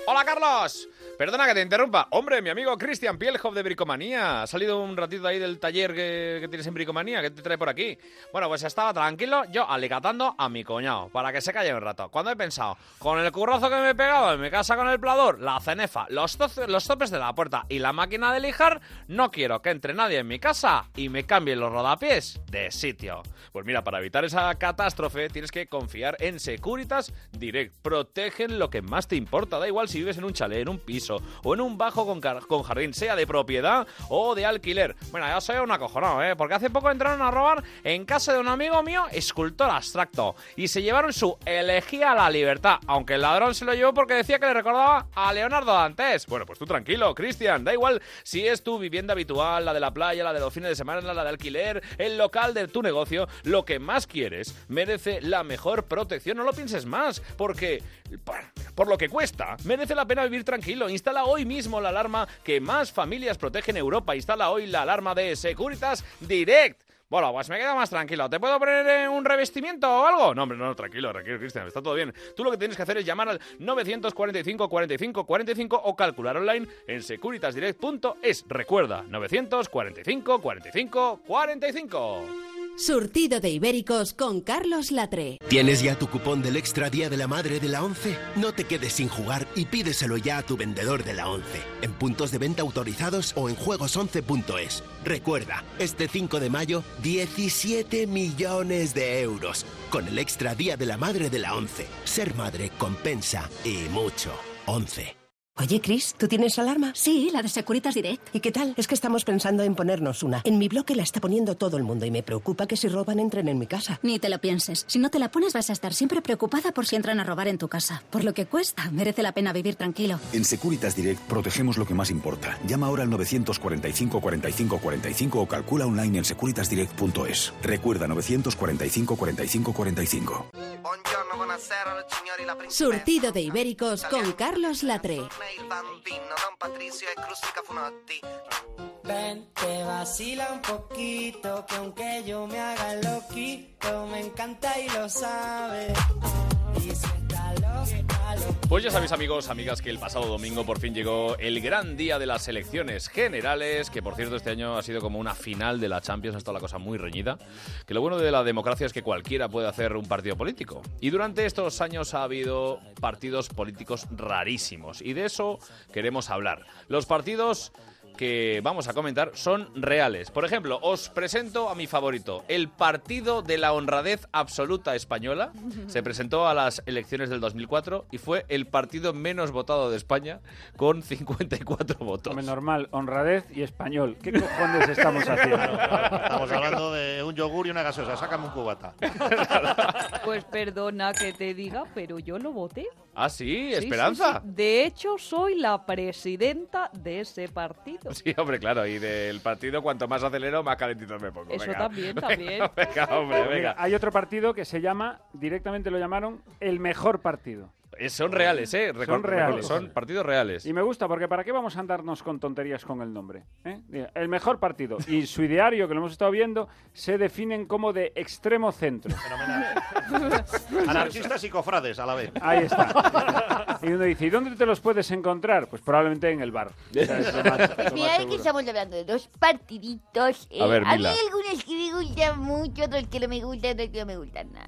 [SPEAKER 1] ¡Hola, Carlos! Perdona que te interrumpa. Hombre, mi amigo Cristian Pielhoff de Bricomanía. Ha salido un ratito ahí del taller que, que tienes en Bricomanía, que te trae por aquí. Bueno, pues estaba tranquilo yo aligatando a mi cuñado para que se calle un rato. Cuando he pensado, con el currazo que me he pegado en mi casa con el plador, la cenefa, los, toz- los topes de la puerta y la máquina de lijar, no quiero que entre nadie en mi casa y me cambien los rodapiés de sitio. Pues mira, para evitar esa catástrofe tienes que confiar en Securitas Direct. Protegen lo que más te importa. Da igual si vives en un chalet, en un piso o en un bajo con, car- con jardín, sea de propiedad o de alquiler. Bueno, ya soy un acojonado, ¿eh? Porque hace poco entraron a robar en casa de un amigo mío, escultor abstracto, y se llevaron su elegía a la libertad, aunque el ladrón se lo llevó porque decía que le recordaba a Leonardo Dantes. Bueno, pues tú tranquilo, Cristian, da igual si es tu vivienda habitual, la de la playa, la de los fines de semana, la de alquiler, el local de tu negocio, lo que más quieres merece la mejor protección. No lo pienses más, porque por, por lo que cuesta, merece la pena vivir tranquilo. Instala hoy mismo la alarma que más familias protegen en Europa. Instala hoy la alarma de Securitas Direct. Bueno, pues me quedo más tranquilo. ¿Te puedo poner eh, un revestimiento o algo? No, hombre, no, tranquilo, tranquilo, Cristian, está todo bien. Tú lo que tienes que hacer es llamar al 945 45 45 o calcular online en securitasdirect.es. Recuerda, 945 45 45.
[SPEAKER 2] Surtido de Ibéricos con Carlos Latre.
[SPEAKER 20] ¿Tienes ya tu cupón del Extra Día de la Madre de la 11? No te quedes sin jugar y pídeselo ya a tu vendedor de la 11, en puntos de venta autorizados o en juegos11.es. Recuerda, este 5 de mayo, 17 millones de euros con el Extra Día de la Madre de la 11. Ser madre compensa y mucho. 11.
[SPEAKER 26] Oye, Chris, ¿tú tienes alarma? Sí, la de Securitas Direct. ¿Y qué tal? Es que estamos pensando en ponernos una. En mi bloque la está poniendo todo el mundo y me preocupa que si roban entren en mi casa.
[SPEAKER 30] Ni te lo pienses. Si no te la pones vas a estar siempre preocupada por si entran a robar en tu casa. Por lo que cuesta, merece la pena vivir tranquilo.
[SPEAKER 18] En Securitas Direct protegemos lo que más importa. Llama ahora al 945 45 45 o calcula online en securitasdirect.es. Recuerda 945 45 45.
[SPEAKER 2] Surtido de ibéricos con Carlos Latre.
[SPEAKER 3] Ven, te vacila un poquito, que aunque yo me haga loquito, me encanta y lo sabe. Y si está loca, loca,
[SPEAKER 1] Pues ya sabéis amigos, amigas, que el pasado domingo por fin llegó el gran día de las elecciones generales, que por cierto este año ha sido como una final de la Champions, ha estado la cosa muy reñida, que lo bueno de la democracia es que cualquiera puede hacer un partido político. Y durante estos años ha habido partidos políticos rarísimos, y de eso queremos hablar. Los partidos que vamos a comentar son reales. Por ejemplo, os presento a mi favorito, el Partido de la Honradez Absoluta Española. Se presentó a las elecciones del 2004 y fue el partido menos votado de España con 54 votos.
[SPEAKER 8] normal, honradez y español. ¿Qué cojones estamos haciendo?
[SPEAKER 6] Estamos hablando de un yogur y una gaseosa. Sácame un cubata.
[SPEAKER 9] Pues perdona que te diga, pero yo lo voté.
[SPEAKER 1] Ah, sí,
[SPEAKER 9] Sí, sí,
[SPEAKER 1] Esperanza.
[SPEAKER 9] sí. De hecho, soy la presidenta de ese partido.
[SPEAKER 1] Sí, hombre, claro, y del partido cuanto más acelero, más calentito me pongo.
[SPEAKER 9] Eso
[SPEAKER 1] Venga.
[SPEAKER 9] también,
[SPEAKER 1] Venga,
[SPEAKER 9] también.
[SPEAKER 1] venga, hombre,
[SPEAKER 8] Mira,
[SPEAKER 1] venga.
[SPEAKER 8] hay otro partido que se llama, directamente lo llamaron, el mejor partido.
[SPEAKER 1] Eh, Son reales, ¿eh? Recor-
[SPEAKER 8] Son reales.
[SPEAKER 1] Son partidos reales.
[SPEAKER 8] Y me gusta, porque ¿para qué vamos a andarnos con tonterías con el nombre? ¿eh? Mira, El mejor partido. Y su ideario, que lo hemos estado viendo, se definen como de extremo centro.
[SPEAKER 6] Anarquistas y cofrades a la vez.
[SPEAKER 8] Ahí está. Y uno dice, ¿y dónde te los puedes encontrar? Pues probablemente en el bar. O sea, es lo más- es lo más
[SPEAKER 5] Pues mira que
[SPEAKER 8] seguro.
[SPEAKER 5] estamos hablando de dos partiditos. eh,
[SPEAKER 8] A ver,
[SPEAKER 5] a mí
[SPEAKER 8] Mila.
[SPEAKER 5] hay algunos que me gustan mucho, otros que no me gustan, otros que no me gustan nada.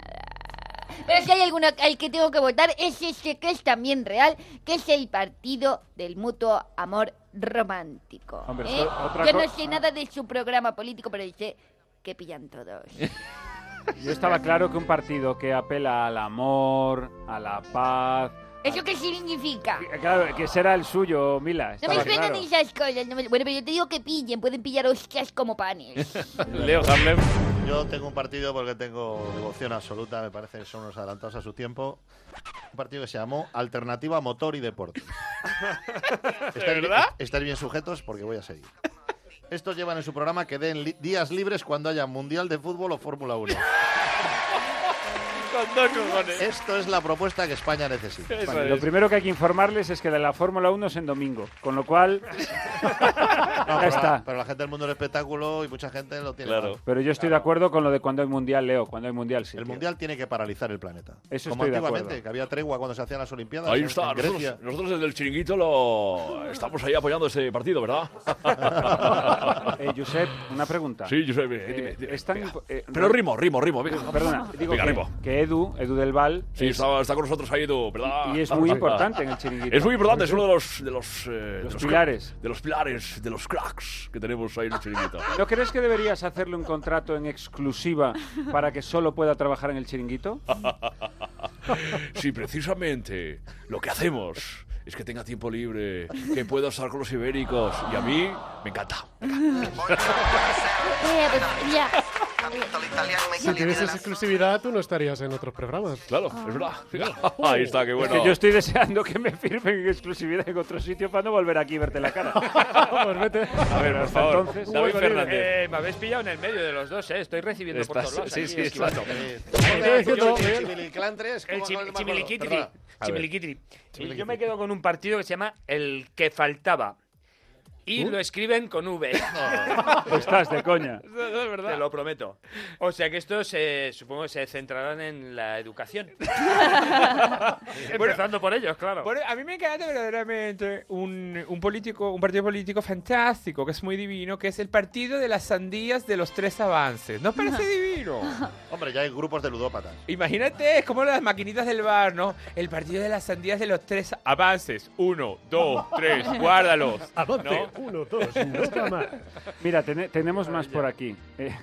[SPEAKER 5] Pero es que hay alguno al que tengo que votar, es este que es también real, que es el partido del mutuo amor romántico.
[SPEAKER 8] Hombre,
[SPEAKER 5] ¿eh?
[SPEAKER 8] esto- otra
[SPEAKER 5] Yo no
[SPEAKER 8] co-
[SPEAKER 5] sé nada de su programa político, pero sé que pillan todos.
[SPEAKER 8] Yo estaba claro que un partido que apela al amor, a la paz...
[SPEAKER 5] ¿Eso qué significa?
[SPEAKER 8] eh, Claro, que será el suyo, Mila.
[SPEAKER 5] No me
[SPEAKER 8] estaba
[SPEAKER 5] suenan
[SPEAKER 8] claro.
[SPEAKER 5] esas cosas. no me- Bueno, pero yo te digo que pillen, pueden pillar hostias como panes.
[SPEAKER 1] Leo Hamlem.
[SPEAKER 6] Yo tengo un partido porque tengo devoción absoluta, me parece que son unos adelantados a su tiempo. Un partido que se llamó Alternativa Motor y Deporte. ¿Estáis,
[SPEAKER 1] verdad?
[SPEAKER 6] Bien, estáis bien sujetos porque voy a seguir. Estos llevan en su programa que den li- días libres cuando haya Mundial de Fútbol o Fórmula 1. Esto es la propuesta que España necesita.
[SPEAKER 8] Bueno, lo primero que hay que informarles es que de la Fórmula 1 es en domingo, con lo cual
[SPEAKER 6] No,
[SPEAKER 8] ya
[SPEAKER 6] pero,
[SPEAKER 8] está.
[SPEAKER 6] La, pero la gente del mundo del espectáculo y mucha gente lo tiene. mal.
[SPEAKER 8] Pero yo estoy de acuerdo con lo de cuando hay mundial, Leo. Cuando hay mundial, sí.
[SPEAKER 6] El mundial tiene que paralizar el planeta.
[SPEAKER 8] Eso
[SPEAKER 6] Como
[SPEAKER 8] estoy de
[SPEAKER 6] antiguamente,
[SPEAKER 8] acuerdo.
[SPEAKER 6] que había tregua cuando se hacían las Olimpiadas.
[SPEAKER 13] Ahí
[SPEAKER 6] en-
[SPEAKER 13] está,
[SPEAKER 6] en
[SPEAKER 13] nosotros,
[SPEAKER 6] Grecia.
[SPEAKER 13] nosotros desde el chiringuito lo estamos ahí apoyando ese partido, ¿verdad?
[SPEAKER 8] Eh, Josep, una pregunta.
[SPEAKER 13] Sí, Josep, eh,
[SPEAKER 8] Eh,
[SPEAKER 13] dime, dime,
[SPEAKER 8] es tan
[SPEAKER 13] venga.
[SPEAKER 8] impo- eh,
[SPEAKER 13] Pero
[SPEAKER 8] no-
[SPEAKER 13] Rimo, Rimo, Rimo, venga.
[SPEAKER 8] Perdona, digo
[SPEAKER 13] Venga,
[SPEAKER 8] que,
[SPEAKER 13] Rimo.
[SPEAKER 8] que Edu, Edu del Val,
[SPEAKER 13] Sí,
[SPEAKER 8] es-
[SPEAKER 13] está, está con nosotros ahí Edu, ¿verdad?
[SPEAKER 8] Y es muy importante en el chiringuito.
[SPEAKER 13] Es muy importante, es uno de los, de los, eh, de los
[SPEAKER 8] pilares.
[SPEAKER 13] De los pilares, de los cracks que tenemos ahí en el chiringuito.
[SPEAKER 8] ¿No crees que deberías hacerle un contrato en exclusiva para que solo pueda trabajar en el chiringuito?
[SPEAKER 13] Si precisamente lo que hacemos es que tenga tiempo libre, que pueda estar con los ibéricos. Y a mí me encanta.
[SPEAKER 5] Eh, pues mira,
[SPEAKER 6] pues
[SPEAKER 11] Si tuvieses exclusividad, tú no estarías en otros programas. Ah.
[SPEAKER 13] Claro, es verdad. Ahí está, qué
[SPEAKER 8] Es
[SPEAKER 13] bueno.
[SPEAKER 8] que yo estoy deseando que me firmen en exclusividad en otro sitio para no volver aquí y verte la cara.
[SPEAKER 11] pues vete.
[SPEAKER 8] A ver,
[SPEAKER 1] por favor, David
[SPEAKER 8] Hugo Libre.
[SPEAKER 1] Fernández.
[SPEAKER 4] Eh, me habéis pillado en el medio de los dos, ¿eh? Estoy recibiendo por
[SPEAKER 1] Estás-
[SPEAKER 4] todos lados.
[SPEAKER 1] sí,
[SPEAKER 4] aquí,
[SPEAKER 1] sí,
[SPEAKER 4] esquivando.
[SPEAKER 1] estás-
[SPEAKER 4] Eh,
[SPEAKER 1] Yo-
[SPEAKER 4] yo-
[SPEAKER 6] Chimiliclán tres,
[SPEAKER 4] El
[SPEAKER 6] ¿cómo
[SPEAKER 4] chim-
[SPEAKER 6] con el más gordo?
[SPEAKER 4] chimiliquitri.
[SPEAKER 6] Perdona. A ver.
[SPEAKER 4] Chimiliquitri. Y
[SPEAKER 6] Chimiliquitri.
[SPEAKER 4] yo me quedo con un partido que se llama El que faltaba. Y
[SPEAKER 8] ¿Uh?
[SPEAKER 4] lo escriben con V.
[SPEAKER 8] Estás de coña.
[SPEAKER 4] Te lo prometo. O sea que estos, eh, supongo, se centrarán en la educación. Empezando por ellos, claro.
[SPEAKER 5] Bueno,
[SPEAKER 4] a mí me encanta verdaderamente un, un político, un partido político fantástico, que es muy divino, que es el partido de las sandías de los tres avances. ¿No os parece divino?
[SPEAKER 6] Hombre, ya hay grupos de ludópatas.
[SPEAKER 4] Imagínate, es como las maquinitas del bar, ¿no? El partido de las sandías de los tres avances. Uno, dos, tres, guárdalos. ¿no?
[SPEAKER 8] Mira, tene- tenemos más por aquí. Eh,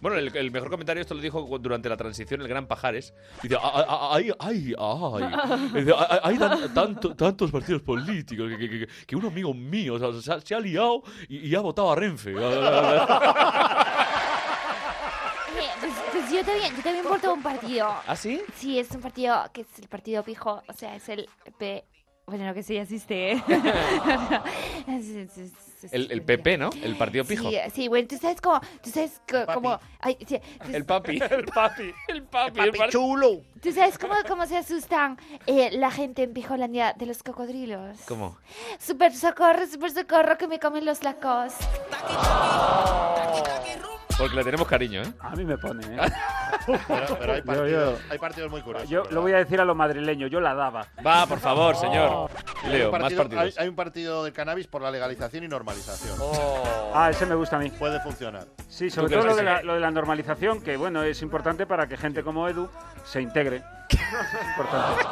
[SPEAKER 1] Bueno, el, el mejor comentario esto lo dijo durante la transición el gran Pajares. Dice, "A- a- a- ay, ay, ay. Dice, "A- a- hay tan- tanto- tantos partidos políticos que, que- que- que un amigo mío o sea, se, ha, se ha liado y, y ha votado a Renfe.
[SPEAKER 5] Eh, pues, pues yo también, yo también voto un partido.
[SPEAKER 1] ¿Ah, sí?
[SPEAKER 5] Sí, es un partido que es el partido pijo, o sea, es el P. Bueno, que sí existe. ¿eh? Es- es- es- es-
[SPEAKER 1] El, el PP, ¿no? El partido pijo.
[SPEAKER 5] Sí, sí, bueno, tú sabes cómo, tú sabes co- cómo, ay, sí, tú-
[SPEAKER 1] El papi.
[SPEAKER 31] El papi. El papi.
[SPEAKER 1] el par-
[SPEAKER 6] chulo.
[SPEAKER 5] tú sabes cómo, cómo se asustan eh, la gente en Pijolandia de los cocodrilos.
[SPEAKER 1] ¿Cómo?
[SPEAKER 5] Super socorro, super socorro que me comen los lacos.
[SPEAKER 1] Porque le tenemos cariño, ¿eh?
[SPEAKER 8] A mí me pone, ¿eh?
[SPEAKER 6] Pero, pero hay,
[SPEAKER 8] Yo-
[SPEAKER 6] partidos,
[SPEAKER 8] yo-
[SPEAKER 6] hay partidos muy curiosos.
[SPEAKER 8] Yo lo voy a decir a los madrileños, yo la daba. Oh.
[SPEAKER 1] Va, por favor, señor.
[SPEAKER 6] Hay un partido- Hay, hay un partido del cannabis por la legalización y normalización.
[SPEAKER 1] Oh.
[SPEAKER 8] Ah, ese me gusta a mí.
[SPEAKER 6] Puede funcionar.
[SPEAKER 8] Sí, sobre todo lo de, la, lo de la normalización, que bueno, es importante para que gente como Edu se integre. Es importante.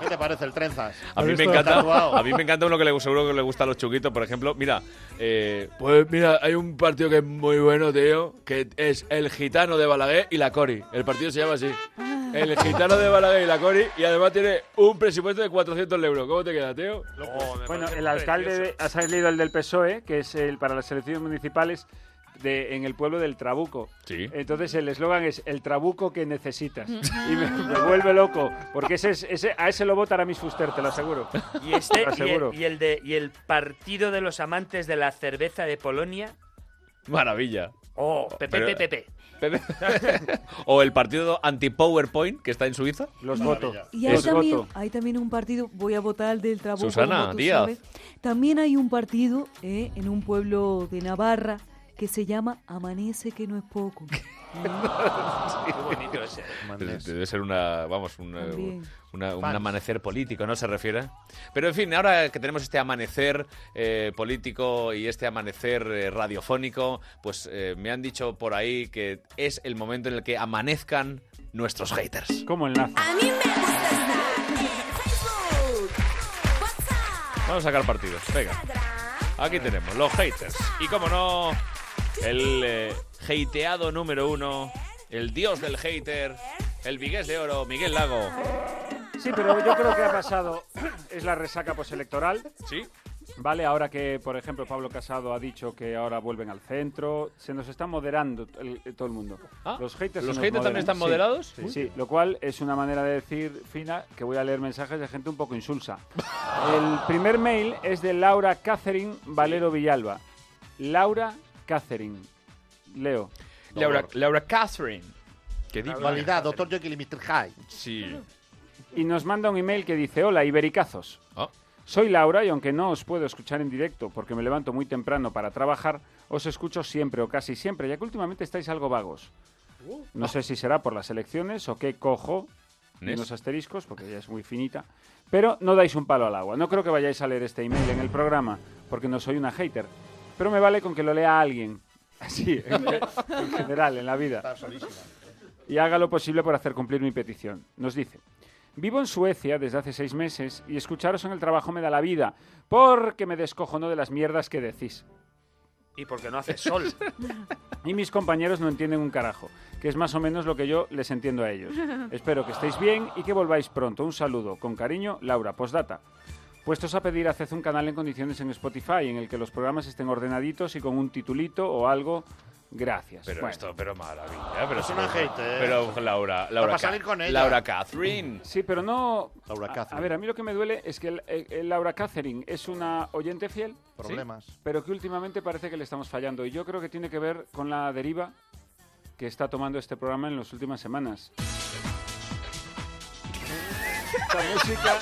[SPEAKER 6] ¿Qué te parece el trenzas?
[SPEAKER 1] A mí, me encanta, a mí me encanta uno que le, seguro que le gusta a los chuquitos, por ejemplo. Mira, eh,
[SPEAKER 17] Pues mira, hay un partido que es muy bueno, tío, que es el gitano de Balaguer y la Cori. El partido se llama así. El gitano de Balaguer y la Cori y además tiene un presupuesto de 400 euros. ¿Cómo te queda, tío?
[SPEAKER 8] Bueno, el alcalde de- ha salido el del PSOE, E, que es el para las elecciones municipales de, en el pueblo del Trabuco.
[SPEAKER 1] Sí.
[SPEAKER 8] Entonces el eslogan es el Trabuco que necesitas. y me, me vuelve loco, porque ese, es- ese, a ese lo votará mis Fuster, te lo aseguro.
[SPEAKER 4] Y, este,
[SPEAKER 8] Te lo
[SPEAKER 4] y,
[SPEAKER 8] aseguro.
[SPEAKER 4] el, y el de, y el partido de los amantes de la cerveza de Polonia.
[SPEAKER 1] maravilla.
[SPEAKER 4] Oh, Pepe,
[SPEAKER 1] Pero-
[SPEAKER 4] Pepe, Pepe.
[SPEAKER 1] O el partido anti-PowerPoint que está en Suiza.
[SPEAKER 8] Los
[SPEAKER 1] votos.
[SPEAKER 9] Y hay también, hay también un partido, voy a votar al del trabajo.
[SPEAKER 1] Susana Díaz.
[SPEAKER 9] También hay un partido eh, en un pueblo de Navarra que se llama Amanece que no es poco.
[SPEAKER 4] Qué bonito ese.
[SPEAKER 1] Debe debe ser una, vamos, una-
[SPEAKER 9] También.
[SPEAKER 1] una- un
[SPEAKER 9] Fans.
[SPEAKER 1] amanecer político, ¿no se refiere? Pero en fin, ahora que tenemos este amanecer eh, político y este amanecer eh, radiofónico, pues eh, me han dicho por ahí que es el momento en el que amanezcan nuestros haters.
[SPEAKER 8] ¿Cómo enlaza?
[SPEAKER 1] Vamos a sacar partidos, venga. Aquí tenemos los haters. Y como no, el eh, hateado número uno, el dios del hater, el vigués de oro, Miguel Lago.
[SPEAKER 8] Sí, pero yo creo que ha pasado. Es la resaca postelectoral.
[SPEAKER 1] Sí.
[SPEAKER 8] Vale, ahora que, por ejemplo, Pablo Casado ha dicho que ahora vuelven al centro, se nos está moderando el- eh, todo el mundo. los haters, se
[SPEAKER 1] Ah, ¿los
[SPEAKER 8] nos
[SPEAKER 1] haters también están
[SPEAKER 8] Sí,
[SPEAKER 1] moderados?
[SPEAKER 8] Sí,
[SPEAKER 1] Uy.
[SPEAKER 8] sí, lo cual es una manera de decir, Fina, que voy a leer mensajes de gente un poco insulsa. El primer mail es de Laura Catherine Valero Villalba. Laura Catherine. Leo.
[SPEAKER 17] Laura, Laura Catherine. Que diga.
[SPEAKER 6] Validad, doctor Jekyll y Mr. Hyde.
[SPEAKER 1] Sí.
[SPEAKER 8] Y nos manda un email que dice, hola, ibericazos. Soy Laura y aunque no os puedo escuchar en directo porque me levanto muy temprano para trabajar, os escucho siempre o casi siempre, ya que últimamente estáis algo vagos. No sé si será por las elecciones o qué cojo, y
[SPEAKER 1] ¿Nes?
[SPEAKER 8] unos asteriscos, porque ella es muy finita, pero no dais un palo al agua. No creo que vayáis a leer este email en el programa, porque no soy una hater, pero me vale con que lo lea alguien, así, en, en general, en la vida y haga lo posible por hacer cumplir mi petición. Nos dice, vivo en Suecia desde hace seis meses y escucharos en el trabajo me da la vida, porque me descojono de las mierdas que decís.
[SPEAKER 4] Y porque no hace sol.
[SPEAKER 8] Y mis compañeros no entienden un carajo, que es más o menos lo que yo les entiendo a ellos. Espero que estéis bien y que volváis pronto. Un saludo, con cariño, Laura, postdata. Puestos a pedir, haced un canal en condiciones en Spotify en el que los programas estén ordenaditos y con un titulito o algo. Gracias.
[SPEAKER 1] Pero
[SPEAKER 8] Bueno.
[SPEAKER 1] esto, pero maravilla. Pero
[SPEAKER 8] Es
[SPEAKER 1] sí,
[SPEAKER 8] una
[SPEAKER 1] pero-
[SPEAKER 8] hater.
[SPEAKER 6] ¿eh?
[SPEAKER 1] Pero Laura, Laura, Ca- Laura Catherine.
[SPEAKER 8] Sí, pero no.
[SPEAKER 6] Laura
[SPEAKER 8] a- A,
[SPEAKER 6] Catherine.
[SPEAKER 8] ver, a mí lo que me duele es que el- el- el Laura Catherine es una oyente fiel.
[SPEAKER 6] Problemas.
[SPEAKER 8] ¿sí? Pero que últimamente parece que le estamos fallando. Y yo creo que tiene que ver con la deriva que está tomando este programa en las últimas semanas. Esta música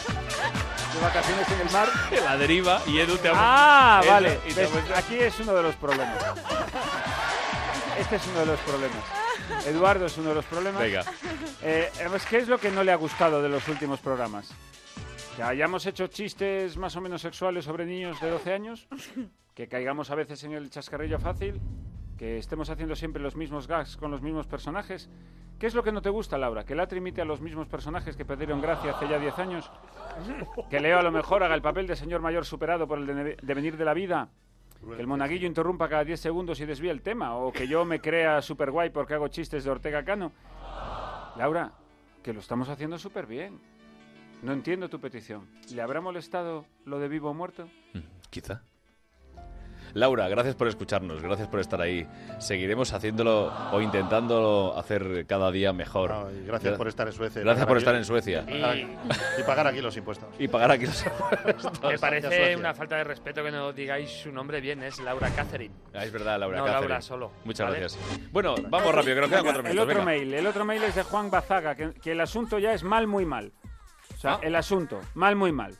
[SPEAKER 8] de vacaciones en el mar.
[SPEAKER 1] La deriva y Edu te ha-
[SPEAKER 8] Ah,
[SPEAKER 1] Edu-
[SPEAKER 8] vale.
[SPEAKER 1] y te
[SPEAKER 8] Ves,
[SPEAKER 1] ha puesto-
[SPEAKER 8] Aquí es uno de los problemas. Este es uno de los problemas. Eduardo es uno de los problemas.
[SPEAKER 1] Venga.
[SPEAKER 8] Eh, además, ¿Qué es lo que no le ha gustado de los últimos programas? Que hayamos hecho chistes más o menos sexuales sobre niños de 12 años, que caigamos a veces en el chascarrillo fácil, que estemos haciendo siempre los mismos gags con los mismos personajes. ¿Qué es lo que no te gusta, Laura? ¿Que Latre imite a los mismos personajes que perdieron gracia hace ya 10 años? ¿Que Leo a lo mejor haga el papel de señor mayor superado por el dene- devenir de la vida? Que el monaguillo interrumpa cada 10 segundos y desvía el tema. O que yo me crea super guay porque hago chistes de Ortega Cano. Laura, que lo estamos haciendo súper bien. No entiendo tu petición. ¿Le habrá molestado lo de vivo o muerto?
[SPEAKER 1] Quizá. Laura, gracias por escucharnos, gracias por estar ahí. Seguiremos haciéndolo o intentándolo hacer cada día mejor.
[SPEAKER 6] Ay, gracias por estar en Suecia.
[SPEAKER 1] Gracias por
[SPEAKER 6] Pagar
[SPEAKER 1] estar
[SPEAKER 6] aquí-
[SPEAKER 1] en Suecia. Ah,
[SPEAKER 6] Y, y pagar aquí los impuestos.
[SPEAKER 1] Y pagar aquí los
[SPEAKER 4] Me
[SPEAKER 6] impuestos.
[SPEAKER 4] parece una falta de respeto que no digáis su nombre bien, es Laura Catherine.
[SPEAKER 1] Ah, es verdad, Laura.
[SPEAKER 4] No,
[SPEAKER 1] Cáceres.
[SPEAKER 4] Laura solo.
[SPEAKER 1] Muchas
[SPEAKER 4] ¿vale?
[SPEAKER 1] gracias. Bueno, vamos rápido, Ah, creo que quedan cuatro
[SPEAKER 8] Venga,
[SPEAKER 1] minutos.
[SPEAKER 8] El otro
[SPEAKER 1] venga.
[SPEAKER 8] mail, el otro mail es de Juan Bazaga, que, que el asunto ya es mal, muy mal. O
[SPEAKER 1] Ah.
[SPEAKER 8] sea, el asunto, mal, muy mal.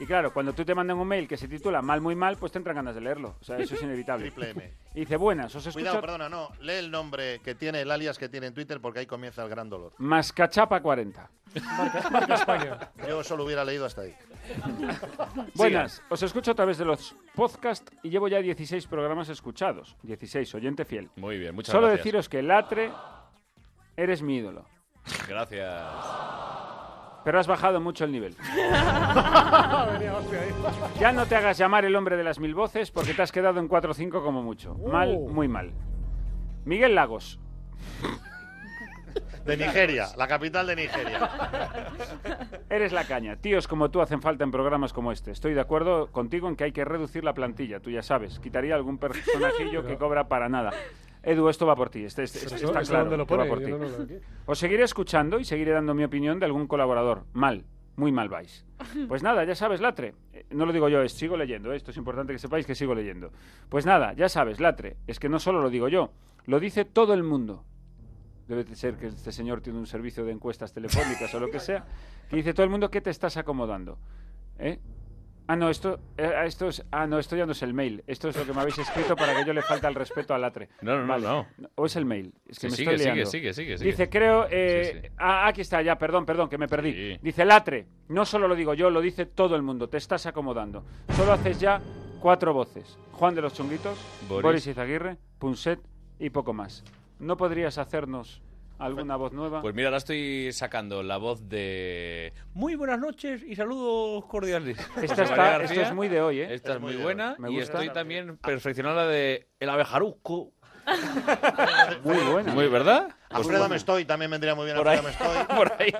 [SPEAKER 8] Y claro, cuando tú te mandan un mail que se titula mal, muy mal, pues te entran ganas de leerlo. O sea, eso es inevitable.
[SPEAKER 6] Triple M.
[SPEAKER 8] Y dice, buenas, os escucho...
[SPEAKER 6] Cuidado, perdona, no. Lee el nombre que tiene, el alias que tiene en Twitter, porque ahí comienza el gran dolor.
[SPEAKER 8] Mascachapa 40.
[SPEAKER 6] Yo solo hubiera leído hasta ahí.
[SPEAKER 1] Pues
[SPEAKER 8] Buenas, os escucho a través de los podcasts y llevo ya 16 programas escuchados. 16, oyente fiel.
[SPEAKER 1] Muy bien, muchas
[SPEAKER 8] Solo
[SPEAKER 1] gracias.
[SPEAKER 8] deciros que Latre, eres mi ídolo.
[SPEAKER 1] Gracias.
[SPEAKER 8] Pero has bajado mucho el nivel. Ya no te hagas llamar el hombre de las mil voces porque te has quedado en 4 o 5 como mucho. Mal,
[SPEAKER 6] Uh.
[SPEAKER 8] muy mal. Miguel Lagos.
[SPEAKER 6] De Nigeria, la capital de Nigeria.
[SPEAKER 8] Eres la caña. Tíos como tú hacen falta en programas como este. Estoy de acuerdo contigo en que hay que reducir la plantilla, tú ya sabes. Quitaría algún personajillo que cobra para nada. Edu, esto va por ti. Este, este-
[SPEAKER 11] Pero
[SPEAKER 8] este
[SPEAKER 11] eso-
[SPEAKER 8] está
[SPEAKER 11] eso
[SPEAKER 8] claro.
[SPEAKER 11] ¿dónde lo
[SPEAKER 8] que va
[SPEAKER 11] pone?
[SPEAKER 8] por
[SPEAKER 11] Yo
[SPEAKER 8] ti.
[SPEAKER 11] no lo veo aquí.
[SPEAKER 8] Os seguiré escuchando y seguiré dando mi opinión de algún colaborador. Mal, muy mal vais. Pues nada, ya sabes, Latre. Eh, No lo digo yo, es, sigo leyendo. eh, Esto es importante que sepáis que sigo leyendo. Pues nada, ya sabes, Latre. Es que no solo lo digo yo, lo dice todo el mundo. Debe de ser que este señor tiene un servicio de encuestas telefónicas o lo que sea. Que dice todo el mundo que te estás acomodando. ¿Eh? Ah, no, esto, eh, ah, esto es, ah, no, esto ya no es el mail. Esto es lo que me habéis escrito para que yo le falte el respeto al Latre.
[SPEAKER 1] No, no, no, no.
[SPEAKER 8] O es el mail. Es
[SPEAKER 1] Sí,
[SPEAKER 8] que me
[SPEAKER 1] sigue,
[SPEAKER 8] estoy
[SPEAKER 1] sigue,
[SPEAKER 8] liando.
[SPEAKER 1] sigue, sigue, sigue.
[SPEAKER 8] Dice, creo. eh,
[SPEAKER 1] Sí, sí.
[SPEAKER 8] Ah, aquí está, ya, perdón, perdón, que me perdí. Dice, Latre, no solo lo digo yo, lo dice todo el mundo. Te estás acomodando. Solo haces ya cuatro voces: Juan de los Chunguitos,
[SPEAKER 1] Boris.
[SPEAKER 8] Boris, Izaguirre, Punset y poco más. ¿No podrías hacernos alguna voz nueva?
[SPEAKER 1] Pues mira, ahora estoy sacando la voz de. Muy buenas noches y saludos cordiales.
[SPEAKER 8] Esta
[SPEAKER 1] José
[SPEAKER 8] está-
[SPEAKER 1] María García.
[SPEAKER 8] esto es muy de hoy, ¿eh?
[SPEAKER 1] Esta es muy buena.
[SPEAKER 8] Me
[SPEAKER 1] Y
[SPEAKER 8] gusta.
[SPEAKER 1] estoy también perfeccionada de El abejarusco.
[SPEAKER 8] Muy buena.
[SPEAKER 1] Muy, ¿verdad? Pues
[SPEAKER 6] Alfredo
[SPEAKER 1] bueno.
[SPEAKER 6] me estoy, también vendría muy bien
[SPEAKER 1] Por ahí,
[SPEAKER 6] Alfredo Mestoy.
[SPEAKER 1] por ahí.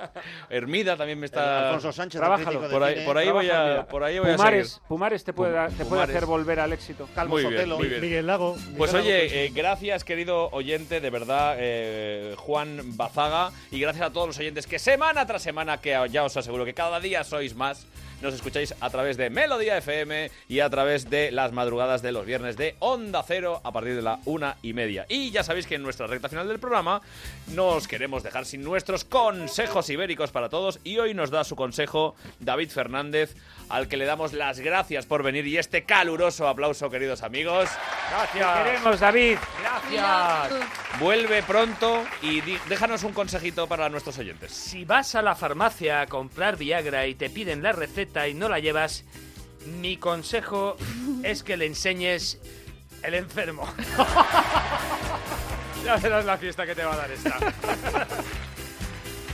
[SPEAKER 1] Hermida también me
[SPEAKER 6] El
[SPEAKER 1] está.
[SPEAKER 6] Alfonso Sánchez, el Trabájalo. crítico de
[SPEAKER 1] Por ahí,
[SPEAKER 6] cine.
[SPEAKER 1] por ahí voy
[SPEAKER 6] Trabájalo,
[SPEAKER 1] a,
[SPEAKER 6] mira.
[SPEAKER 1] por ahí voy a
[SPEAKER 8] Pumares,
[SPEAKER 1] seguir.
[SPEAKER 8] Pumares te puede,
[SPEAKER 1] Pum-
[SPEAKER 8] te puede
[SPEAKER 1] Pumares.
[SPEAKER 8] hacer volver al éxito.
[SPEAKER 1] Muy bien, muy bien.
[SPEAKER 11] Miguel Lago.
[SPEAKER 1] Pues
[SPEAKER 11] Miguel Lago,
[SPEAKER 1] oye, eh, gracias querido oyente, de verdad, eh, Juan Bazaga, y gracias a todos los oyentes que semana tras semana, que ya os aseguro que cada día sois más, nos escucháis a través de Melodía FM y a través de las madrugadas de los viernes de Onda Cero a partir de la una y media. Y ya sabéis que en nuestra recta final del programa nos queremos dejar sin nuestros consejos ibéricos para todos y hoy nos da su consejo David Fernández, al que le damos las gracias por venir y este caluroso aplauso, queridos amigos.
[SPEAKER 8] Gracias. Te queremos, David.
[SPEAKER 4] Gracias.
[SPEAKER 1] Vuelve pronto y di- déjanos un consejito para nuestros oyentes.
[SPEAKER 4] Si vas a la farmacia a comprar Viagra y te piden la receta y no la llevas, mi consejo es que le enseñes el enfermo. ya verás la fiesta que te va a dar esta.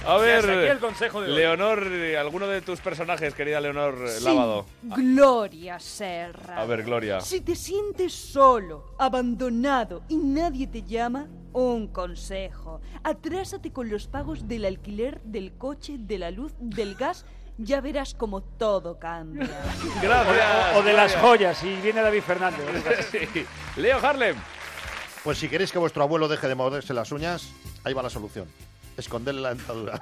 [SPEAKER 1] A
[SPEAKER 4] Y
[SPEAKER 1] ver,
[SPEAKER 4] hasta aquí el consejo de hoy.
[SPEAKER 1] Leonor, eh, alguno de tus personajes, querida Leonor eh,
[SPEAKER 9] Sí.
[SPEAKER 1] Lavado.
[SPEAKER 9] Gloria Serra.
[SPEAKER 1] A ver, Gloria.
[SPEAKER 9] Si te sientes solo, abandonado y nadie te llama, un consejo. Atrásate con los pagos del alquiler, del coche, de la luz, del gas. Ya verás como todo cambia.
[SPEAKER 8] O, o de las joyas, y viene David Fernández.
[SPEAKER 1] Leo Harlem.
[SPEAKER 6] Pues si queréis que vuestro abuelo deje de morderse las uñas, ahí va la solución. Esconderle la dentadura.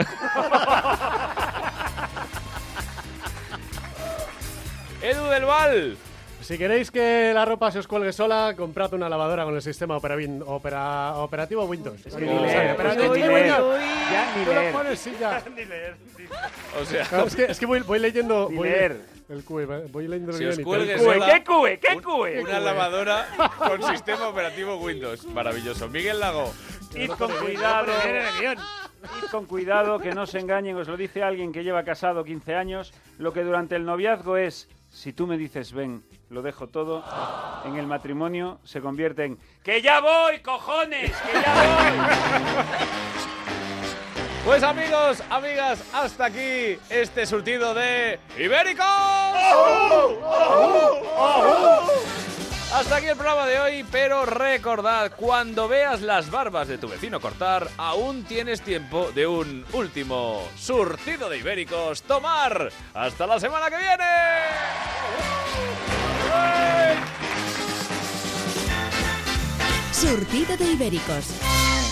[SPEAKER 1] Edu del Val.
[SPEAKER 11] Si queréis que la ropa se os cuelgue sola, comprad una lavadora con el sistema opera Win- opera- operativo Windows.
[SPEAKER 8] que ni
[SPEAKER 11] O sea,
[SPEAKER 8] leer, es
[SPEAKER 11] operativo
[SPEAKER 8] que ni
[SPEAKER 11] Windows.
[SPEAKER 8] leer. Ya ni
[SPEAKER 11] Tú lo
[SPEAKER 8] leer.
[SPEAKER 11] pones, sí, ya.
[SPEAKER 1] O sea,
[SPEAKER 11] Claro, es que, es que voy, voy leyendo.
[SPEAKER 8] Ni
[SPEAKER 11] Voy,
[SPEAKER 8] leer.
[SPEAKER 11] El cue, va- voy leyendo el
[SPEAKER 1] Si os
[SPEAKER 11] guion y
[SPEAKER 1] cuelgue
[SPEAKER 11] todo.
[SPEAKER 1] sola-
[SPEAKER 11] ¿Qué
[SPEAKER 8] cue? ¿Qué
[SPEAKER 1] un-
[SPEAKER 8] cue?
[SPEAKER 1] Una lavadora con sistema operativo Windows. Maravilloso. Miguel Lago.
[SPEAKER 8] Id con cuidado. Id con cuidado, que no se engañen. Os lo dice alguien que lleva casado 15 años. Lo que durante el noviazgo es, si tú me dices ven, lo dejo todo, en el matrimonio se convierte en... ¡Que ya voy, cojones! ¡Que ya voy!
[SPEAKER 1] Pues amigos, amigas, hasta aquí este surtido de Ibéricos. Hasta aquí el programa de hoy, pero recordad, cuando veas las barbas de tu vecino cortar, aún tienes tiempo de un último surtido de ibéricos tomar. ¡Hasta la semana que viene!
[SPEAKER 2] Surtido de Ibéricos.
[SPEAKER 3] Oh, Oh, Oh, Oh,